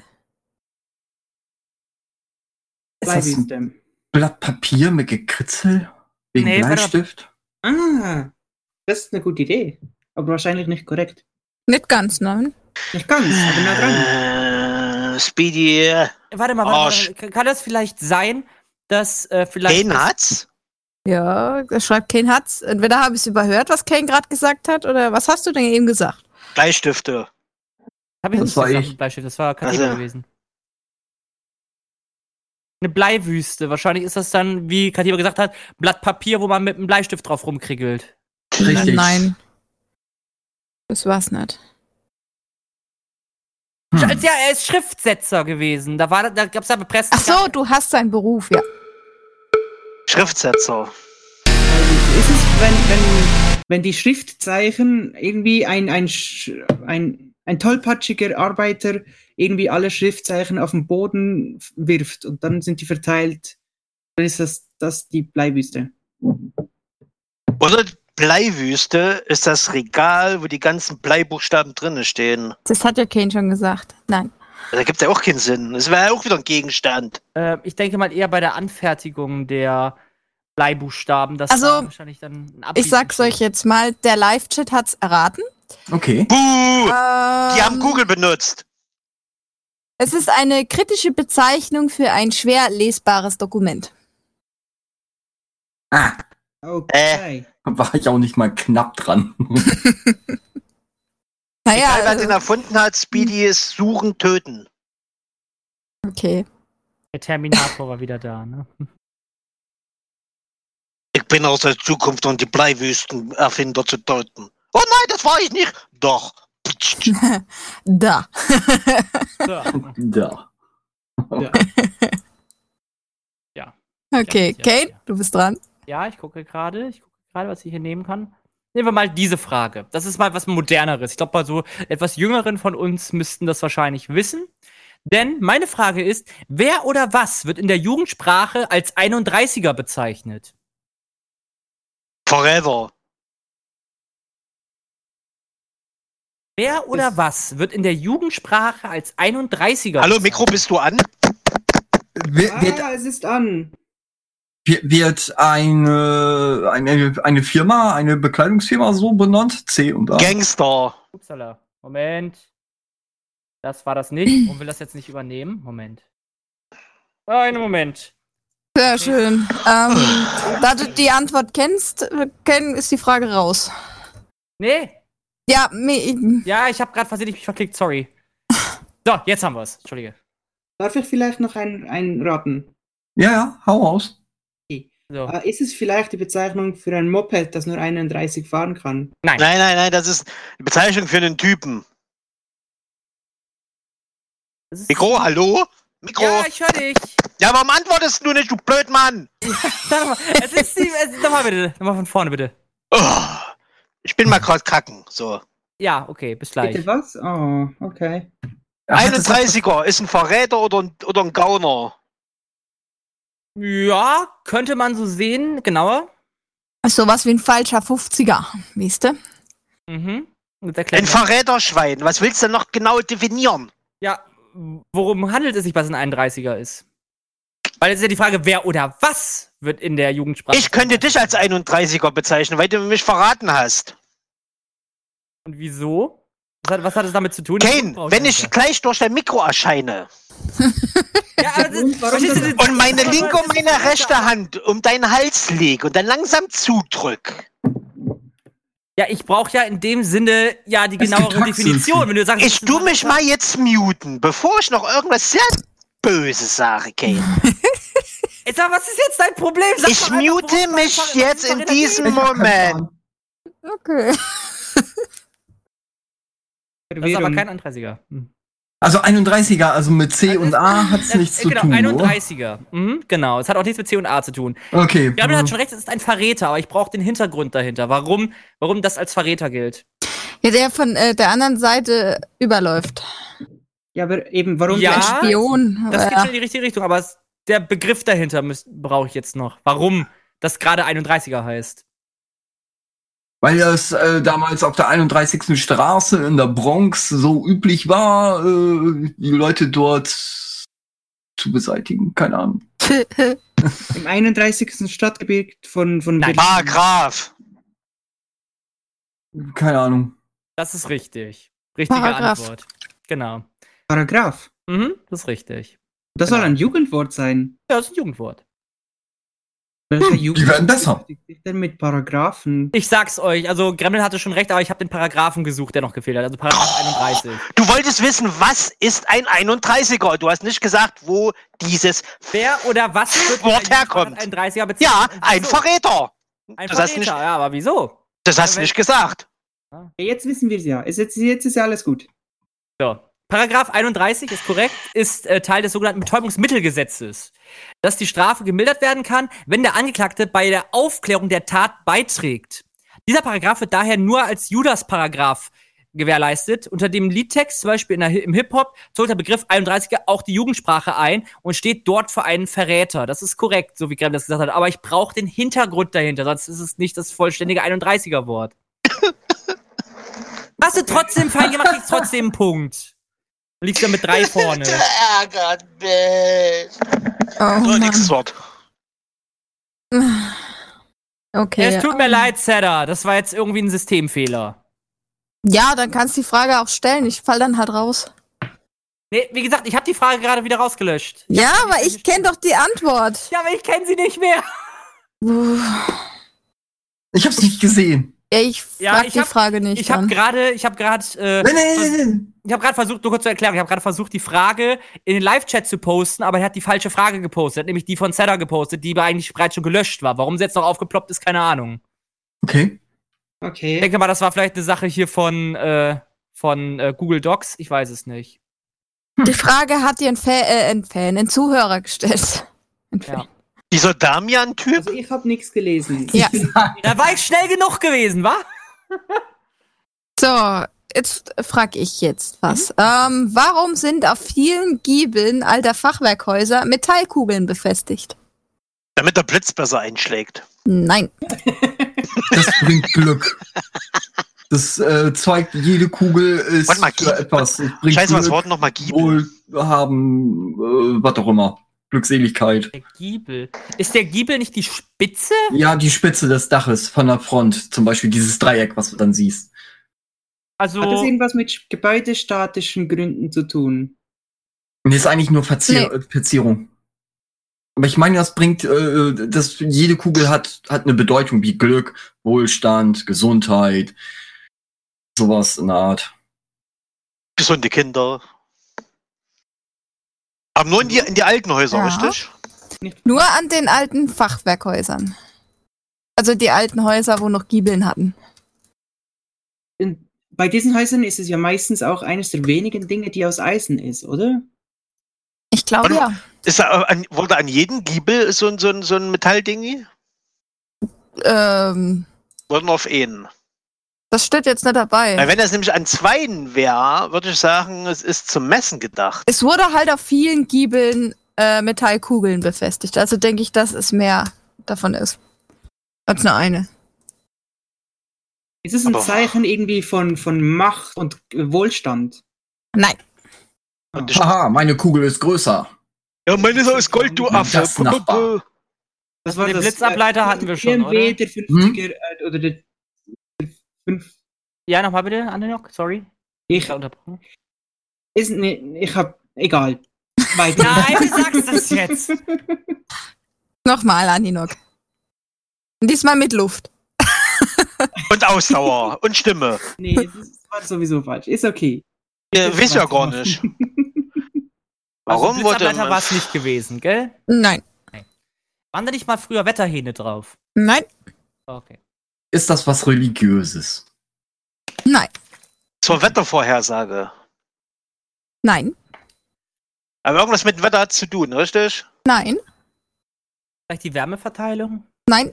Speaker 9: Ist das ein
Speaker 7: Bleiwüste.
Speaker 9: Blatt Papier mit Gekritzel? Wegen
Speaker 1: Nee, warte.
Speaker 9: Bleistift?
Speaker 7: Ah, das ist eine gute Idee. Aber wahrscheinlich nicht korrekt.
Speaker 6: nicht ganz, ne? nein.
Speaker 7: Nicht ganz, aber nah dran.
Speaker 8: Äh, Speedy.
Speaker 1: Äh, Warte mal,
Speaker 8: Arsch.
Speaker 1: warte, warte, kann das vielleicht sein, dass äh, vielleicht.
Speaker 8: Wen hat's?
Speaker 6: Ja, er schreibt Kane hat's. Entweder habe ich es überhört, was Kane gerade gesagt hat, oder was hast du denn eben gesagt?
Speaker 8: Bleistifte.
Speaker 1: Hab ich
Speaker 9: Das
Speaker 1: nicht
Speaker 9: war
Speaker 1: gesagt,
Speaker 9: ich.
Speaker 1: ein Bleistift, das war Kathedra
Speaker 8: Also.
Speaker 1: gewesen. Eine Bleiwüste. Wahrscheinlich ist das dann, wie Katiba gesagt hat, ein Blatt Papier, wo man mit einem Bleistift drauf rumkriegelt.
Speaker 9: Richtig.
Speaker 6: Nein. Das war's nicht.
Speaker 9: Hm.
Speaker 1: Ja, er ist Schriftsetzer gewesen. Da, war, da gab's da bepresst.
Speaker 6: Ach so, du hast seinen Beruf, ja.
Speaker 8: Schriftsetzer.
Speaker 7: Bleiwüste. Ist es, wenn, wenn, wenn die Schriftzeichen irgendwie ein, ein, Sch- ein, ein tollpatschiger Arbeiter irgendwie alle Schriftzeichen auf den Boden f- wirft und dann sind die verteilt, dann ist das, das die Bleiwüste.
Speaker 8: Oder Bleiwüste ist das Regal, wo die ganzen Bleibuchstaben drinnen stehen.
Speaker 6: Das hat ja Kane schon gesagt. Nein.
Speaker 8: Da gibt's ja auch keinen Sinn. Das wäre ja auch wieder ein Gegenstand.
Speaker 1: Äh, ich denke mal eher bei der Anfertigung der Bleibuchstaben, dass
Speaker 6: Also,
Speaker 1: da wahrscheinlich dann ein Abbiegen
Speaker 6: Ich sag's
Speaker 1: steht.
Speaker 6: euch jetzt mal, der Live-Chat hat's erraten.
Speaker 8: Buh!
Speaker 9: Okay.
Speaker 6: Die
Speaker 8: die
Speaker 1: Ähm,
Speaker 8: haben Google benutzt.
Speaker 6: Es ist eine kritische Bezeichnung für ein schwer lesbares Dokument.
Speaker 9: Ah,
Speaker 1: Äh,
Speaker 7: Okay.
Speaker 9: war ich auch nicht mal knapp dran.
Speaker 6: Naja,
Speaker 8: Egal, wer den
Speaker 6: also,
Speaker 8: erfunden hat,
Speaker 1: hm.
Speaker 8: Speedy ist suchen, töten.
Speaker 6: okay.
Speaker 1: Der Terminator war wieder da, ne?
Speaker 8: Ich bin aus der Zukunft und die Bleiwüstenerfinder zu deuten. Oh nein, das war ich nicht. Doch.
Speaker 6: Da.
Speaker 1: So.
Speaker 9: da.
Speaker 6: Okay,
Speaker 1: Ja, ja,
Speaker 6: Kate,
Speaker 1: ja.
Speaker 6: du bist dran.
Speaker 1: Ja, ich gucke gerade. Ich gucke gerade, was ich hier nehmen kann. Nehmen wir mal diese Frage. Das ist mal was Moderneres. Ich glaube, bei so etwas Jüngeren von uns müssten das wahrscheinlich wissen. Denn meine Frage ist, wer oder was wird in der Jugendsprache als 31er bezeichnet?
Speaker 8: Forever.
Speaker 1: Wer oder
Speaker 7: Das-
Speaker 1: was wird in der Jugendsprache als 31er
Speaker 8: Hallo,
Speaker 1: bezeichnet?
Speaker 8: Mikro, bist du an?
Speaker 9: Wer- Wird,
Speaker 7: Ah, es ist an.
Speaker 9: wird, wird eine, eine, eine Firma, eine Bekleidungsfirma so benannt? C und A.
Speaker 8: Gangster.
Speaker 1: Upsala. Moment. Das war das nicht. Und will das jetzt nicht übernehmen? Moment. Ah, Einen Moment.
Speaker 6: Sehr schön. Ähm, da du die Antwort kennst, äh, Ken, ist die Frage raus.
Speaker 1: Nee,
Speaker 6: Ja, me-
Speaker 1: Ja, ich habe gerade versehentlich mich verklickt, sorry. So, jetzt haben wir's. Entschuldige.
Speaker 7: Darf ich vielleicht noch einen, einen raten?
Speaker 9: Ja, ja, hau aus.
Speaker 1: So.
Speaker 7: Äh, Ist es vielleicht die Bezeichnung für ein Moped, das nur 31 fahren kann?
Speaker 8: Nein, nein, nein, das ist eine Bezeichnung für einen Typen.
Speaker 1: Das ist-
Speaker 8: Mikro, hallo? Mikro.
Speaker 1: Ja,
Speaker 8: Ja,
Speaker 1: ich höre dich.
Speaker 8: warum antwortest du nicht, du Blödmann?
Speaker 1: Sag mal, es ist die. Es, nochmal bitte. Nochmal von vorne bitte.
Speaker 8: Oh, ich bin mal gerade kacken. So.
Speaker 1: Ja, okay, bis gleich.
Speaker 7: Bitte was? Oh, okay.
Speaker 9: Er hat es-
Speaker 8: 31er ist ein Verräter oder ein, oder ein Gauner.
Speaker 1: Ja, könnte man so sehen, genauer.
Speaker 6: Sowas wie ein falscher 50er, weißt du?
Speaker 1: Mhm. Mit der kleinen-
Speaker 8: Ein Verräterschwein. Was willst du noch genau definieren?
Speaker 1: Ja, worum handelt es sich, was ein 31er ist? Weil jetzt ist ja die Frage, wer oder was wird in der Jugendsprache.
Speaker 8: Ich könnte dich als 31er bezeichnen, weil du mich verraten hast.
Speaker 1: Und wieso? Was hat, was hat es damit zu tun?
Speaker 8: Kane,
Speaker 1: Brauche
Speaker 8: wenn
Speaker 1: nicht
Speaker 8: ich gleich durch dein Mikro erscheine
Speaker 1: mehr. Ja, aber das ist, verstehst du, das-
Speaker 8: und meine
Speaker 1: das-
Speaker 8: linke und
Speaker 1: das-
Speaker 8: meine rechte Hand um deinen Hals lege und dann langsam zudrück.
Speaker 1: Ja, ich brauche ja in dem Sinne ja die
Speaker 9: Es gibt
Speaker 1: genauere
Speaker 9: Taxis.
Speaker 1: Definition. Wenn du sagst,
Speaker 8: Ich tu mich mal jetzt muten, bevor ich noch irgendwas sehr Böses sage, Kane.
Speaker 1: Jetzt, sag, was ist jetzt dein Problem? Sag doch
Speaker 8: Ich
Speaker 1: einfach,
Speaker 8: mute
Speaker 1: worum es
Speaker 8: mich
Speaker 1: geht.
Speaker 8: jetzt in diesem Moment.
Speaker 6: Okay.
Speaker 1: Das ist aber kein 31er. Hm.
Speaker 9: Also 31er, also mit C und A hat's nichts
Speaker 1: Äh,
Speaker 9: zu
Speaker 1: genau,
Speaker 9: tun. oder?
Speaker 1: 31er. Mhm, genau, es hat auch nichts mit C und A zu tun.
Speaker 9: Okay.
Speaker 1: Gabriel hat schon recht, es ist ein Verräter, aber ich brauche den Hintergrund dahinter. Warum, warum das als Verräter gilt?
Speaker 6: Ja, der von äh, der anderen Seite überläuft.
Speaker 7: Ja, aber eben, warum
Speaker 1: Ja.
Speaker 6: Ein
Speaker 7: die-
Speaker 6: Spion. äh,
Speaker 1: Das geht
Speaker 6: ja.
Speaker 1: schon in die richtige Richtung, aber es, der Begriff dahinter brauche ich jetzt noch. Warum das gerade 31er heißt.
Speaker 9: Weil das äh, damals auf der 31. Straße in der Bronx so üblich war, äh, die Leute dort zu beseitigen. Keine Ahnung.
Speaker 6: Oh
Speaker 7: im 31. Stadtgebiet von, von
Speaker 1: Nein.
Speaker 7: Berlin.
Speaker 8: Paragraph.
Speaker 9: Keine Ahnung.
Speaker 1: Das ist richtig. Richtige
Speaker 6: Paragraph.
Speaker 1: Antwort. Genau.
Speaker 7: Paragraph.
Speaker 1: Mhm, das ist richtig.
Speaker 7: Das
Speaker 1: Genau.
Speaker 7: soll ein Jugendwort sein.
Speaker 1: Ja, das ist ein Jugendwort.
Speaker 7: Welcher
Speaker 1: Hm,
Speaker 9: Die werden besser.
Speaker 7: beschäftigt sich denn mit Paragraphen?
Speaker 1: Ich sag's euch, also Gremlin hatte schon recht, aber ich habe den Paragraphen gesucht, der noch gefehlt hat. Also
Speaker 8: Oh.
Speaker 1: Paragraph 31.
Speaker 8: Du wolltest wissen, was ist ein 31er? Du hast nicht gesagt, wo dieses
Speaker 1: Wer oder was wird mit
Speaker 8: Wort
Speaker 1: einem
Speaker 8: herkommt.
Speaker 1: 31er bezeichnet?
Speaker 8: Ja,
Speaker 1: Und
Speaker 8: ein
Speaker 1: wieso?
Speaker 8: Verräter.
Speaker 1: Ein
Speaker 8: Das hast
Speaker 1: Verräter,
Speaker 8: nicht-
Speaker 1: ja, aber wieso?
Speaker 8: Das hast du
Speaker 1: Ja,
Speaker 8: nicht gesagt.
Speaker 7: Ja, Jetzt wissen wir es ja. Ist jetzt, jetzt ist ja alles gut.
Speaker 1: So. Paragraph 31 ist korrekt, ist äh, Teil des sogenannten Betäubungsmittelgesetzes, dass die Strafe gemildert werden kann, wenn der Angeklagte bei der Aufklärung der Tat beiträgt. Dieser Paragraph wird daher nur als Judas-Paragraph gewährleistet. Unter dem Liedtext, zum Beispiel in der, Hi- im Hip-Hop, zog der Begriff 31er auch die Jugendsprache ein und steht dort für einen Verräter. Das ist korrekt, so wie Graham das gesagt hat. Aber ich brauche den Hintergrund dahinter, sonst ist es nicht das vollständige 31er-Wort. Hast du trotzdem fein gemacht, kriegst trotzdem einen Punkt. Du liegst ja mit drei vorne.
Speaker 8: Ärgert mich.
Speaker 6: Oh,
Speaker 8: Nur
Speaker 6: Mann.
Speaker 8: nächstes Wort.
Speaker 6: Okay.
Speaker 1: Es tut mir leid, Zedda. Das war jetzt irgendwie ein Systemfehler.
Speaker 6: Ja, dann kannst du die Frage auch stellen. Ich fall dann halt raus.
Speaker 1: Nee, wie gesagt, ich habe die Frage gerade wieder rausgelöscht.
Speaker 6: Ja, aber ich kenne doch die Antwort.
Speaker 1: Ja, aber ich kenne sie nicht mehr.
Speaker 6: Puh.
Speaker 9: Ich hab's nicht gesehen.
Speaker 6: Ja, ich frag
Speaker 1: Ja, ich
Speaker 6: die
Speaker 1: hab-
Speaker 6: Frage nicht
Speaker 1: Ich habe
Speaker 6: an.
Speaker 1: gerade, ich habe gerade, äh,
Speaker 9: Nee, nee, nee, nee.
Speaker 1: ich habe gerade versucht, nur kurz zu erklären, ich habe gerade versucht, die Frage in den Live-Chat zu posten, aber er hat die falsche Frage gepostet, Er hat nämlich die von Zedda gepostet, die eigentlich bereits schon gelöscht war. Warum sie jetzt noch aufgeploppt ist, keine Ahnung.
Speaker 9: Okay.
Speaker 1: Ich
Speaker 7: Okay.
Speaker 1: denke mal, das war vielleicht eine Sache hier von, äh, von äh, Google Docs, ich weiß es nicht.
Speaker 6: Die Frage hat dir ein Fan, äh, ein Fan, ein Zuhörer gestellt. Ein Fan.
Speaker 1: Ja.
Speaker 8: Dieser Damian-Typ?
Speaker 7: Also ich habe nichts gelesen.
Speaker 6: Ja.
Speaker 1: Da war ich schnell genug gewesen, wa?
Speaker 6: So, jetzt frag ich jetzt was.
Speaker 1: Mhm.
Speaker 6: Ähm, warum sind auf vielen Giebeln alter Fachwerkhäuser Metallkugeln befestigt?
Speaker 8: Damit der Blitz besser einschlägt.
Speaker 6: Nein.
Speaker 9: Das bringt Glück. Das äh, zeigt, jede Kugel ist
Speaker 8: Warte mal,
Speaker 9: für etwas. Es bringt
Speaker 8: Scheiße, was
Speaker 9: Glück,
Speaker 8: Wort nochmal gibt.
Speaker 9: Wohlhaben, äh, was auch immer. Glückseligkeit.
Speaker 1: Der Giebel. Ist der Giebel nicht die Spitze?
Speaker 9: Ja, die Spitze des Daches von der Front. Zum Beispiel dieses Dreieck, was du dann siehst.
Speaker 1: Also.
Speaker 7: Hat das irgendwas mit sch- gebäudestatischen Gründen zu tun?
Speaker 9: Nee, ist eigentlich nur Verzier äh, Verzierung. Aber ich meine, das bringt, äh, das, jede Kugel hat, hat eine Bedeutung wie Glück, Wohlstand, Gesundheit, sowas in der Art.
Speaker 8: Gesunde Kinder. Aber nur in die, in die alten Häuser,
Speaker 6: Ja.
Speaker 8: richtig?
Speaker 6: Nur an den alten Fachwerkhäusern. Also die alten Häuser, wo noch Giebeln hatten.
Speaker 7: In, bei diesen Häusern ist es ja meistens auch eines der wenigen Dinge, die aus Eisen ist, oder?
Speaker 6: Ich glaube
Speaker 8: Warte
Speaker 6: ja.
Speaker 8: Ist da, äh, an, wurde an jedem Giebel so ein, so ein, so ein Metalldingi?
Speaker 6: Ähm,
Speaker 8: Wurden auf einen.
Speaker 6: das steht jetzt nicht
Speaker 8: Weil
Speaker 6: dabei.
Speaker 8: wenn das nämlich an zweien wäre, würde ich sagen, es ist zum Messen gedacht.
Speaker 6: Es wurde halt auf vielen Giebeln äh, Metallkugeln befestigt. Also denke ich, dass es mehr davon ist. Als nur eine.
Speaker 7: Ist es ein
Speaker 8: Aber-
Speaker 7: Zeichen irgendwie von, von Macht und äh, Wohlstand?
Speaker 6: Nein.
Speaker 8: Und ich,
Speaker 9: Haha, meine Kugel ist größer.
Speaker 8: ja, meine ist aus Gold, du Affe.
Speaker 9: Das Nachbar.
Speaker 7: Das
Speaker 1: Den Blitzableiter hatten wir schon,
Speaker 7: BMW,
Speaker 1: oder? Hm?
Speaker 7: der 50er äh, oder der
Speaker 1: Ja, nochmal bitte, Andenok, sorry.
Speaker 7: ich
Speaker 1: war unterbrochen.
Speaker 7: ist ne, ich hab egal. Weiter.
Speaker 1: Nein, du sagst es also jetzt.
Speaker 6: Nochmal, Aninok. Diesmal mit Luft.
Speaker 8: Und Ausdauer und Stimme.
Speaker 7: Nee, das war sowieso falsch. Ist okay.
Speaker 8: Ihr wisst ja gar nicht. Warum
Speaker 1: also
Speaker 8: wurde
Speaker 1: Blitzableiter war
Speaker 8: man,
Speaker 1: es nicht gewesen, gell?
Speaker 6: Nein.
Speaker 1: Waren da nicht mal früher Wetterhähne drauf?
Speaker 6: Nein.
Speaker 1: Okay.
Speaker 9: Ist das was Religiöses?
Speaker 6: Nein.
Speaker 8: zur Wettervorhersage?
Speaker 6: Nein.
Speaker 8: Aber irgendwas mit Wetter hat zu tun, richtig?
Speaker 6: Nein.
Speaker 1: Vielleicht die Wärmeverteilung?
Speaker 6: Nein.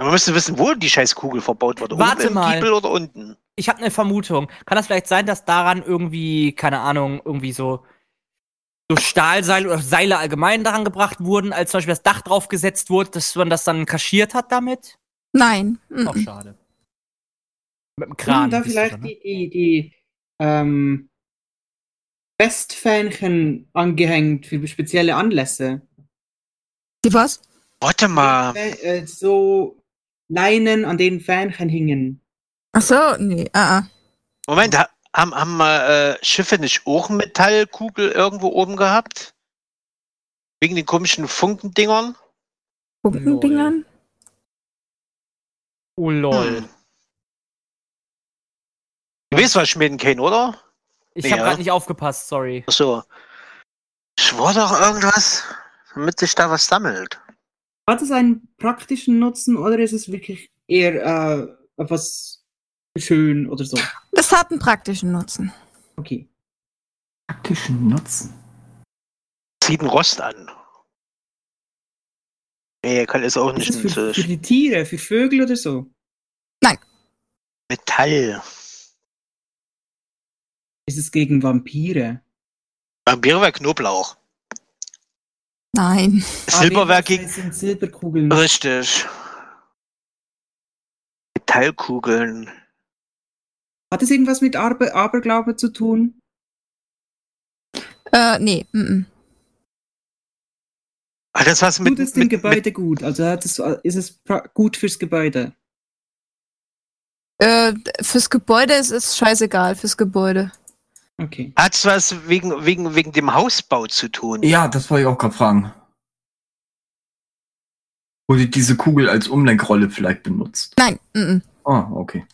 Speaker 8: Man müsste wissen, wo die scheiß Kugel verbaut wurde.
Speaker 1: Warte
Speaker 8: Oben im
Speaker 1: mal.
Speaker 8: Giebel oder unten?
Speaker 1: Ich habe eine Vermutung. Kann das vielleicht sein, dass daran irgendwie, keine Ahnung, irgendwie so, so Stahlseile oder Seile allgemein daran gebracht wurden, als zum Beispiel das Dach draufgesetzt wurde, dass man das dann kaschiert hat damit?
Speaker 6: Nein. Mm.
Speaker 1: Auch schade. Mit dem Kran.
Speaker 7: Kann Hm, da
Speaker 1: bist du
Speaker 7: vielleicht
Speaker 1: schon, ne?
Speaker 7: die, die, die ähm, Westfähnchen angehängt für spezielle Anlässe.
Speaker 6: Die was?
Speaker 8: Warte mal.
Speaker 7: Äh, äh, so Leinen, an denen Fähnchen hingen.
Speaker 6: Ach so, nee. Ah, ah.
Speaker 8: Moment, ha- haben, haben äh, Schiffe nicht auch Metallkugel irgendwo oben gehabt? Wegen den komischen Funkendingern?
Speaker 6: Punkendingern?
Speaker 1: Oh lol.
Speaker 8: Hm. Du weißt, was Schmieden kennen, oder?
Speaker 1: Ich habe
Speaker 8: Ja.
Speaker 1: gerade nicht aufgepasst, sorry.
Speaker 8: Ach so. Ich war doch irgendwas, damit sich da was sammelt.
Speaker 7: Hat es einen praktischen Nutzen oder ist es wirklich eher äh, etwas schön oder so?
Speaker 6: Das hat einen praktischen Nutzen.
Speaker 7: Okay.
Speaker 9: Praktischen Nutzen.
Speaker 8: Zieht einen Rost an. Nee, kann es auch
Speaker 7: Ist
Speaker 8: nicht.
Speaker 7: es für,
Speaker 8: mit,
Speaker 7: für
Speaker 8: äh,
Speaker 7: die Tiere, für Vögel oder so?
Speaker 8: Metall.
Speaker 7: Ist es gegen Vampire?
Speaker 8: Vampire wäre Knoblauch.
Speaker 6: Nein.
Speaker 7: Ah,
Speaker 8: Silberwerk
Speaker 7: gegen.
Speaker 8: gegen. Also
Speaker 7: Das sind Silberkugeln.
Speaker 8: Richtig. Metallkugeln.
Speaker 7: Hat es irgendwas mit Arbe Aberglaube zu tun?
Speaker 6: Äh, nee. Mm -mm.
Speaker 8: Hat das was mit,
Speaker 7: tut es dem
Speaker 8: mit, mit
Speaker 7: Gebäude gut? Also hat es, ist es pra- gut fürs Gebäude?
Speaker 6: Äh, fürs Gebäude ist es scheißegal, fürs Gebäude.
Speaker 7: Okay.
Speaker 8: hat's was wegen, wegen, wegen dem Hausbau zu tun?
Speaker 9: Ja, das wollte ich auch gerade fragen. Wurde diese Kugel als Umlenkrolle vielleicht benutzt?
Speaker 6: Nein. Mm -mm.
Speaker 9: Ah, okay.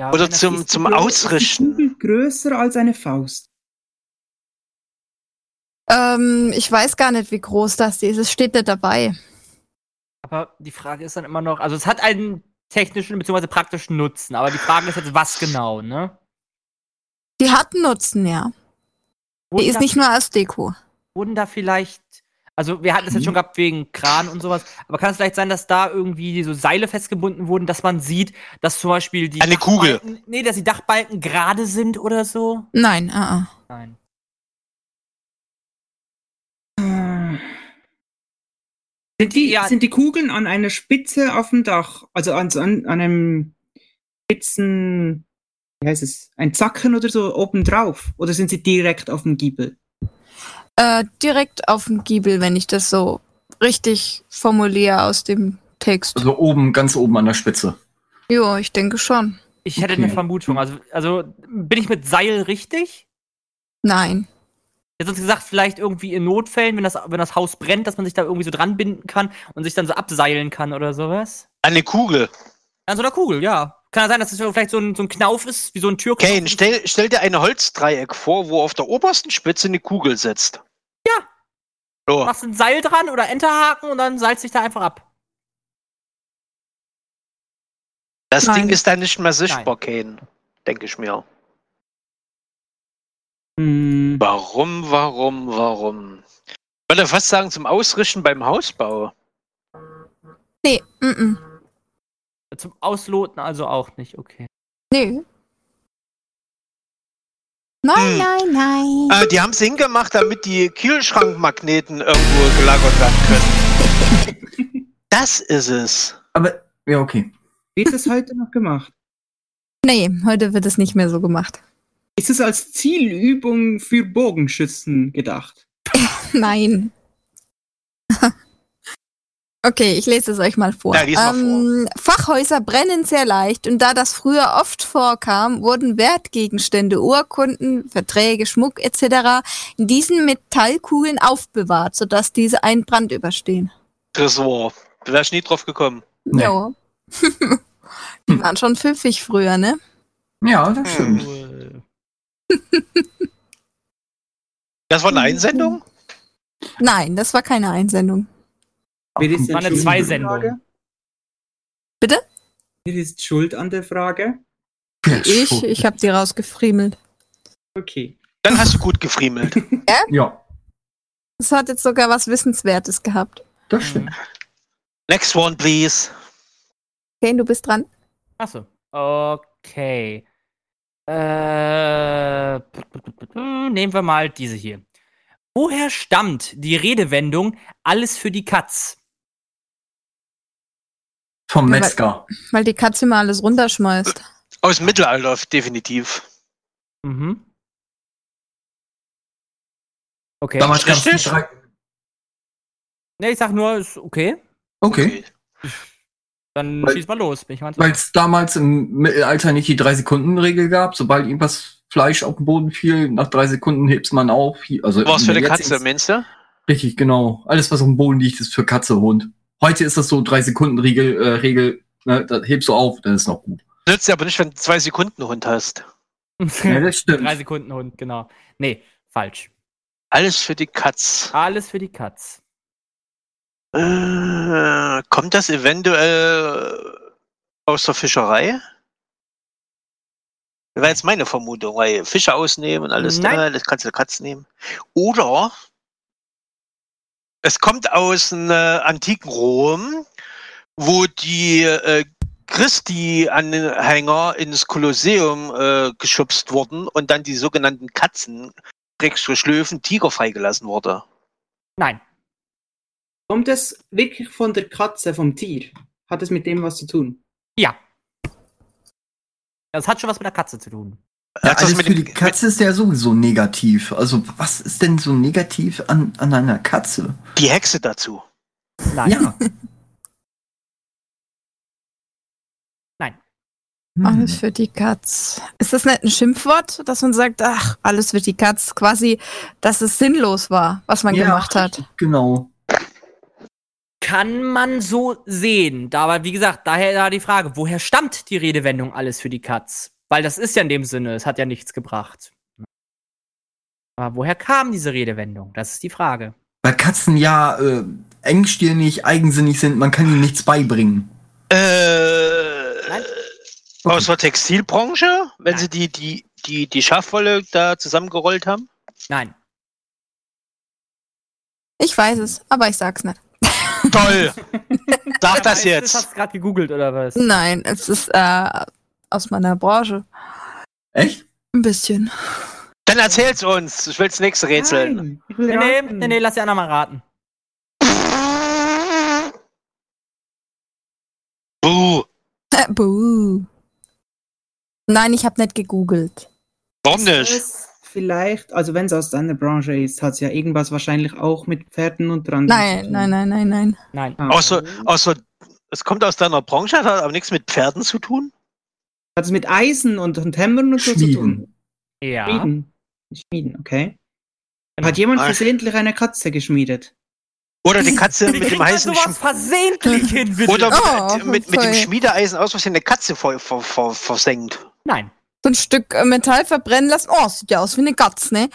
Speaker 1: Ja,
Speaker 8: Oder
Speaker 1: wenn das
Speaker 8: zum,
Speaker 1: hieß-
Speaker 8: zum
Speaker 7: Kugel-
Speaker 8: Ausrichten.
Speaker 7: Ist die Kugel größer als eine Faust.
Speaker 6: Ähm, ich weiß gar nicht, wie groß das ist. Es steht nicht dabei.
Speaker 1: Aber die Frage ist dann immer noch, also es hat einen technischen bzw. praktischen Nutzen, aber die Frage ist jetzt, was genau, ne?
Speaker 6: Die hat einen Nutzen, ja. Die
Speaker 1: Wurden
Speaker 6: ist
Speaker 1: da-
Speaker 6: nicht nur als Deko.
Speaker 1: Wurden da vielleicht, also wir hatten es jetzt
Speaker 9: Mhm.
Speaker 1: schon gehabt wegen Kran und sowas, aber kann es vielleicht sein, dass da irgendwie so Seile festgebunden wurden, dass man sieht, dass zum Beispiel die.
Speaker 8: Eine Kugel.
Speaker 1: Dachbalken- Nee, dass die Dachbalken gerade sind oder so?
Speaker 6: Nein, ah, ah.
Speaker 1: Nein.
Speaker 7: Ah. Sind die,
Speaker 1: Ja.
Speaker 7: sind die Kugeln an einer Spitze auf dem Dach? Also an, so an, an einem spitzen, wie heißt es, ein Zacken oder so oben drauf? Oder sind sie direkt auf dem Giebel?
Speaker 6: Äh, direkt auf dem Giebel, wenn ich das so richtig formuliere aus dem Text.
Speaker 9: Also oben, ganz oben an der Spitze.
Speaker 6: Jo, ich denke schon.
Speaker 1: Ich hätte
Speaker 9: Okay.
Speaker 1: eine Vermutung. Also, also bin ich mit Seil richtig?
Speaker 6: Nein.
Speaker 1: Jetzt sonst gesagt, vielleicht irgendwie in Notfällen, wenn das, wenn das Haus brennt, dass man sich da irgendwie so dran binden kann und sich dann so abseilen kann oder sowas.
Speaker 8: Eine Kugel.
Speaker 1: An so einer Kugel, ja. Kann ja sein, dass das vielleicht so ein, so ein Knauf ist, wie so ein Türknauf.
Speaker 8: Kane, stell, stell dir ein Holzdreieck vor, wo auf der obersten Spitze eine Kugel sitzt.
Speaker 1: Ja.
Speaker 8: So.
Speaker 1: Machst ein Seil dran oder Enterhaken und dann seilst dich da einfach ab.
Speaker 8: Das
Speaker 6: Nein.
Speaker 8: Ding ist dann nicht mehr sichtbar, Kane. Denke ich mir.
Speaker 7: Hm.
Speaker 8: Warum, warum, warum? Ich würde fast sagen, zum Ausrichten beim Hausbau.
Speaker 6: Nee, mm -mm.
Speaker 1: Zum Ausloten also auch nicht, okay.
Speaker 6: Nee. Nein,
Speaker 8: Hm.
Speaker 6: nein, nein.
Speaker 8: Äh, die haben es hingemacht, damit die Kühlschrankmagneten irgendwo gelagert werden können. Das ist es.
Speaker 9: Aber, ja, okay.
Speaker 7: Wird das heute noch gemacht?
Speaker 6: Nee, heute wird es nicht mehr so gemacht.
Speaker 7: Ist es als Zielübung für Bogenschützen gedacht?
Speaker 6: Nein. Okay, ich lese es euch mal vor.
Speaker 8: Ja, lies mal
Speaker 6: ähm, Fachhäuser brennen sehr leicht und da das früher oft vorkam, wurden Wertgegenstände, Urkunden, Verträge, Schmuck etc. in diesen Metallkugeln aufbewahrt, sodass diese einen Brand überstehen.
Speaker 8: Tresor. Da wär ich nie drauf gekommen.
Speaker 9: Nee.
Speaker 6: Ja.
Speaker 8: Hm.
Speaker 6: Die waren schon pfiffig früher, ne?
Speaker 9: Ja,
Speaker 6: Hm.
Speaker 9: das stimmt.
Speaker 8: Das war eine Einsendung?
Speaker 6: Nein, das war keine Einsendung.
Speaker 7: Wer ist
Speaker 1: War eine
Speaker 7: schuld an der
Speaker 1: Zweisendung.
Speaker 7: Frage?
Speaker 6: Bitte?
Speaker 7: Wer ist schuld an der Frage?
Speaker 6: Ich, ich habe die rausgefriemelt.
Speaker 7: Okay.
Speaker 8: Dann hast du gut gefriemelt.
Speaker 9: Ja,
Speaker 6: Das hat jetzt sogar was Wissenswertes gehabt.
Speaker 9: das stimmt.
Speaker 8: Next one, please.
Speaker 6: Okay, du bist dran.
Speaker 1: Achso. Okay. Äh, nehmen wir mal diese hier. Woher stammt die Redewendung alles für die Katz?
Speaker 9: Vom
Speaker 6: Ja, weil-
Speaker 9: Metzger.
Speaker 6: Weil die Katze mal alles runterschmeißt.
Speaker 8: Aus dem Mittelalter, definitiv.
Speaker 1: Mhm. Okay.
Speaker 9: Damals gab es
Speaker 8: Richtig?
Speaker 9: drei.
Speaker 1: Ne, ich sag nur, ist okay.
Speaker 9: Okay.
Speaker 1: Dann
Speaker 9: Weil-
Speaker 1: schieß mal los. Bin ich mal
Speaker 9: Weil es damals im Mittelalter nicht die Drei-Sekunden-Regel gab, sobald irgendwas Fleisch auf den Boden fiel, nach drei Sekunden hebst man auf. Hier- Also
Speaker 8: Was für
Speaker 9: in
Speaker 8: eine
Speaker 9: der
Speaker 8: Katze,
Speaker 9: jetzigen-
Speaker 8: meinst du?
Speaker 9: Richtig, genau. Alles, was auf dem Boden liegt, ist für Katze, Hund. Heute ist das so Drei-Sekunden-Regel, äh, Regel, ne, da hebst du auf, dann ist noch gut.
Speaker 8: Nützt dir aber nicht, wenn du zwei Sekunden Hund hast.
Speaker 9: Ja, das stimmt.
Speaker 1: Drei Sekunden Hund, genau. Nee, falsch.
Speaker 8: Alles für die Katz.
Speaker 1: Alles für die Katz.
Speaker 8: Äh, kommt das eventuell aus der Fischerei? Wäre jetzt meine Vermutung, weil Fische ausnehmen und alles,
Speaker 1: Nein.
Speaker 8: da, das kannst du der Katze nehmen. Oder es kommt aus dem äh, antiken Rom, wo die äh, Christi-Anhänger ins Kolosseum äh, geschubst wurden und dann die sogenannten Katzen, Schrägstrich Löwen, Tiger freigelassen wurde.
Speaker 1: Nein.
Speaker 7: Kommt es wirklich von der Katze, vom Tier? Hat es mit dem was zu tun?
Speaker 1: Ja. Das hat schon was mit der Katze zu tun.
Speaker 9: Ja,
Speaker 8: Hat's was
Speaker 9: alles
Speaker 8: mit
Speaker 9: für
Speaker 8: dem-
Speaker 9: die Katze ist ja sowieso negativ. Also was ist denn so negativ an, an einer Katze?
Speaker 8: Die Hexe dazu.
Speaker 1: Nein.
Speaker 9: Ja.
Speaker 1: Nein.
Speaker 9: Hm.
Speaker 6: Alles für die Katz. Ist das nicht ein Schimpfwort, dass man sagt, ach, alles für die Katz? Quasi, dass es sinnlos war, was man
Speaker 9: Ja,
Speaker 6: gemacht hat.
Speaker 9: Genau.
Speaker 1: Kann man so sehen. Aber wie gesagt, daher da die Frage, woher stammt die Redewendung alles für die Katz? Weil das ist ja in dem Sinne, es hat ja nichts gebracht. Aber woher kam diese Redewendung? Das ist die Frage.
Speaker 9: Weil Katzen ja äh, engstirnig, eigensinnig sind, man kann ihnen nichts beibringen.
Speaker 8: Äh,
Speaker 1: Nein.
Speaker 8: Aus der Textilbranche, wenn
Speaker 1: Nein.
Speaker 8: sie die, die, die, die Schafwolle da zusammengerollt haben.
Speaker 1: Nein.
Speaker 6: Ich weiß es, aber ich sag's nicht.
Speaker 8: Toll!
Speaker 1: Weißt
Speaker 8: Sag das
Speaker 1: du, Hast
Speaker 8: jetzt!
Speaker 1: du gerade gegoogelt oder was?
Speaker 9: Hm,
Speaker 6: Nein, es ist äh, aus meiner Branche.
Speaker 9: Echt?
Speaker 6: Ein bisschen.
Speaker 8: Dann erzähl's uns. Ich will das nächste Rätsel.
Speaker 7: Nein, ich will
Speaker 1: Nee, nee,
Speaker 7: raten.
Speaker 1: nee, nee, lass die anderen mal raten.
Speaker 8: Buh!
Speaker 6: Äh, buh. Nein, ich habe nicht gegoogelt.
Speaker 8: Warum nicht?
Speaker 7: Es Vielleicht, also wenn es aus deiner Branche ist, hat es ja irgendwas wahrscheinlich auch mit Pferden und dran.
Speaker 9: Mhm.
Speaker 6: Nein, nein, nein, nein, nein.
Speaker 1: Nein.
Speaker 7: Ah.
Speaker 8: Außer, außer, es kommt aus deiner Branche, hat aber nichts mit Pferden zu tun.
Speaker 7: Hat es mit Eisen und, und Hämmern und so zu tun?
Speaker 9: Schmieden.
Speaker 1: Ja.
Speaker 7: Schmieden. Schmieden, okay.
Speaker 1: Genau.
Speaker 7: Hat jemand
Speaker 8: Ah.
Speaker 7: versehentlich eine Katze geschmiedet?
Speaker 8: Oder die Katze
Speaker 1: Wie
Speaker 8: mit
Speaker 1: kriegt
Speaker 8: dem
Speaker 1: man
Speaker 8: heißen
Speaker 1: sowas
Speaker 8: Sch
Speaker 1: versehentlich hin, bitte?
Speaker 8: Oder
Speaker 6: Oh,
Speaker 8: mit, mit, mit dem
Speaker 6: sorry.
Speaker 8: Schmiedeeisen aus, was eine Katze voll, ver, ver, versenkt.
Speaker 1: Nein.
Speaker 6: So ein Stück äh, Metall verbrennen lassen. Oh, sieht ja aus wie eine Katz, ne?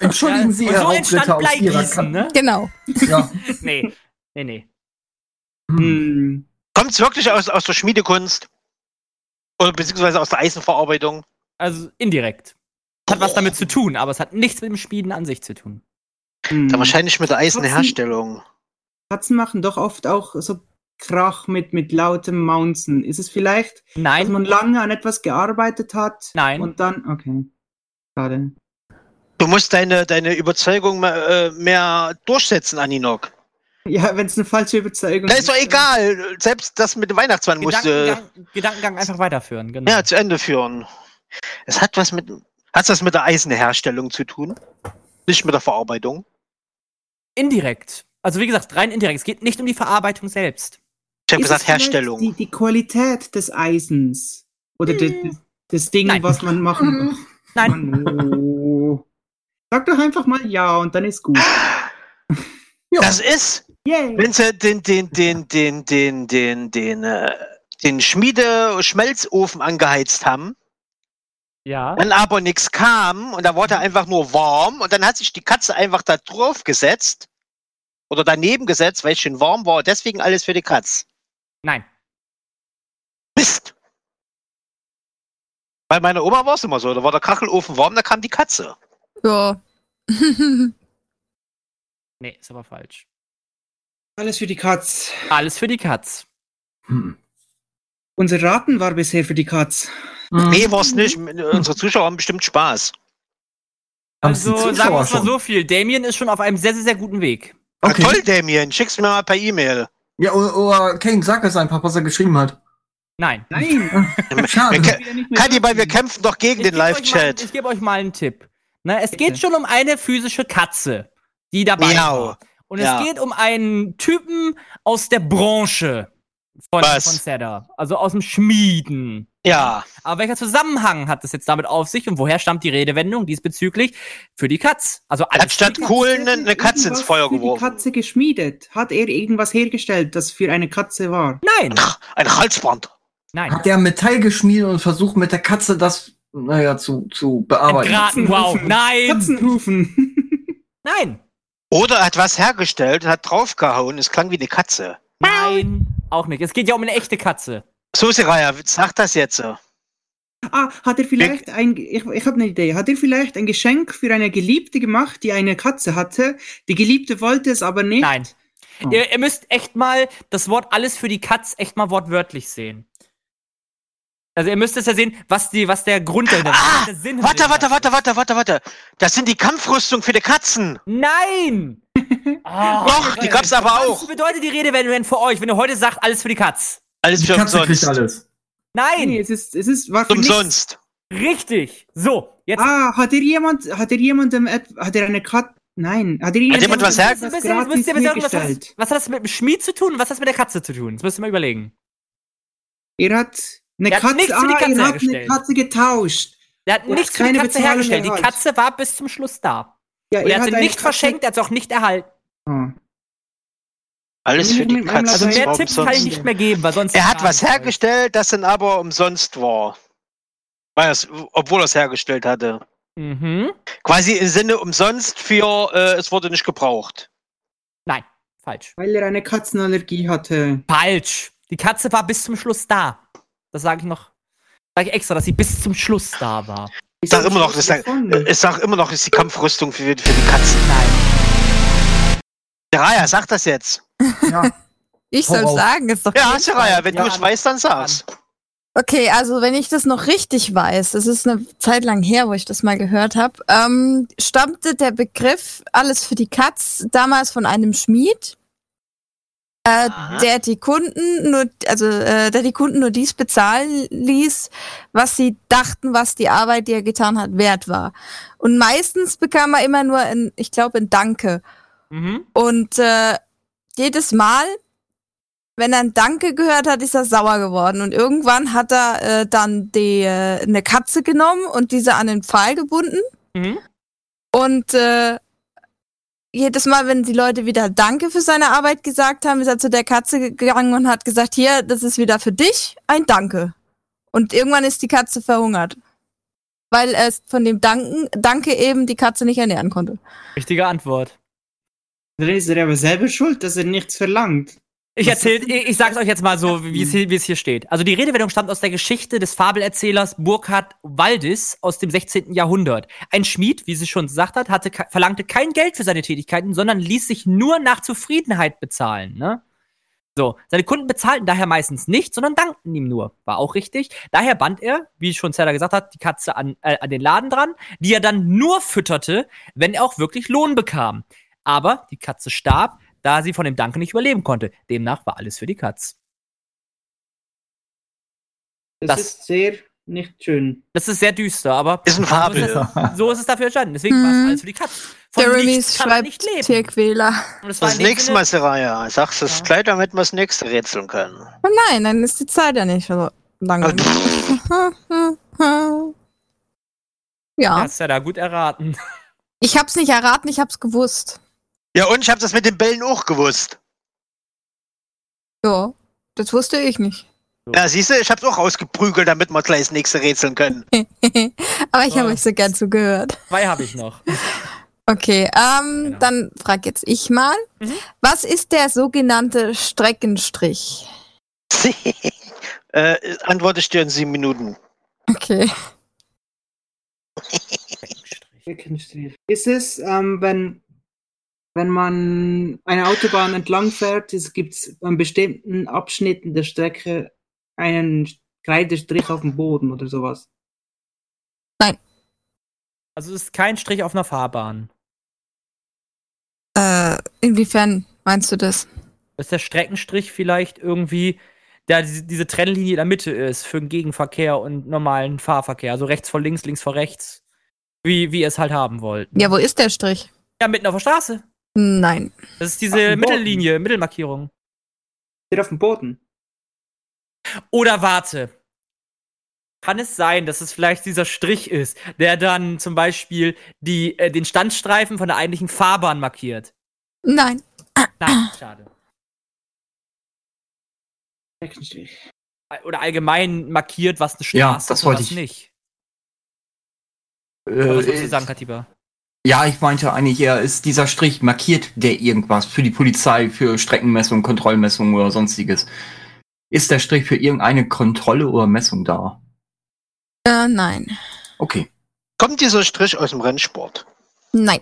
Speaker 9: Entschuldigen Sie,
Speaker 1: Und
Speaker 9: Herr
Speaker 1: so entstand
Speaker 9: Hauptritter, aus Ihrer
Speaker 1: Bleigießen,
Speaker 9: Katze.
Speaker 1: ne?
Speaker 6: Genau.
Speaker 9: Ja.
Speaker 1: Nee. Nee, nee.
Speaker 9: Hm.
Speaker 7: Hm.
Speaker 8: Kommt's wirklich aus, aus der Schmiedekunst? Oder beziehungsweise aus der Eisenverarbeitung?
Speaker 1: Also indirekt. Hat was damit zu tun, aber es hat nichts mit dem Schmieden an sich zu tun.
Speaker 7: Hm.
Speaker 8: Da wahrscheinlich mit der Eisenherstellung.
Speaker 7: Katzen machen doch oft auch so Krach mit, mit lautem Mounzen.
Speaker 8: Also
Speaker 7: Ist es vielleicht, dass
Speaker 1: Nein.
Speaker 7: man lange an etwas gearbeitet hat?
Speaker 1: Nein.
Speaker 7: Und dann, okay. gerade.
Speaker 8: Du musst deine, deine Überzeugung mehr, äh, mehr durchsetzen, Aninok.
Speaker 7: Ja, wenn es eine falsche Überzeugung
Speaker 8: Da ist doch egal. Selbst das mit dem Weihnachtsmann musste
Speaker 1: Gedankengang, Gedankengang einfach weiterführen, genau.
Speaker 8: ja, zu Ende führen. Es hat was mit. Hat das mit der Eisenherstellung zu tun? Nicht mit der Verarbeitung.
Speaker 1: Indirekt. Also wie gesagt, rein indirekt. Es geht nicht um die Verarbeitung selbst.
Speaker 8: Ich habe
Speaker 7: Ist es
Speaker 8: gesagt
Speaker 7: vielleicht
Speaker 8: Herstellung.
Speaker 7: Die, die Qualität des Eisens. Oder de, das Ding,
Speaker 1: Hm. Nein. Mhm.
Speaker 7: was man machen muss.
Speaker 1: Nein.
Speaker 7: Manu. Sag doch einfach mal ja und dann ist gut.
Speaker 8: Das ist,
Speaker 7: Yay.
Speaker 8: wenn sie den, den, den, den, den, den, den, äh, den Schmiede-Schmelzofen angeheizt haben,
Speaker 1: Ja.
Speaker 8: dann aber nichts kam und da wurde er einfach nur warm und dann hat sich die Katze einfach da drauf gesetzt oder daneben gesetzt, weil es schön warm war. Deswegen alles für die Katz.
Speaker 1: Nein.
Speaker 8: Mist! Bei meiner Oma war es immer so, da war der Kachelofen warm, da kam die Katze.
Speaker 6: Ja.
Speaker 1: Nee, ist aber falsch.
Speaker 7: Alles für die Katz.
Speaker 1: Alles für die Katz.
Speaker 9: Hm.
Speaker 7: Unser Raten war bisher für die Katz.
Speaker 8: Nee, war es nicht.
Speaker 1: Mhm.
Speaker 8: Äh, Unsere Zuschauer haben bestimmt Spaß.
Speaker 9: Aber es sind
Speaker 1: Also sagen wir
Speaker 9: Zuschauer
Speaker 1: es mal
Speaker 9: schon.
Speaker 1: so viel. Damien ist schon auf einem sehr, sehr, sehr guten Weg.
Speaker 8: Okay.
Speaker 9: Okay.
Speaker 8: Toll, Damien, schick's mir mal per E-Mail.
Speaker 9: Ja, oder, oder Kane, sag es einfach, was er geschrieben hat.
Speaker 1: Nein.
Speaker 7: Nein.
Speaker 9: Schade.
Speaker 8: Wir kä- Kadi, weil wir kämpfen doch gegen den
Speaker 1: geb euch mal-
Speaker 8: Live-Chat.
Speaker 1: Ich gebe euch mal einen Tipp. Na, es
Speaker 7: Bitte.
Speaker 1: geht schon um eine physische Katze, die dabei
Speaker 8: Miau.
Speaker 1: war. Und
Speaker 8: Ja.
Speaker 1: es geht um einen Typen aus der Branche von, von
Speaker 8: Was?
Speaker 1: Cedar. Also aus dem Schmieden.
Speaker 8: Ja.
Speaker 1: Aber welcher Zusammenhang hat es jetzt damit auf sich und woher stammt die Redewendung diesbezüglich für die Katz? Also alles
Speaker 8: Hat statt
Speaker 1: für die Katz.
Speaker 8: Kohlen eine, eine Katze ins
Speaker 7: Irgendwas
Speaker 8: Feuer
Speaker 7: für Die
Speaker 8: geworfen.
Speaker 7: Katze geschmiedet. Hat er irgendwas hergestellt, das für eine Katze war?
Speaker 1: Nein,
Speaker 8: Ein Halsband.
Speaker 1: nein.
Speaker 9: Hat der Metall geschmiedet und versucht mit der Katze das, naja, zu, zu bearbeiten.
Speaker 1: Graten, wow. Nein,
Speaker 7: Katzenhufen.
Speaker 1: nein,
Speaker 8: Oder er hat was hergestellt und hat draufgehauen. Es klang wie eine Katze.
Speaker 1: nein. Auch nicht. Es geht ja um eine echte Katze.
Speaker 8: So, Seraya, sag das jetzt.
Speaker 7: ah, hat er vielleicht ein. Ich, ich habe eine Idee. Hat er vielleicht ein Geschenk für eine Geliebte gemacht, die eine Katze hatte? Die Geliebte wollte es aber nicht.
Speaker 1: Nein. Ihr, ihr müsst echt mal das Wort alles für die Katz echt mal wortwörtlich sehen. Also ihr müsst es ja sehen, was, die, was der Grund dahinter ist, was
Speaker 8: Ah!
Speaker 1: der Sinn
Speaker 8: Warte,
Speaker 1: dahinter
Speaker 8: warte,
Speaker 1: ist.
Speaker 8: warte, warte, warte, warte. Das sind die Kampfrüstung für die Katzen.
Speaker 1: Nein! Ah.
Speaker 8: Doch, die gab's aber
Speaker 1: Was
Speaker 8: auch.
Speaker 1: bedeutet die Redewendung für euch, wenn ihr heute sagt, alles für die Katz?
Speaker 8: Alles
Speaker 9: Die
Speaker 8: für
Speaker 9: Katze
Speaker 8: umsonst.
Speaker 9: kriegt alles.
Speaker 7: Nee,
Speaker 1: Nein!
Speaker 7: es ist, es ist, war für nichts.
Speaker 8: Umsonst.
Speaker 1: Richtig! So, jetzt
Speaker 7: Ah, hat dir jemand, hat dir jemandem, et- hat dir eine Katze, nein, hat dir
Speaker 8: Hat jemand was her-
Speaker 1: Das
Speaker 7: etwas
Speaker 1: müsst ihr- das
Speaker 7: gratis
Speaker 1: müsst ihr mir sagen, was, hat das,
Speaker 7: hergestellt?
Speaker 1: was hat das mit dem Schmied zu tun und was hat das mit der Katze zu tun? Das müsst ihr mal überlegen.
Speaker 7: Er hat eine
Speaker 1: Er hat
Speaker 7: Katze,
Speaker 1: nichts für die Katze
Speaker 7: ah, er hat eine
Speaker 1: hergestellt.
Speaker 7: Katze getauscht.
Speaker 1: Der hat
Speaker 7: Und
Speaker 1: nichts für die
Speaker 7: keine
Speaker 1: Katze
Speaker 7: Bezahlung
Speaker 1: hergestellt. Die
Speaker 7: erhalten.
Speaker 1: Katze war bis zum Schluss da.
Speaker 7: Ja,
Speaker 1: Und er hat sie
Speaker 7: eine
Speaker 1: nicht
Speaker 7: Katze-
Speaker 1: verschenkt, er hat sie auch nicht erhalten.
Speaker 7: Ah.
Speaker 8: Alles für die
Speaker 7: Mit meinem
Speaker 8: Katzen.
Speaker 1: Also
Speaker 7: Das
Speaker 1: mehr
Speaker 8: war
Speaker 1: Tipps kann ich
Speaker 8: umsonst.
Speaker 1: nicht mehr geben, weil sonst.
Speaker 8: Er hat was hergestellt, das dann aber umsonst war. Weil es, obwohl er es hergestellt hatte.
Speaker 1: Mhm.
Speaker 8: Quasi im Sinne umsonst für äh, es wurde nicht gebraucht.
Speaker 1: Falsch.
Speaker 7: Weil er eine Katzenallergie hatte.
Speaker 1: Falsch. Die Katze war bis zum Schluss da. Das sage ich noch. Sage ich extra, dass sie bis zum Schluss da war.
Speaker 7: Ich
Speaker 8: sag immer noch, das sag- Äh, Ich sag immer noch, ist die Kampfrüstung für, für die Katzen.
Speaker 1: Nein.
Speaker 8: Seraya, sag das jetzt.
Speaker 6: Ich
Speaker 9: Hau
Speaker 6: soll
Speaker 9: auf.
Speaker 6: sagen, ist doch.
Speaker 8: Ja, Seraya, wenn
Speaker 1: Ja,
Speaker 8: du es
Speaker 1: an-
Speaker 8: weißt, dann sag's.
Speaker 6: Okay, also wenn ich das noch richtig weiß, das ist eine Zeit lang her, wo ich das mal gehört habe, ähm, stammte der Begriff alles für die Katz damals von einem Schmied, äh,
Speaker 8: Aha.
Speaker 6: der die Kunden nur, also äh, der die Kunden nur dies bezahlen ließ, was sie dachten, was die Arbeit, die er getan hat, wert war. Und meistens bekam er immer nur, ein, ich glaube, ein Danke.
Speaker 1: Mhm.
Speaker 6: Und äh, jedes Mal, wenn er ein Danke gehört hat, ist er sauer geworden. Und irgendwann hat er äh, dann die, äh, eine Katze genommen und diese an den Pfahl gebunden.
Speaker 1: Mhm.
Speaker 6: Und äh, jedes Mal, wenn die Leute wieder Danke für seine Arbeit gesagt haben, ist er zu der Katze gegangen und hat gesagt, hier, das ist wieder für dich ein Danke. Und irgendwann ist die Katze verhungert. Weil er von dem Danken, Danke eben die Katze nicht ernähren konnte.
Speaker 1: Richtige Antwort.
Speaker 7: Dann ist er aber selber schuld, dass er nichts verlangt.
Speaker 1: Ich erzähl, ich, ich sag's euch jetzt mal so, wie es hier, wie es hier steht. Also die Redewendung stammt aus der Geschichte des Fabelerzählers Burkhard Waldis aus dem 16. Jahrhundert. Ein Schmied, wie sie schon gesagt hat, hatte, ke- verlangte kein Geld für seine Tätigkeiten, sondern ließ sich nur nach Zufriedenheit bezahlen. Ne? So, seine Kunden bezahlten daher meistens nicht, sondern dankten ihm nur. War auch richtig. Daher band er, wie schon Zeller gesagt hat, die Katze an, äh, an den Laden dran, die er dann nur fütterte, wenn er auch wirklich Lohn bekam. Aber die Katze starb, da sie von dem Danke nicht überleben konnte. Demnach war alles für die Katz.
Speaker 7: Das,
Speaker 1: Das-
Speaker 7: ist sehr nicht schön.
Speaker 1: Das ist sehr düster, aber
Speaker 8: Ist ein Fabel.
Speaker 1: So ist das, so ist es dafür entstanden. Deswegen war es
Speaker 6: Mhm.
Speaker 1: alles für die Katz. Von
Speaker 6: Jeremys
Speaker 1: nichts kann man nicht
Speaker 6: schreibt
Speaker 1: leben.
Speaker 6: Tierquäler.
Speaker 1: Und es war in
Speaker 8: Das
Speaker 1: dem
Speaker 8: nächste
Speaker 1: Sinne-
Speaker 8: Mal, Seraya. Sagst das gleich, damit wir das nächste rätseln können.
Speaker 6: Oh nein, dann ist die Zeit ja nicht so lange. ja,
Speaker 1: Hast ja da gut erraten.
Speaker 6: ich hab's nicht erraten, ich hab's gewusst.
Speaker 8: Ja, und ich habe das mit den Bällen auch gewusst.
Speaker 6: Ja, das wusste ich nicht.
Speaker 8: Ja, siehst du, ich hab's auch ausgeprügelt, damit wir gleich das nächste rätseln können.
Speaker 6: Aber ich habe
Speaker 1: Ah.
Speaker 6: euch so gern zugehört.
Speaker 1: Zwei habe ich noch.
Speaker 6: Okay, ähm,
Speaker 1: Genau.
Speaker 6: dann frag jetzt ich mal.
Speaker 1: Mhm.
Speaker 6: Was ist der sogenannte Streckenstrich?
Speaker 8: äh, antworte ich dir in sieben Minuten.
Speaker 6: Okay.
Speaker 7: Streckenstrich. Ist es, ähm, wenn, wenn man eine Autobahn entlang fährt, es gibt an bestimmten Abschnitten der Strecke einen Kreidestrich auf dem Boden oder sowas?
Speaker 1: Also es ist kein Strich auf einer Fahrbahn.
Speaker 6: Äh, inwiefern meinst du das?
Speaker 1: Ist der Streckenstrich vielleicht irgendwie, da diese, diese Trennlinie in der Mitte ist für den Gegenverkehr und normalen Fahrverkehr. Also rechts vor links, links vor rechts. Wie, wie ihr es halt haben wollt.
Speaker 6: Ja, wo ist der Strich?
Speaker 1: Ja, mitten auf der Straße.
Speaker 6: Nein.
Speaker 1: Das ist
Speaker 7: Auf
Speaker 1: diese
Speaker 7: dem Boden.
Speaker 1: Mittellinie, Mittelmarkierung.
Speaker 7: Steht auf dem Boden.
Speaker 1: Oder warte. Kann es sein, dass es vielleicht dieser Strich ist, der dann zum Beispiel die, äh, den Standstreifen von der eigentlichen Fahrbahn markiert?
Speaker 6: Nein. Ah.
Speaker 1: Nein, schade.
Speaker 7: Streckenstrich.
Speaker 1: Oder allgemein markiert, was eine
Speaker 9: Ja,
Speaker 1: Straße
Speaker 9: das
Speaker 1: ist
Speaker 9: wollte
Speaker 1: und was
Speaker 9: ich.
Speaker 1: nicht. Oder was würdest du
Speaker 9: Äh,
Speaker 1: sagen, Katiba?
Speaker 9: ja, ich meinte eigentlich eher, ist dieser Strich markiert der irgendwas für die Polizei, für Streckenmessung, Kontrollmessung oder sonstiges? Ist der Strich für irgendeine Kontrolle oder Messung da?
Speaker 6: Äh, nein.
Speaker 9: Okay.
Speaker 8: Kommt dieser Strich aus dem Rennsport?
Speaker 6: Nein.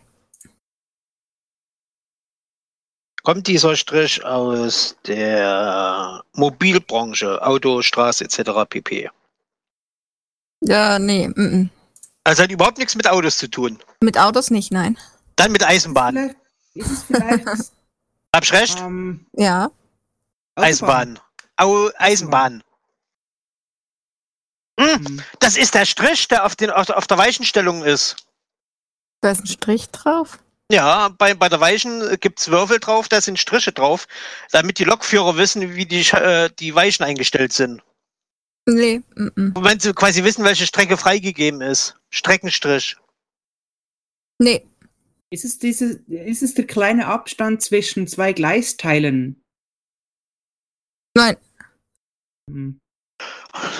Speaker 8: Kommt dieser Strich aus der Mobilbranche, Auto, Straße etc. pp.
Speaker 6: Ja, nee. Mm -mm.
Speaker 8: Also hat überhaupt nichts mit Autos zu tun.
Speaker 6: Mit Autos nicht, nein.
Speaker 8: Dann mit Eisenbahn.
Speaker 7: Vielleicht ist es vielleicht Ah,
Speaker 8: Hab ich recht?
Speaker 7: ähm,
Speaker 6: Ja.
Speaker 8: Eisenbahn. Au, Eisenbahn.
Speaker 7: Hm.
Speaker 8: Das ist der Strich, der auf, den, auf, auf der Weichenstellung ist.
Speaker 6: Da ist ein Strich drauf.
Speaker 8: Ja, bei, bei der Weichen gibt's Würfel drauf, da sind Striche drauf, damit die Lokführer wissen, wie die, Sch- äh, die Weichen eingestellt sind.
Speaker 6: Nee. Mm -mm.
Speaker 8: Wenn sie quasi wissen, welche Strecke freigegeben ist. Streckenstrich.
Speaker 6: Nee.
Speaker 7: Ist es, diese, ist es der kleine Abstand zwischen zwei Gleisteilen?
Speaker 6: Nein.
Speaker 7: Hm.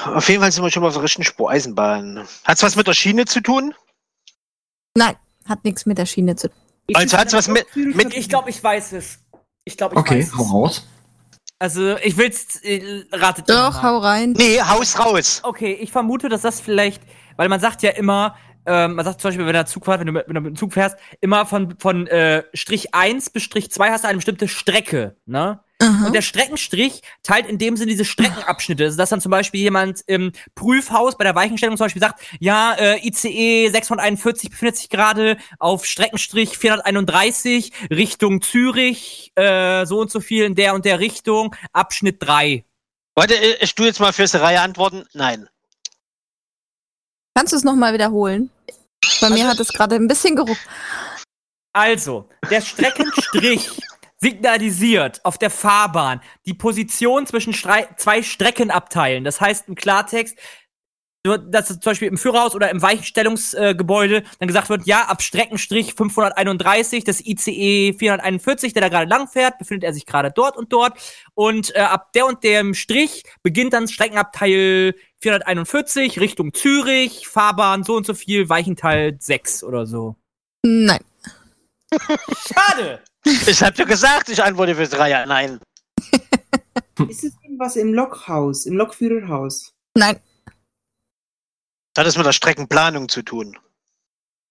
Speaker 8: Auf jeden Fall sind wir schon mal auf der richtigen Spur. Eisenbahn. Hat's was mit der Schiene zu tun?
Speaker 6: Hat nichts mit der Schiene zu tun.
Speaker 7: Ist
Speaker 8: Also
Speaker 7: es
Speaker 8: hat's
Speaker 7: eine
Speaker 8: was mit-
Speaker 7: Lokführer-
Speaker 8: mit-
Speaker 1: Ich glaube, ich weiß es. Ich glaube, ich
Speaker 9: Okay,
Speaker 1: weiß
Speaker 9: hau
Speaker 1: es.
Speaker 9: raus.
Speaker 1: Also, ich will's, äh, ratet ihr
Speaker 6: Doch,
Speaker 1: mal.
Speaker 6: hau rein.
Speaker 8: Nee, Haus raus.
Speaker 1: Okay, ich vermute, dass das vielleicht, weil man sagt ja immer, ähm, man sagt zum Beispiel, wenn der Zug fährt, wenn du, mit- wenn du mit dem Zug fährst, immer von, von äh, Strich 1 bis Strich 2 hast du eine bestimmte Strecke, ne?
Speaker 6: Aha.
Speaker 1: Und der Streckenstrich teilt in dem Sinne diese Streckenabschnitte. Also, dass dann zum Beispiel jemand im Prüfhaus bei der Weichenstellung zum Beispiel sagt, ja, äh, ICE 641 befindet sich gerade auf Streckenstrich 431 Richtung Zürich, äh, so und so viel in der und der Richtung, Abschnitt 3.
Speaker 8: Warte, ich ich tu jetzt mal für Reihe antworten. Nein.
Speaker 6: Kannst du es nochmal wiederholen? Bei
Speaker 8: Also
Speaker 6: mir hat es gerade ein bisschen geruckt.
Speaker 1: Also, der Streckenstrich signalisiert auf der Fahrbahn die Position zwischen Strei zwei Streckenabteilen. Das heißt im Klartext, nur, dass zum Beispiel im Führerhaus oder im Weichenstellungsgebäude äh, Gebäude dann gesagt wird, ja, ab Streckenstrich 531 des ICE 441, der da gerade lang fährt, befindet er sich gerade dort und dort. Und äh, ab der und dem Strich beginnt dann Streckenabteil 441 Richtung Zürich, Fahrbahn so und so viel, Weichenteil 6 oder so.
Speaker 6: Nein.
Speaker 1: Schade!
Speaker 8: Ich hab dir gesagt, ich antworte für Reihe. Nein.
Speaker 7: Ist es irgendwas im Lokhaus, im Lokführerhaus?
Speaker 6: Nein.
Speaker 8: Das hat es mit der Streckenplanung zu tun.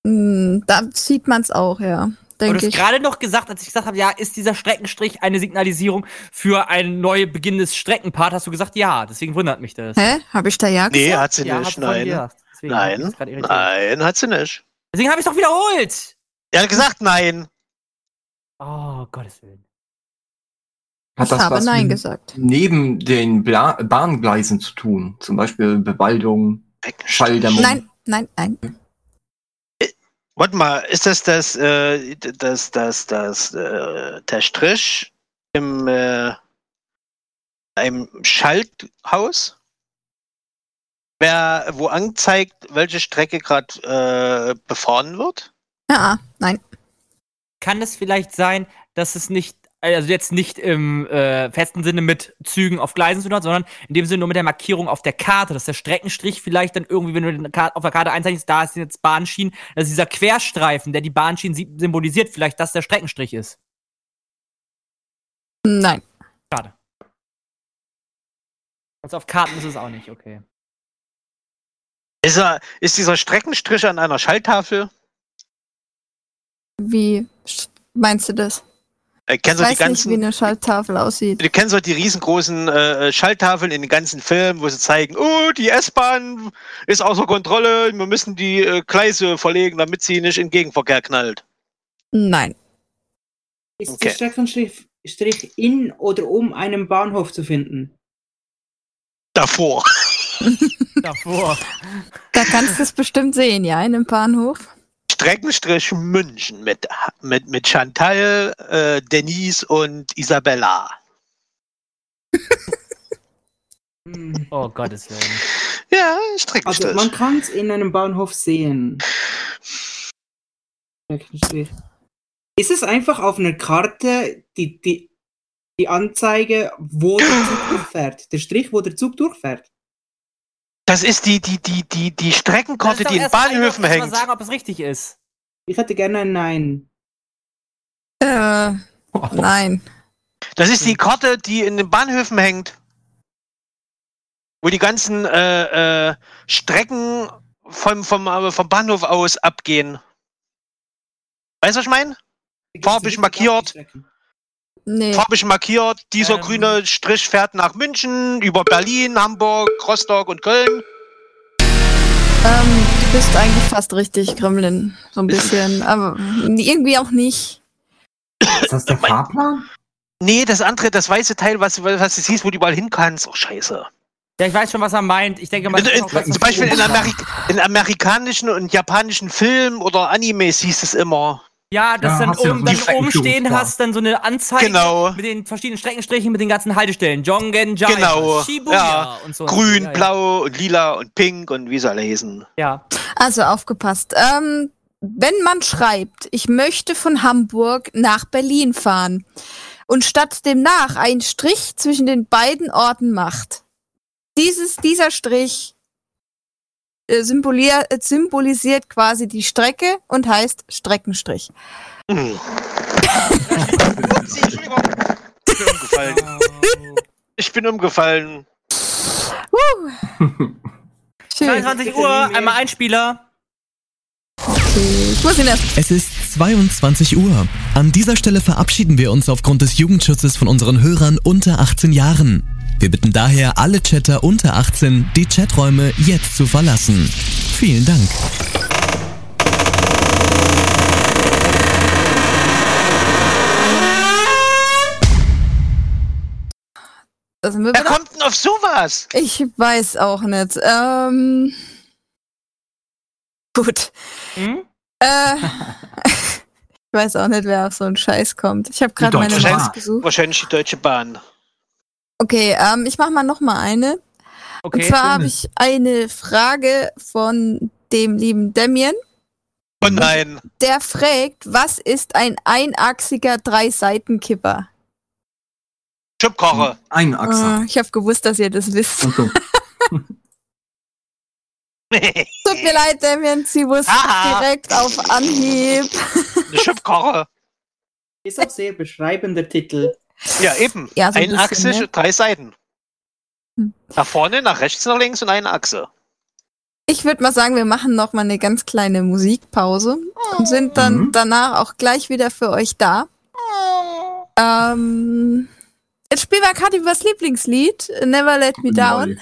Speaker 6: Mm, Da sieht man es auch, ja.
Speaker 1: Und du
Speaker 6: denke
Speaker 1: hast
Speaker 6: ich.
Speaker 1: gerade noch gesagt, als ich gesagt habe, ja, ist dieser Streckenstrich eine Signalisierung für ein neu beginnendes Streckenpart, hast du gesagt, ja. Deswegen wundert mich das.
Speaker 6: Hä? Habe ich da ja gesagt?
Speaker 8: Nee, hat sie
Speaker 1: Ja, hast
Speaker 8: nicht.
Speaker 1: du vorhin
Speaker 8: Nein.
Speaker 1: gesagt. Deswegen bin ich
Speaker 8: Nein.
Speaker 1: jetzt gerade irritiert.
Speaker 8: Nein, hat sie nicht.
Speaker 1: Deswegen habe ich es doch wiederholt.
Speaker 8: Er hat gesagt nein.
Speaker 1: Oh, Gottes Willen.
Speaker 9: Hat
Speaker 6: ich
Speaker 9: das
Speaker 6: habe
Speaker 9: was
Speaker 6: Nein
Speaker 9: mit
Speaker 6: gesagt.
Speaker 9: neben den Bla Bahngleisen zu tun? Zum Beispiel Bewaldung, Schalldämmung.
Speaker 6: Nein, nein, nein.
Speaker 8: Warte mal, ist das das, äh, das, das, das, äh, der Strich im, äh, einem Schalthaus? Wer, wo anzeigt, welche Strecke gerade äh, befahren wird?
Speaker 6: Ja, nein.
Speaker 1: Kann es vielleicht sein, dass es nicht, also jetzt nicht im äh, festen Sinne mit Zügen auf Gleisen zu tun hat, sondern in dem Sinne nur mit der Markierung auf der Karte, dass der Streckenstrich vielleicht dann irgendwie, wenn du den Kar- auf der Karte einzeichnest, da ist jetzt Bahnschienen, dass dieser Querstreifen, der die Bahnschienen sie- symbolisiert, vielleicht das der Streckenstrich ist.
Speaker 6: Nein.
Speaker 1: Schade. Also auf Karten ist es auch nicht, okay.
Speaker 8: Ist, er, ist dieser Streckenstrich an einer Schalttafel?
Speaker 6: Wie sch- meinst du das?
Speaker 8: Äh,
Speaker 6: Ich
Speaker 8: kennst du die
Speaker 6: weiß nicht, wie
Speaker 8: ganzen,
Speaker 6: eine Schalttafel aussieht.
Speaker 8: du kennst doch die riesengroßen äh, äh, Schalltafeln in den ganzen Filmen, wo sie zeigen, oh, die S-Bahn ist außer Kontrolle, wir müssen die äh, Gleise verlegen, damit sie nicht im Gegenverkehr knallt.
Speaker 6: Nein.
Speaker 7: Ist
Speaker 8: Okay.
Speaker 7: der Streckenstrich Strich in oder um einem Bahnhof zu finden?
Speaker 8: Davor.
Speaker 1: Davor.
Speaker 6: Da kannst du es bestimmt sehen, ja, in einem Bahnhof.
Speaker 8: Streckenstrich München mit, mit, mit Chantal, äh, Denise und Isabella.
Speaker 7: Hm.
Speaker 1: Oh Gottes Willen.
Speaker 8: Ja,
Speaker 7: Also
Speaker 8: Streckenstrich.
Speaker 7: man kann es in einem Bahnhof sehen. Streckenstrich. Ist es einfach auf einer Karte die, die, die Anzeige, wo der Zug durchfährt? Der Strich, wo der Zug durchfährt?
Speaker 8: das ist die, die, die, die, die Streckenkarte,
Speaker 1: Lass
Speaker 8: die in
Speaker 1: doch erst mal-
Speaker 8: Bahnhöfen
Speaker 1: lass mal
Speaker 8: hängt.
Speaker 1: sagen, ob es richtig ist.
Speaker 7: Ich hätte gerne ein Nein.
Speaker 6: Äh, nein.
Speaker 8: Das ist die Karte, die in den Bahnhöfen hängt. Wo die ganzen äh, äh, Strecken vom, vom, äh, vom Bahnhof aus abgehen. Weißt du, was ich meine? Farbig markiert.
Speaker 6: Nee.
Speaker 8: Farbig markiert, dieser
Speaker 1: Ähm.
Speaker 8: grüne Strich fährt nach München, über Berlin, Hamburg, Rostock und Köln.
Speaker 6: Ähm, du bist eigentlich fast richtig, Gremlin. So ein bisschen. Aber irgendwie auch nicht.
Speaker 9: Ist das der Fahrplan?
Speaker 8: Nee, das andere, das weiße Teil, was, was du siehst, wo du überall hin kannst. Oh, scheiße.
Speaker 1: Ja, ich weiß schon, was er meint. Ich denke mal,
Speaker 8: In,
Speaker 1: das ist
Speaker 8: in,
Speaker 1: auch das-
Speaker 8: zum Beispiel in, Amerik in amerikanischen und japanischen Filmen oder Animes hieß es immer.
Speaker 1: Ja, dass
Speaker 9: Ja,
Speaker 1: dann
Speaker 9: hast du ja
Speaker 1: oben,
Speaker 9: so
Speaker 1: dann
Speaker 9: die Streckenführung,
Speaker 1: oben stehen
Speaker 9: klar.
Speaker 1: hast, dann so eine Anzeige
Speaker 8: Genau.
Speaker 1: mit den verschiedenen Streckenstrichen, mit den ganzen Haltestellen. Jongen, Jaya,
Speaker 8: Genau,
Speaker 1: Shibuya
Speaker 8: ja.
Speaker 1: und so.
Speaker 8: Grün,
Speaker 1: ja,
Speaker 8: blau und lila und pink und wie sie alle hießen.
Speaker 1: Ja.
Speaker 6: Also aufgepasst. Ähm, wenn man schreibt, ich möchte von Hamburg nach Berlin fahren und statt dem nach einen Strich zwischen den beiden Orten macht, dieses, dieser Strich äh, symbolier- äh, symbolisiert quasi die Strecke und heißt Streckenstrich.
Speaker 8: Hm. Upsi, Entschuldigung. Ich bin umgefallen. Ich bin umgefallen.
Speaker 6: Schön.
Speaker 1: 22 Uhr,
Speaker 6: Hm.
Speaker 1: einmal Einspieler.
Speaker 6: Ich muss ihn erst
Speaker 10: Es ist 22 Uhr. An dieser Stelle verabschieden wir uns aufgrund des Jugendschutzes von unseren Hörern unter 18 Jahren. Wir bitten daher alle Chatter unter 18, die Chaträume jetzt zu verlassen. Vielen Dank.
Speaker 6: da sind also, wir
Speaker 8: Wer
Speaker 6: wieder.
Speaker 8: kommt denn auf sowas?
Speaker 6: Ich weiß auch nicht. Ähm, gut.
Speaker 1: Hm?
Speaker 6: Äh, ich weiß auch nicht, wer auf so einen Scheiß kommt. Ich habe gerade meine
Speaker 9: Deutsche
Speaker 6: Maus
Speaker 9: Bahn.
Speaker 6: gesucht.
Speaker 8: Wahrscheinlich die Deutsche Bahn.
Speaker 6: Okay, ähm, ich mache mal noch mal eine.
Speaker 1: Okay.
Speaker 6: Und zwar habe ich eine Frage von dem lieben Damien.
Speaker 8: Oh nein.
Speaker 6: Der fragt, was ist ein einachsiger Dreiseitenkipper?
Speaker 8: Schubkocher.
Speaker 9: Ein Achser.
Speaker 6: Äh, ich habe gewusst, dass ihr das wisst.
Speaker 9: Und so.
Speaker 6: Tut mir leid, Damien, sie wusste
Speaker 8: Aha.
Speaker 6: direkt auf Anhieb.
Speaker 8: Eine Schubkocher.
Speaker 7: Ist auch sehr beschreibender Titel.
Speaker 8: Ja, eben.
Speaker 6: Ja, so ein bisschen,
Speaker 8: Einachsig,
Speaker 6: ne?
Speaker 8: drei Seiten.
Speaker 6: Hm.
Speaker 8: Nach vorne, nach rechts, nach links und eine Achse.
Speaker 6: Ich würde mal sagen, wir machen noch mal eine ganz kleine Musikpause und sind dann
Speaker 9: Mhm.
Speaker 6: danach auch gleich wieder für euch da. Ähm, jetzt spielen wir Katibas Lieblingslied, Never Let Me
Speaker 9: Genau.
Speaker 6: Down.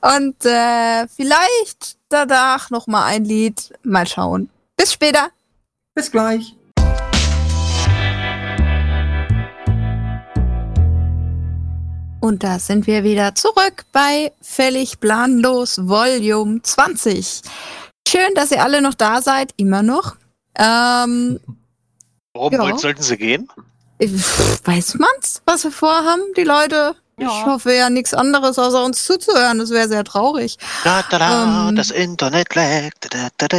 Speaker 6: und äh, vielleicht danach noch mal ein Lied. Mal schauen. Bis später.
Speaker 9: Bis gleich.
Speaker 6: Und da sind wir wieder zurück bei Völlig Planlos Volume 20. Schön, dass ihr alle noch da seid, immer noch. Ähm,
Speaker 8: Warum
Speaker 6: Ja.
Speaker 8: wollten- sollten sie gehen?
Speaker 6: ich- Äh, pff, weiß man's, was wir vorhaben, die Leute? Ich hoffe ja nichts anderes, außer uns zuzuhören. Das wäre sehr traurig.
Speaker 8: Da, da, da,
Speaker 6: Ähm.
Speaker 8: das Internet leckt. Da, da, da.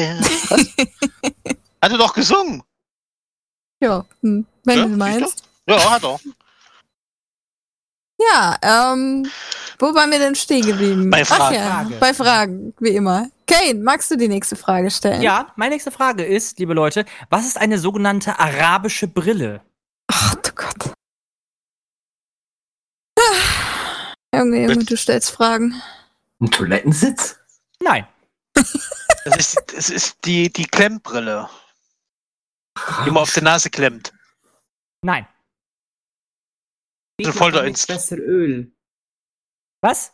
Speaker 8: hat er doch gesungen.
Speaker 6: Ja, hm, wenn
Speaker 8: Ja,
Speaker 6: du
Speaker 8: siehst
Speaker 6: meinst.
Speaker 8: du? Ja, hat er.
Speaker 6: Ja, ähm, wo waren wir denn stehen geblieben?
Speaker 8: Bei Fragen.
Speaker 6: Ach ja, bei Fragen, wie immer. Kane, magst du die nächste Frage stellen?
Speaker 1: Ja, meine nächste Frage ist, liebe Leute, was ist eine sogenannte arabische Brille?
Speaker 6: Ach du Gott. Ah, Junge, Junge, du stellst Fragen.
Speaker 9: Ein Toilettensitz?
Speaker 1: Nein.
Speaker 8: Das ist, das ist die, die Klemmbrille, die man auf die Nase klemmt.
Speaker 1: Nein.
Speaker 8: Ein
Speaker 7: Sieht man damit
Speaker 8: Folterinst.
Speaker 7: besser Öl?
Speaker 1: Was?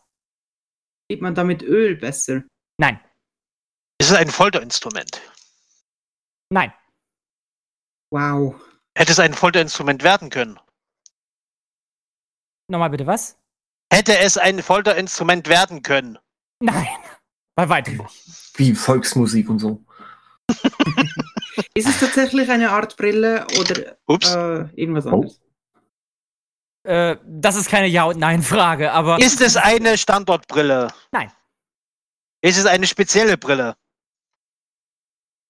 Speaker 7: Sieht man damit Öl besser?
Speaker 1: Nein.
Speaker 8: Es ist ein Folterinstrument.
Speaker 1: Nein.
Speaker 7: Wow.
Speaker 8: Hätte es ein Folterinstrument werden können?
Speaker 1: Nochmal bitte was?
Speaker 8: Hätte es ein Folterinstrument werden können?
Speaker 1: Nein. Bei weitem nicht.
Speaker 9: Wie Volksmusik und so.
Speaker 7: Ist es tatsächlich eine Art Brille oder
Speaker 8: Ups.
Speaker 7: äh, irgendwas
Speaker 8: Oh.
Speaker 7: anderes?
Speaker 1: Äh, das ist keine Ja- und Nein-Frage, aber
Speaker 8: Ist es eine Standortbrille?
Speaker 1: Äh, Nein.
Speaker 8: Ist es eine spezielle Brille?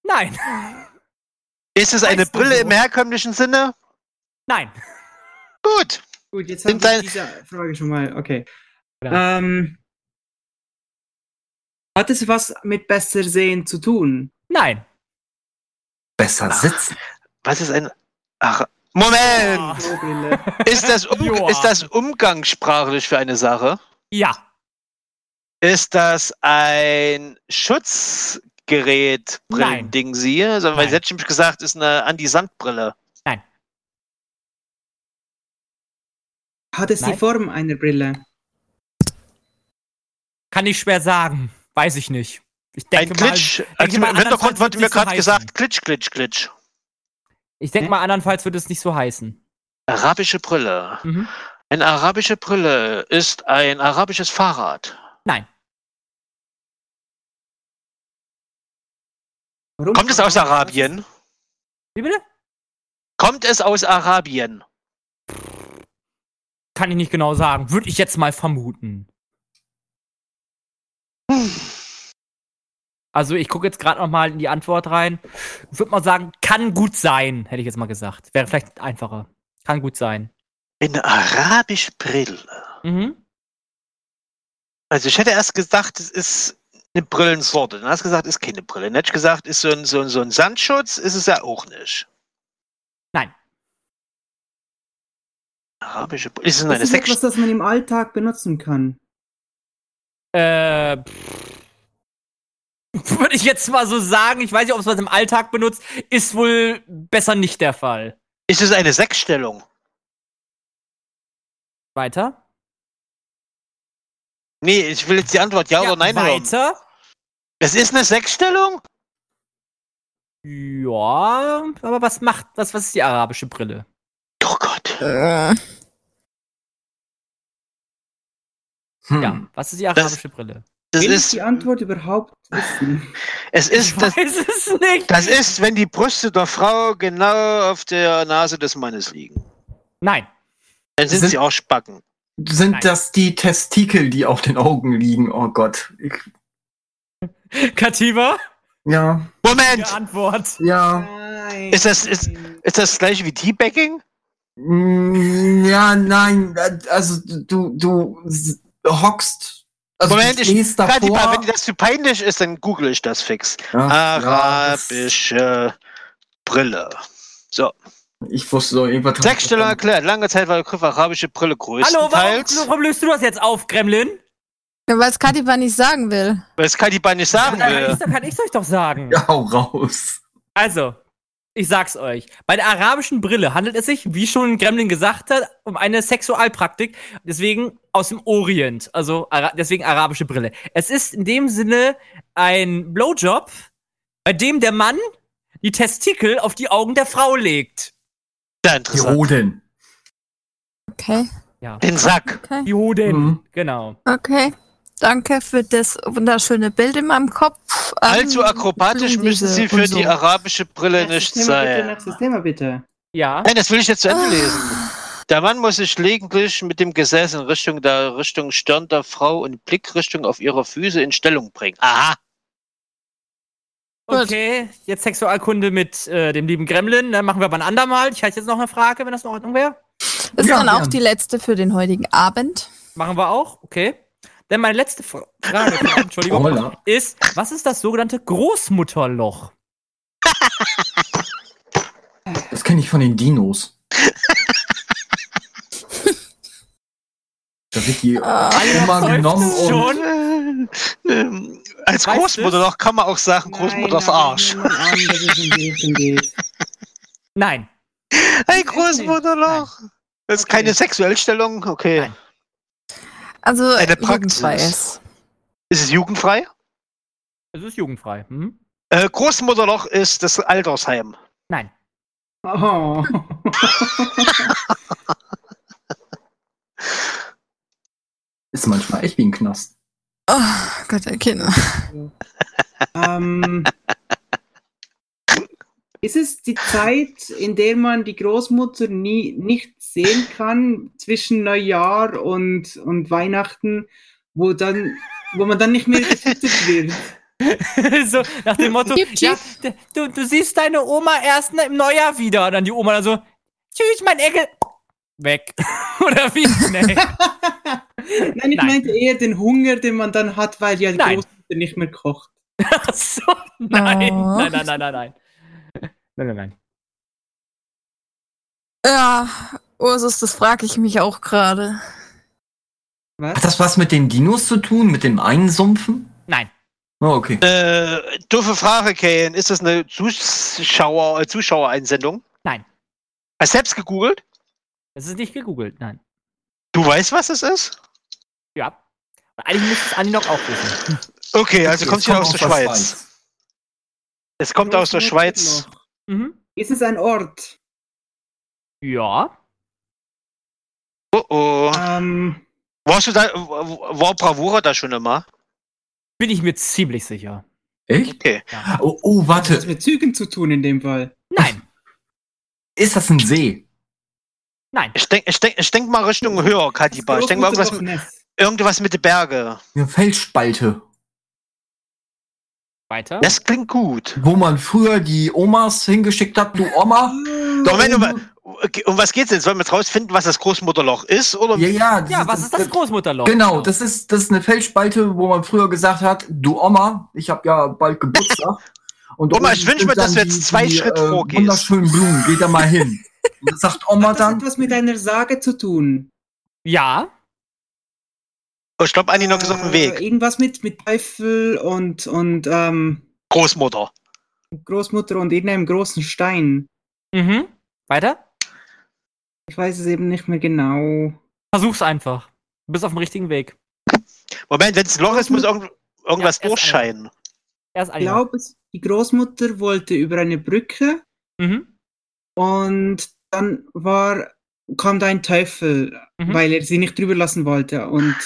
Speaker 1: nein.
Speaker 8: Ist es eine
Speaker 1: Weißt du
Speaker 8: Brille
Speaker 1: so?
Speaker 8: im herkömlichen Sinne?
Speaker 1: Nein.
Speaker 8: Gut.
Speaker 7: Gut, jetzt
Speaker 8: Sind
Speaker 7: habe
Speaker 8: dein-
Speaker 7: ich diese Frage schon mal. Okay.
Speaker 1: Ja.
Speaker 7: Ähm, hat es was mit besser sehen zu tun?
Speaker 1: Nein.
Speaker 9: Besser sitzen.
Speaker 8: Was ist ein. Ach. Moment!
Speaker 7: So Brille.
Speaker 8: Ist das, um,
Speaker 1: Ah. Joa.
Speaker 8: ist das umgangssprachlich für eine Sache?
Speaker 1: Ja.
Speaker 8: Ist das ein Schutzgerät,
Speaker 1: Nein.
Speaker 8: Brillending Sie? Sondern weil
Speaker 1: Nein.
Speaker 8: Sie hätten nämlich gesagt, ist eine Anti-Sand-Brille.
Speaker 7: Hat es die
Speaker 1: Nein.
Speaker 7: Form einer Brille?
Speaker 1: Kann ich schwer sagen. Weiß ich nicht. Ich denke
Speaker 8: Ein Glitsch.
Speaker 1: mal.
Speaker 8: also
Speaker 1: mal,
Speaker 8: im Hintergrund
Speaker 1: andernfalls
Speaker 8: wurde mir
Speaker 1: wird's
Speaker 8: gerade
Speaker 1: nicht so heißen.
Speaker 8: gesagt, Glitsch, Glitsch, Glitsch.
Speaker 1: Ich
Speaker 8: Hm?
Speaker 1: denke
Speaker 7: Hä?
Speaker 1: mal, andernfalls wird es nicht so heißen.
Speaker 8: Arabische Brille.
Speaker 1: Mhm.
Speaker 8: Eine arabische Brille ist ein arabisches Fahrrad.
Speaker 7: Warum?
Speaker 8: Kommt es aus Arabien?
Speaker 1: Wie bitte?
Speaker 8: Kommt es aus Arabien?
Speaker 1: Kann ich nicht genau sagen. Würde ich jetzt mal vermuten. Also ich gucke jetzt gerade noch mal in die Antwort rein. Würde mal sagen, kann gut sein, hätte ich jetzt mal gesagt. Wäre vielleicht einfacher. Kann gut sein.
Speaker 8: Eine arabische Brille.
Speaker 1: Mhm.
Speaker 8: Also ich hätte erst gedacht, es ist eine Brillensorte. Dann hast du gesagt, ist keine Brille. Dann hätte ich gesagt, ist so ein, so ein, so ein Sandschutz, ist es ja auch nicht.
Speaker 1: Nein.
Speaker 8: Arabische Brille. Ist es
Speaker 7: Das
Speaker 8: eine
Speaker 7: ist etwas,
Speaker 8: Sex?
Speaker 7: das man im Alltag benutzen kann.
Speaker 1: Äh, Würde ich jetzt mal so sagen. Ich weiß nicht, ob es was im Alltag benutzt. Ist wohl besser nicht der Fall.
Speaker 8: Ist es eine Sechsstellung?
Speaker 1: Weiter?
Speaker 8: Nee, ich will jetzt die Antwort ja, oder nein hören.
Speaker 1: Weiter?
Speaker 8: Es ist eine Sechsstellung?
Speaker 1: Ja, aber was macht, was, was ist die arabische Brille?
Speaker 8: Oh Gott.
Speaker 6: Äh,
Speaker 9: Hm.
Speaker 1: Ja, was ist die arabische Brille?
Speaker 8: Das
Speaker 7: Will ich
Speaker 8: ist,
Speaker 7: die Antwort überhaupt wissen?
Speaker 8: es ist das,
Speaker 1: weiß es nicht.
Speaker 8: Das ist, wenn die Brüste der Frau genau auf der Nase des Mannes liegen.
Speaker 1: Nein,
Speaker 8: Dann sind,
Speaker 9: Sind-
Speaker 8: sie auch Spacken.
Speaker 9: Sind
Speaker 1: Nein.
Speaker 9: das die Testikel, die auf den Augen liegen? Oh Gott. Ich,
Speaker 1: Kativa,
Speaker 9: ja,
Speaker 1: die
Speaker 8: Moment!
Speaker 1: Antwort.
Speaker 9: ja.
Speaker 7: Nein.
Speaker 8: Ist das- ist- Ist das das gleiche wie Teabagging?
Speaker 9: Mm, Ja, nein. Also du, du s- hockst. Also
Speaker 8: Moment,
Speaker 9: du
Speaker 8: ich-
Speaker 9: stehst
Speaker 8: Katiba,
Speaker 9: davor.
Speaker 8: wenn Ah, dir das zu peinlich ist, dann google ich das fix.
Speaker 9: Ach, ja, das-
Speaker 8: Arabische Brille.
Speaker 9: Ich wusste doch irgendwas. hab ich
Speaker 8: Sechsstellung erklärt. Lange Zeit war der Begriff arabische Brille
Speaker 1: Hallo, warum,
Speaker 8: größtenteils.
Speaker 1: warum löst du das jetzt auf, Gremlin?
Speaker 6: Ja, Weil es Kadiba nicht sagen will.
Speaker 8: Weil es Kadiba nicht sagen
Speaker 1: Dann
Speaker 8: will.
Speaker 1: kann ich's euch doch sagen.
Speaker 9: Ja, hau raus.
Speaker 1: Also, ich sag's euch. Bei der arabischen Brille handelt es sich, wie schon Gremlin gesagt hat, um eine Sexualpraktik. Deswegen aus dem Orient. Also, Ara deswegen arabische Brille. Es ist in dem Sinne ein Blowjob, bei dem der Mann die Testikel auf die Augen der Frau legt.
Speaker 8: Sehr
Speaker 9: Die
Speaker 8: interessant.
Speaker 9: Hoden.
Speaker 6: Okay,
Speaker 1: Ja.
Speaker 8: Den Sack.
Speaker 1: Die Hoden.
Speaker 9: Mhm.
Speaker 1: Genau.
Speaker 6: okay. Danke für das wunderschöne Bild in meinem Kopf. Ähm,
Speaker 8: Allzu akrobatisch müssen sie für
Speaker 6: und so.
Speaker 8: die arabische Brille nicht
Speaker 7: Nächstes Thema bitte,
Speaker 8: sein.
Speaker 7: nächstes Thema bitte.
Speaker 1: Ja.
Speaker 8: Nein, das will ich jetzt zu Ende lesen. Der Mann muss sich gelegentlich mit dem Gesäß in Richtung der Richtung Stirn der Frau und Blickrichtung auf ihre Füße in Stellung bringen. Aha.
Speaker 6: Gut.
Speaker 1: Okay, jetzt Sexualkunde mit äh, dem lieben Gremlin. Dann machen wir aber ein andermal. Ich hätte jetzt noch eine Frage, wenn das in Ordnung wäre.
Speaker 6: Das ist
Speaker 9: Ja,
Speaker 6: dann auch
Speaker 9: gern.
Speaker 6: die letzte für den heutigen Abend.
Speaker 1: Machen wir auch, okay. Denn meine letzte Fra- Frage, Entschuldigung,
Speaker 9: Holla.
Speaker 1: ist, was ist das sogenannte Großmutterloch?
Speaker 9: Das kenne ich von den Dinos. da wird die
Speaker 6: Äh,
Speaker 9: immer genommen und.
Speaker 8: Schon? Ähm, als
Speaker 1: Heißt
Speaker 8: Großmutter
Speaker 1: es?
Speaker 8: noch kann man auch sagen, Großmutters
Speaker 7: Nein,
Speaker 8: Arsch.
Speaker 7: nehmen wir mal an, dass es um Bildung geht.
Speaker 1: Nein.
Speaker 8: Hey, Großmutterloch. Das ist keine Sexuellstellung, okay.
Speaker 1: Nein.
Speaker 6: Also
Speaker 8: Eine Praxis.
Speaker 6: jugendfrei ist.
Speaker 8: Ist es jugendfrei?
Speaker 1: Es ist jugendfrei. Hm?
Speaker 8: Äh, Großmutterloch ist das Altersheim.
Speaker 1: Nein.
Speaker 7: Oh.
Speaker 9: Ist manchmal echt wie ein Knast.
Speaker 6: Oh Gott, der Kinder.
Speaker 7: ähm, ist es die Zeit, in der man die Großmutter nie, nicht sehen kann, zwischen Neujahr und, und Weihnachten, wo, dann, wo man dann nicht mehr gefüttert wird?
Speaker 1: so, nach dem Motto,
Speaker 6: Schief,
Speaker 1: ja, d- du, du siehst deine Oma erst im Neujahr wieder. Und dann die Oma dann so, tschüss, mein Enkel. Weg. Oder wie? Nee.
Speaker 7: Nein, ich
Speaker 1: Nein.
Speaker 7: meinte eher den Hunger, den man dann hat, weil ja die
Speaker 1: Nein.
Speaker 7: Großmutter nicht mehr kocht.
Speaker 1: Ach so, nein.
Speaker 6: Oh.
Speaker 1: Nein, nein, nein, nein, nein. Nein, nein, nein.
Speaker 6: Ja, Ursus, das frage ich mich auch gerade.
Speaker 9: Hat
Speaker 7: Was?
Speaker 9: das was mit den Dinos zu tun? Mit dem Einsumpfen?
Speaker 1: Nein.
Speaker 9: Oh, okay.
Speaker 8: Äh, doofe Frage, Kane. Ist das eine Zuschauer, äh, Zuschauereinsendung?
Speaker 1: Nein.
Speaker 8: Hast du selbst gegoogelt?
Speaker 1: Es ist nicht gegoogelt, nein.
Speaker 8: Du weißt, was es ist?
Speaker 1: Ja. Und eigentlich müsste es Andi noch auch wissen.
Speaker 8: Okay, also
Speaker 9: Jetzt
Speaker 8: kommst du aus
Speaker 9: auch
Speaker 8: der
Speaker 9: was
Speaker 8: Schweiz.
Speaker 9: Schweiz.
Speaker 8: Es kommt aus der Schweiz.
Speaker 7: Großmutterloch.
Speaker 1: Mhm.
Speaker 7: Ist es ein Ort?
Speaker 1: Ja.
Speaker 8: Oh oh.
Speaker 7: Ähm,
Speaker 8: Warst du da, w- w- war Bravura da schon immer?
Speaker 1: Bin ich mir ziemlich sicher.
Speaker 9: Echt?
Speaker 8: Okay.
Speaker 9: Oh, oh,
Speaker 7: hat das
Speaker 9: warte.
Speaker 7: mit Zügen zu tun in dem Fall?
Speaker 1: Nein,
Speaker 9: Ist das ein See?
Speaker 1: nein.
Speaker 8: Ich denk, ich denk, ich denk mal Richtung höher, Kadiba. Ich denk mal irgendwas,
Speaker 7: Großmutterloch-Ness.
Speaker 8: irgendwas mit den Berge.
Speaker 9: Eine Felsspalte,
Speaker 1: Weiter.
Speaker 8: Das klingt gut.
Speaker 9: wo man früher die Omas hingeschickt hat. Du Oma?
Speaker 8: Doch, wenn du mal, um was geht's denn? Sollen wir jetzt rausfinden, was das Großmutterloch ist? Oder
Speaker 9: Ja, ja.
Speaker 1: Ja, was ist das Großmutterloch?
Speaker 9: Genau, das ist, das ist eine Felsspalte, wo man früher gesagt hat, du Oma, ich habe ja bald Geburtstag. Und
Speaker 8: Oma,
Speaker 9: oben
Speaker 8: ich wünsch
Speaker 9: sind
Speaker 8: mir, dass
Speaker 9: dann äh,
Speaker 8: du jetzt zwei Schritt vorgehst.
Speaker 9: Wunderschönen Blumen, geh da mal hin. Und das sagt Oma
Speaker 7: Hat das
Speaker 9: dann,
Speaker 7: etwas mit einer Sage zu tun?
Speaker 1: Ja,
Speaker 8: Oh, ich glaube, Anni noch ist auf dem
Speaker 7: Äh,
Speaker 8: Weg.
Speaker 7: Irgendwas mit, mit Teufel und, und ähm,
Speaker 8: Großmutter.
Speaker 7: Großmutter und irgendeinem großen Stein.
Speaker 1: mhm. Weiter.
Speaker 7: Ich weiß es eben nicht mehr genau.
Speaker 1: Versuch's einfach. Du bist auf dem richtigen Weg.
Speaker 8: Moment, wenn es ein Loch ist, muss irgend, irgendwas
Speaker 1: Ja, erst
Speaker 8: durchscheinen.
Speaker 1: Erst
Speaker 7: Ich glaube, es- die Großmutter wollte über eine Brücke
Speaker 1: Mhm.
Speaker 7: und dann war, kam da ein Teufel,
Speaker 1: Mhm.
Speaker 7: weil er sie nicht drüber lassen wollte. Und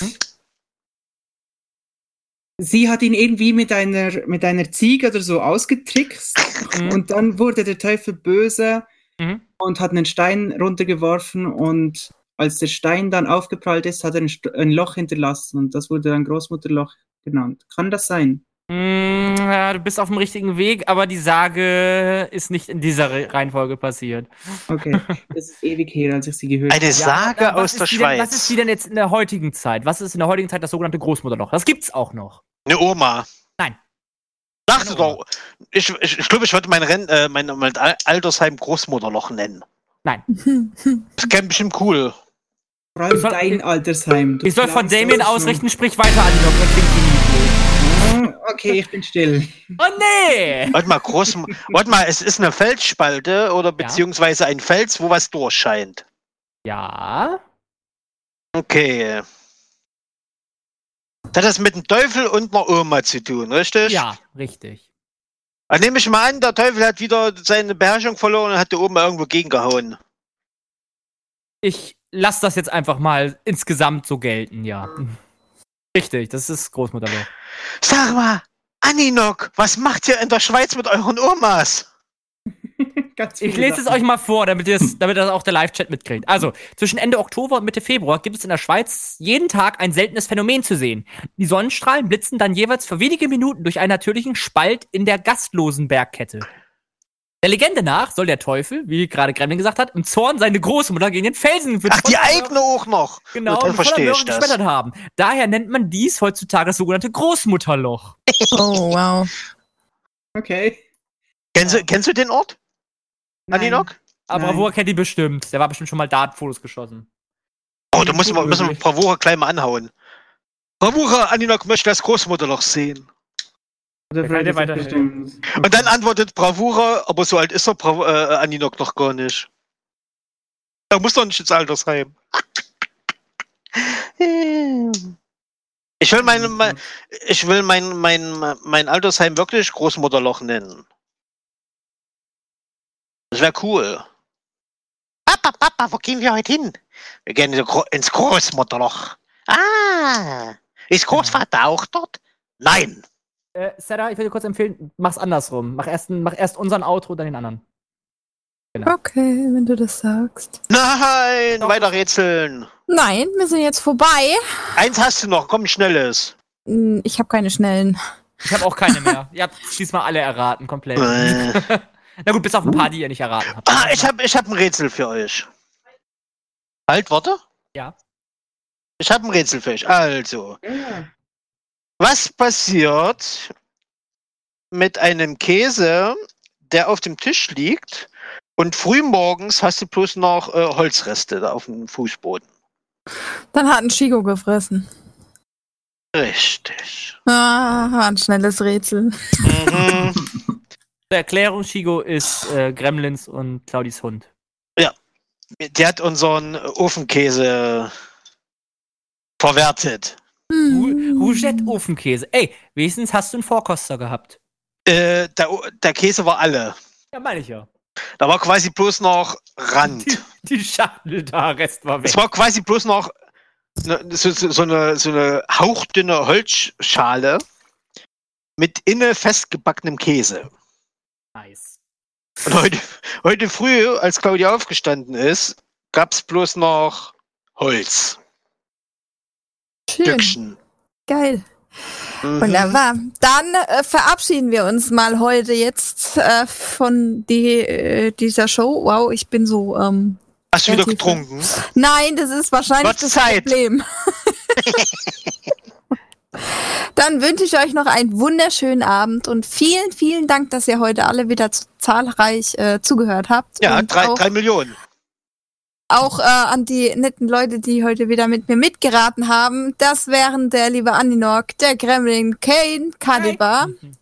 Speaker 7: sie hat ihn irgendwie mit einer, mit einer Ziege oder so ausgetrickst.
Speaker 1: Mhm.
Speaker 7: Und dann wurde der Teufel böse
Speaker 1: Mhm.
Speaker 7: und hat einen Stein runtergeworfen und als der Stein dann aufgeprallt ist, hat er ein, St ein Loch hinterlassen und das wurde dann Großmutterloch genannt. Kann das sein?
Speaker 1: Mm, ja, du bist auf dem richtigen Weg, aber die Sage ist nicht in dieser Re- Reihenfolge passiert.
Speaker 7: Okay, das ist ewig her, als ich sie gehört habe.
Speaker 8: Eine Sage
Speaker 1: Was
Speaker 8: aus
Speaker 1: ist
Speaker 8: der
Speaker 1: die Denn, was ist
Speaker 8: Schweiz.
Speaker 1: die denn jetzt in der heutigen Zeit? Was ist in der heutigen Zeit das sogenannte Großmutterloch? Das gibt's auch noch.
Speaker 8: Eine Oma.
Speaker 1: Nein.
Speaker 8: Dachte
Speaker 1: Eine Oma.
Speaker 8: doch. Ich, ich, ich glaube, ich würde mein, Renn, äh, mein, mein Al- Altersheim Großmutterloch nennen.
Speaker 1: Nein.
Speaker 8: Das klingt bestimmt cool.
Speaker 7: Vor allem
Speaker 1: Ich soll-
Speaker 7: dein Altersheim. Du
Speaker 1: Ich soll von
Speaker 7: klangst
Speaker 1: Damien
Speaker 7: so schlimm.
Speaker 1: ausrichten, sprich weiter an die Glocke. klingt die
Speaker 7: Ah, Okay, ich bin still.
Speaker 1: nie. Oh nee!
Speaker 8: Warte mal, groß, warte mal, es ist eine Felsspalte oder beziehungsweise ein Fels, wo was durchscheint.
Speaker 1: Ja.
Speaker 8: Okay. Das hat das mit dem Teufel und einer Oma zu tun, richtig?
Speaker 1: Ja, richtig.
Speaker 8: Dann nehme ich mal an, der Teufel hat wieder seine Beherrschung verloren und hat die Oma irgendwo gegengehauen.
Speaker 1: Ich lasse das jetzt einfach mal insgesamt so gelten, ja. Richtig, das ist Großmutterloch.
Speaker 8: Sag mal, Aninok, was macht ihr in der Schweiz mit euren Omas?
Speaker 7: Ganz
Speaker 1: Ich
Speaker 7: viele
Speaker 1: lese es
Speaker 7: Sachen.
Speaker 1: euch mal vor, damit, ihr es, damit das auch der Live-Chat mitkriegt. Also, zwischen Ende Oktober und Mitte Februar gibt es in der Schweiz jeden Tag ein seltenes Phänomen zu sehen. Die Sonnenstrahlen blitzen dann jeweils für wenige Minuten durch einen natürlichen Spalt in der gastlosen Bergkette. Der Legende nach soll der Teufel, wie gerade Gremlin gesagt hat, im Zorn seine Großmutter gegen den Felsen
Speaker 8: Ach, die eigene auch noch.
Speaker 1: genau,
Speaker 8: dann
Speaker 1: mit voller
Speaker 8: verstehe
Speaker 1: Möhre
Speaker 8: ich das.
Speaker 1: geschmettert haben. Daher nennt man dies heutzutage das sogenannte Großmutterloch.
Speaker 6: Oh, wow.
Speaker 7: Okay.
Speaker 8: Kennst du, kennst du den Ort, Aninok?
Speaker 1: Aber
Speaker 7: Nein.
Speaker 1: Bravura kennt die bestimmt. Der war bestimmt schon mal da, hat Fotos geschossen.
Speaker 8: Oh, da müssen wir,
Speaker 7: Unmöglich.
Speaker 8: müssen wir Bravura gleich mal anhauen. Bravura, Aninok möchte das Großmutterloch sehen.
Speaker 7: Oder
Speaker 1: kann dir
Speaker 7: vielleicht
Speaker 1: weiterhelfen.
Speaker 7: ist bestimmt-
Speaker 8: Und dann antwortet Bravura, aber so alt ist er, Brav äh, Aninok noch gar nicht. Er muss doch nicht ins Altersheim. Ich will, meine, mein, ich will mein, mein, mein Altersheim wirklich Großmutterloch nennen. Das wäre cool. Papa, Papa, wo gehen wir heute hin? Wir gehen in die Gro- ins Großmutterloch. Ah, ist Großvater auch dort? Nein.
Speaker 1: Äh, Sarah, ich würde dir kurz empfehlen, mach's andersrum. Mach erst, mach erst unseren Outro, dann den anderen.
Speaker 6: Okay, wenn du das sagst.
Speaker 8: Nein, weiter rätseln.
Speaker 6: Nein, wir sind jetzt vorbei.
Speaker 8: Eins hast du noch, komm, schnelles.
Speaker 6: Hm, Ich habe keine schnellen.
Speaker 1: Ich habe auch keine mehr. ihr habt diesmal alle erraten, komplett.
Speaker 8: Äh.
Speaker 1: Na gut, bis auf ein paar, die ihr nicht erraten habt.
Speaker 8: Ah, ich hab, ich hab ein Rätsel für euch. Halt, warte.
Speaker 1: Ja.
Speaker 8: Ich hab ein Rätsel für euch. Also,
Speaker 7: Ja.
Speaker 8: was passiert mit einem Käse, der auf dem Tisch liegt und frühmorgens hast du bloß noch äh, Holzreste da auf dem Fußboden?
Speaker 6: Dann hat ein Shigo gefressen.
Speaker 8: Richtig.
Speaker 6: Ah, war ein schnelles Rätsel.
Speaker 8: Mhm.
Speaker 1: Zur Erklärung, Shigo ist äh, Gremlins und Claudis Hund.
Speaker 8: Der hat unseren Ofenkäse verwertet.
Speaker 1: Ru-
Speaker 6: Hm,
Speaker 1: Rougette-Ofenkäse. Ey, wenigstens hast du einen Vorkoster gehabt.
Speaker 8: Äh, der, O- der Käse war alle.
Speaker 1: Ja, meine ich ja.
Speaker 8: Da war quasi bloß noch Rand.
Speaker 1: Die, die Schachtel da, Rest war weg.
Speaker 8: Es war quasi bloß noch ne- so, so, so, eine, so eine hauchdünne Holzschale mit inne festgebackenem Käse.
Speaker 1: nice.
Speaker 8: Und heute, heute früh, als Claudia aufgestanden ist, gab es bloß noch Holz.
Speaker 6: Schön,
Speaker 8: Stückchen.
Speaker 6: geil.
Speaker 8: Mhm.
Speaker 6: Wunderbar. Dann äh, verabschieden wir uns mal heute jetzt äh, von die, äh, dieser Show. Wow, ich bin so.
Speaker 8: Mhm.
Speaker 6: Ähm,
Speaker 8: Hast du wieder
Speaker 6: relativ-
Speaker 8: getrunken?
Speaker 6: nein, das ist wahrscheinlich
Speaker 8: Gott
Speaker 6: das
Speaker 8: sei Dank.
Speaker 6: Problem. Dann wünsche ich euch noch einen wunderschönen Abend und vielen, vielen Dank, dass ihr heute alle wieder zu, zahlreich äh, zugehört habt.
Speaker 8: Ja,
Speaker 6: und
Speaker 8: drei,
Speaker 6: auch,
Speaker 8: drei Millionen.
Speaker 6: auch äh, an die netten Leute, die heute wieder mit mir mitgeraten haben. Das wären der liebe Aninok, der Gremlin, Kane, Kadiba.
Speaker 1: Mhm.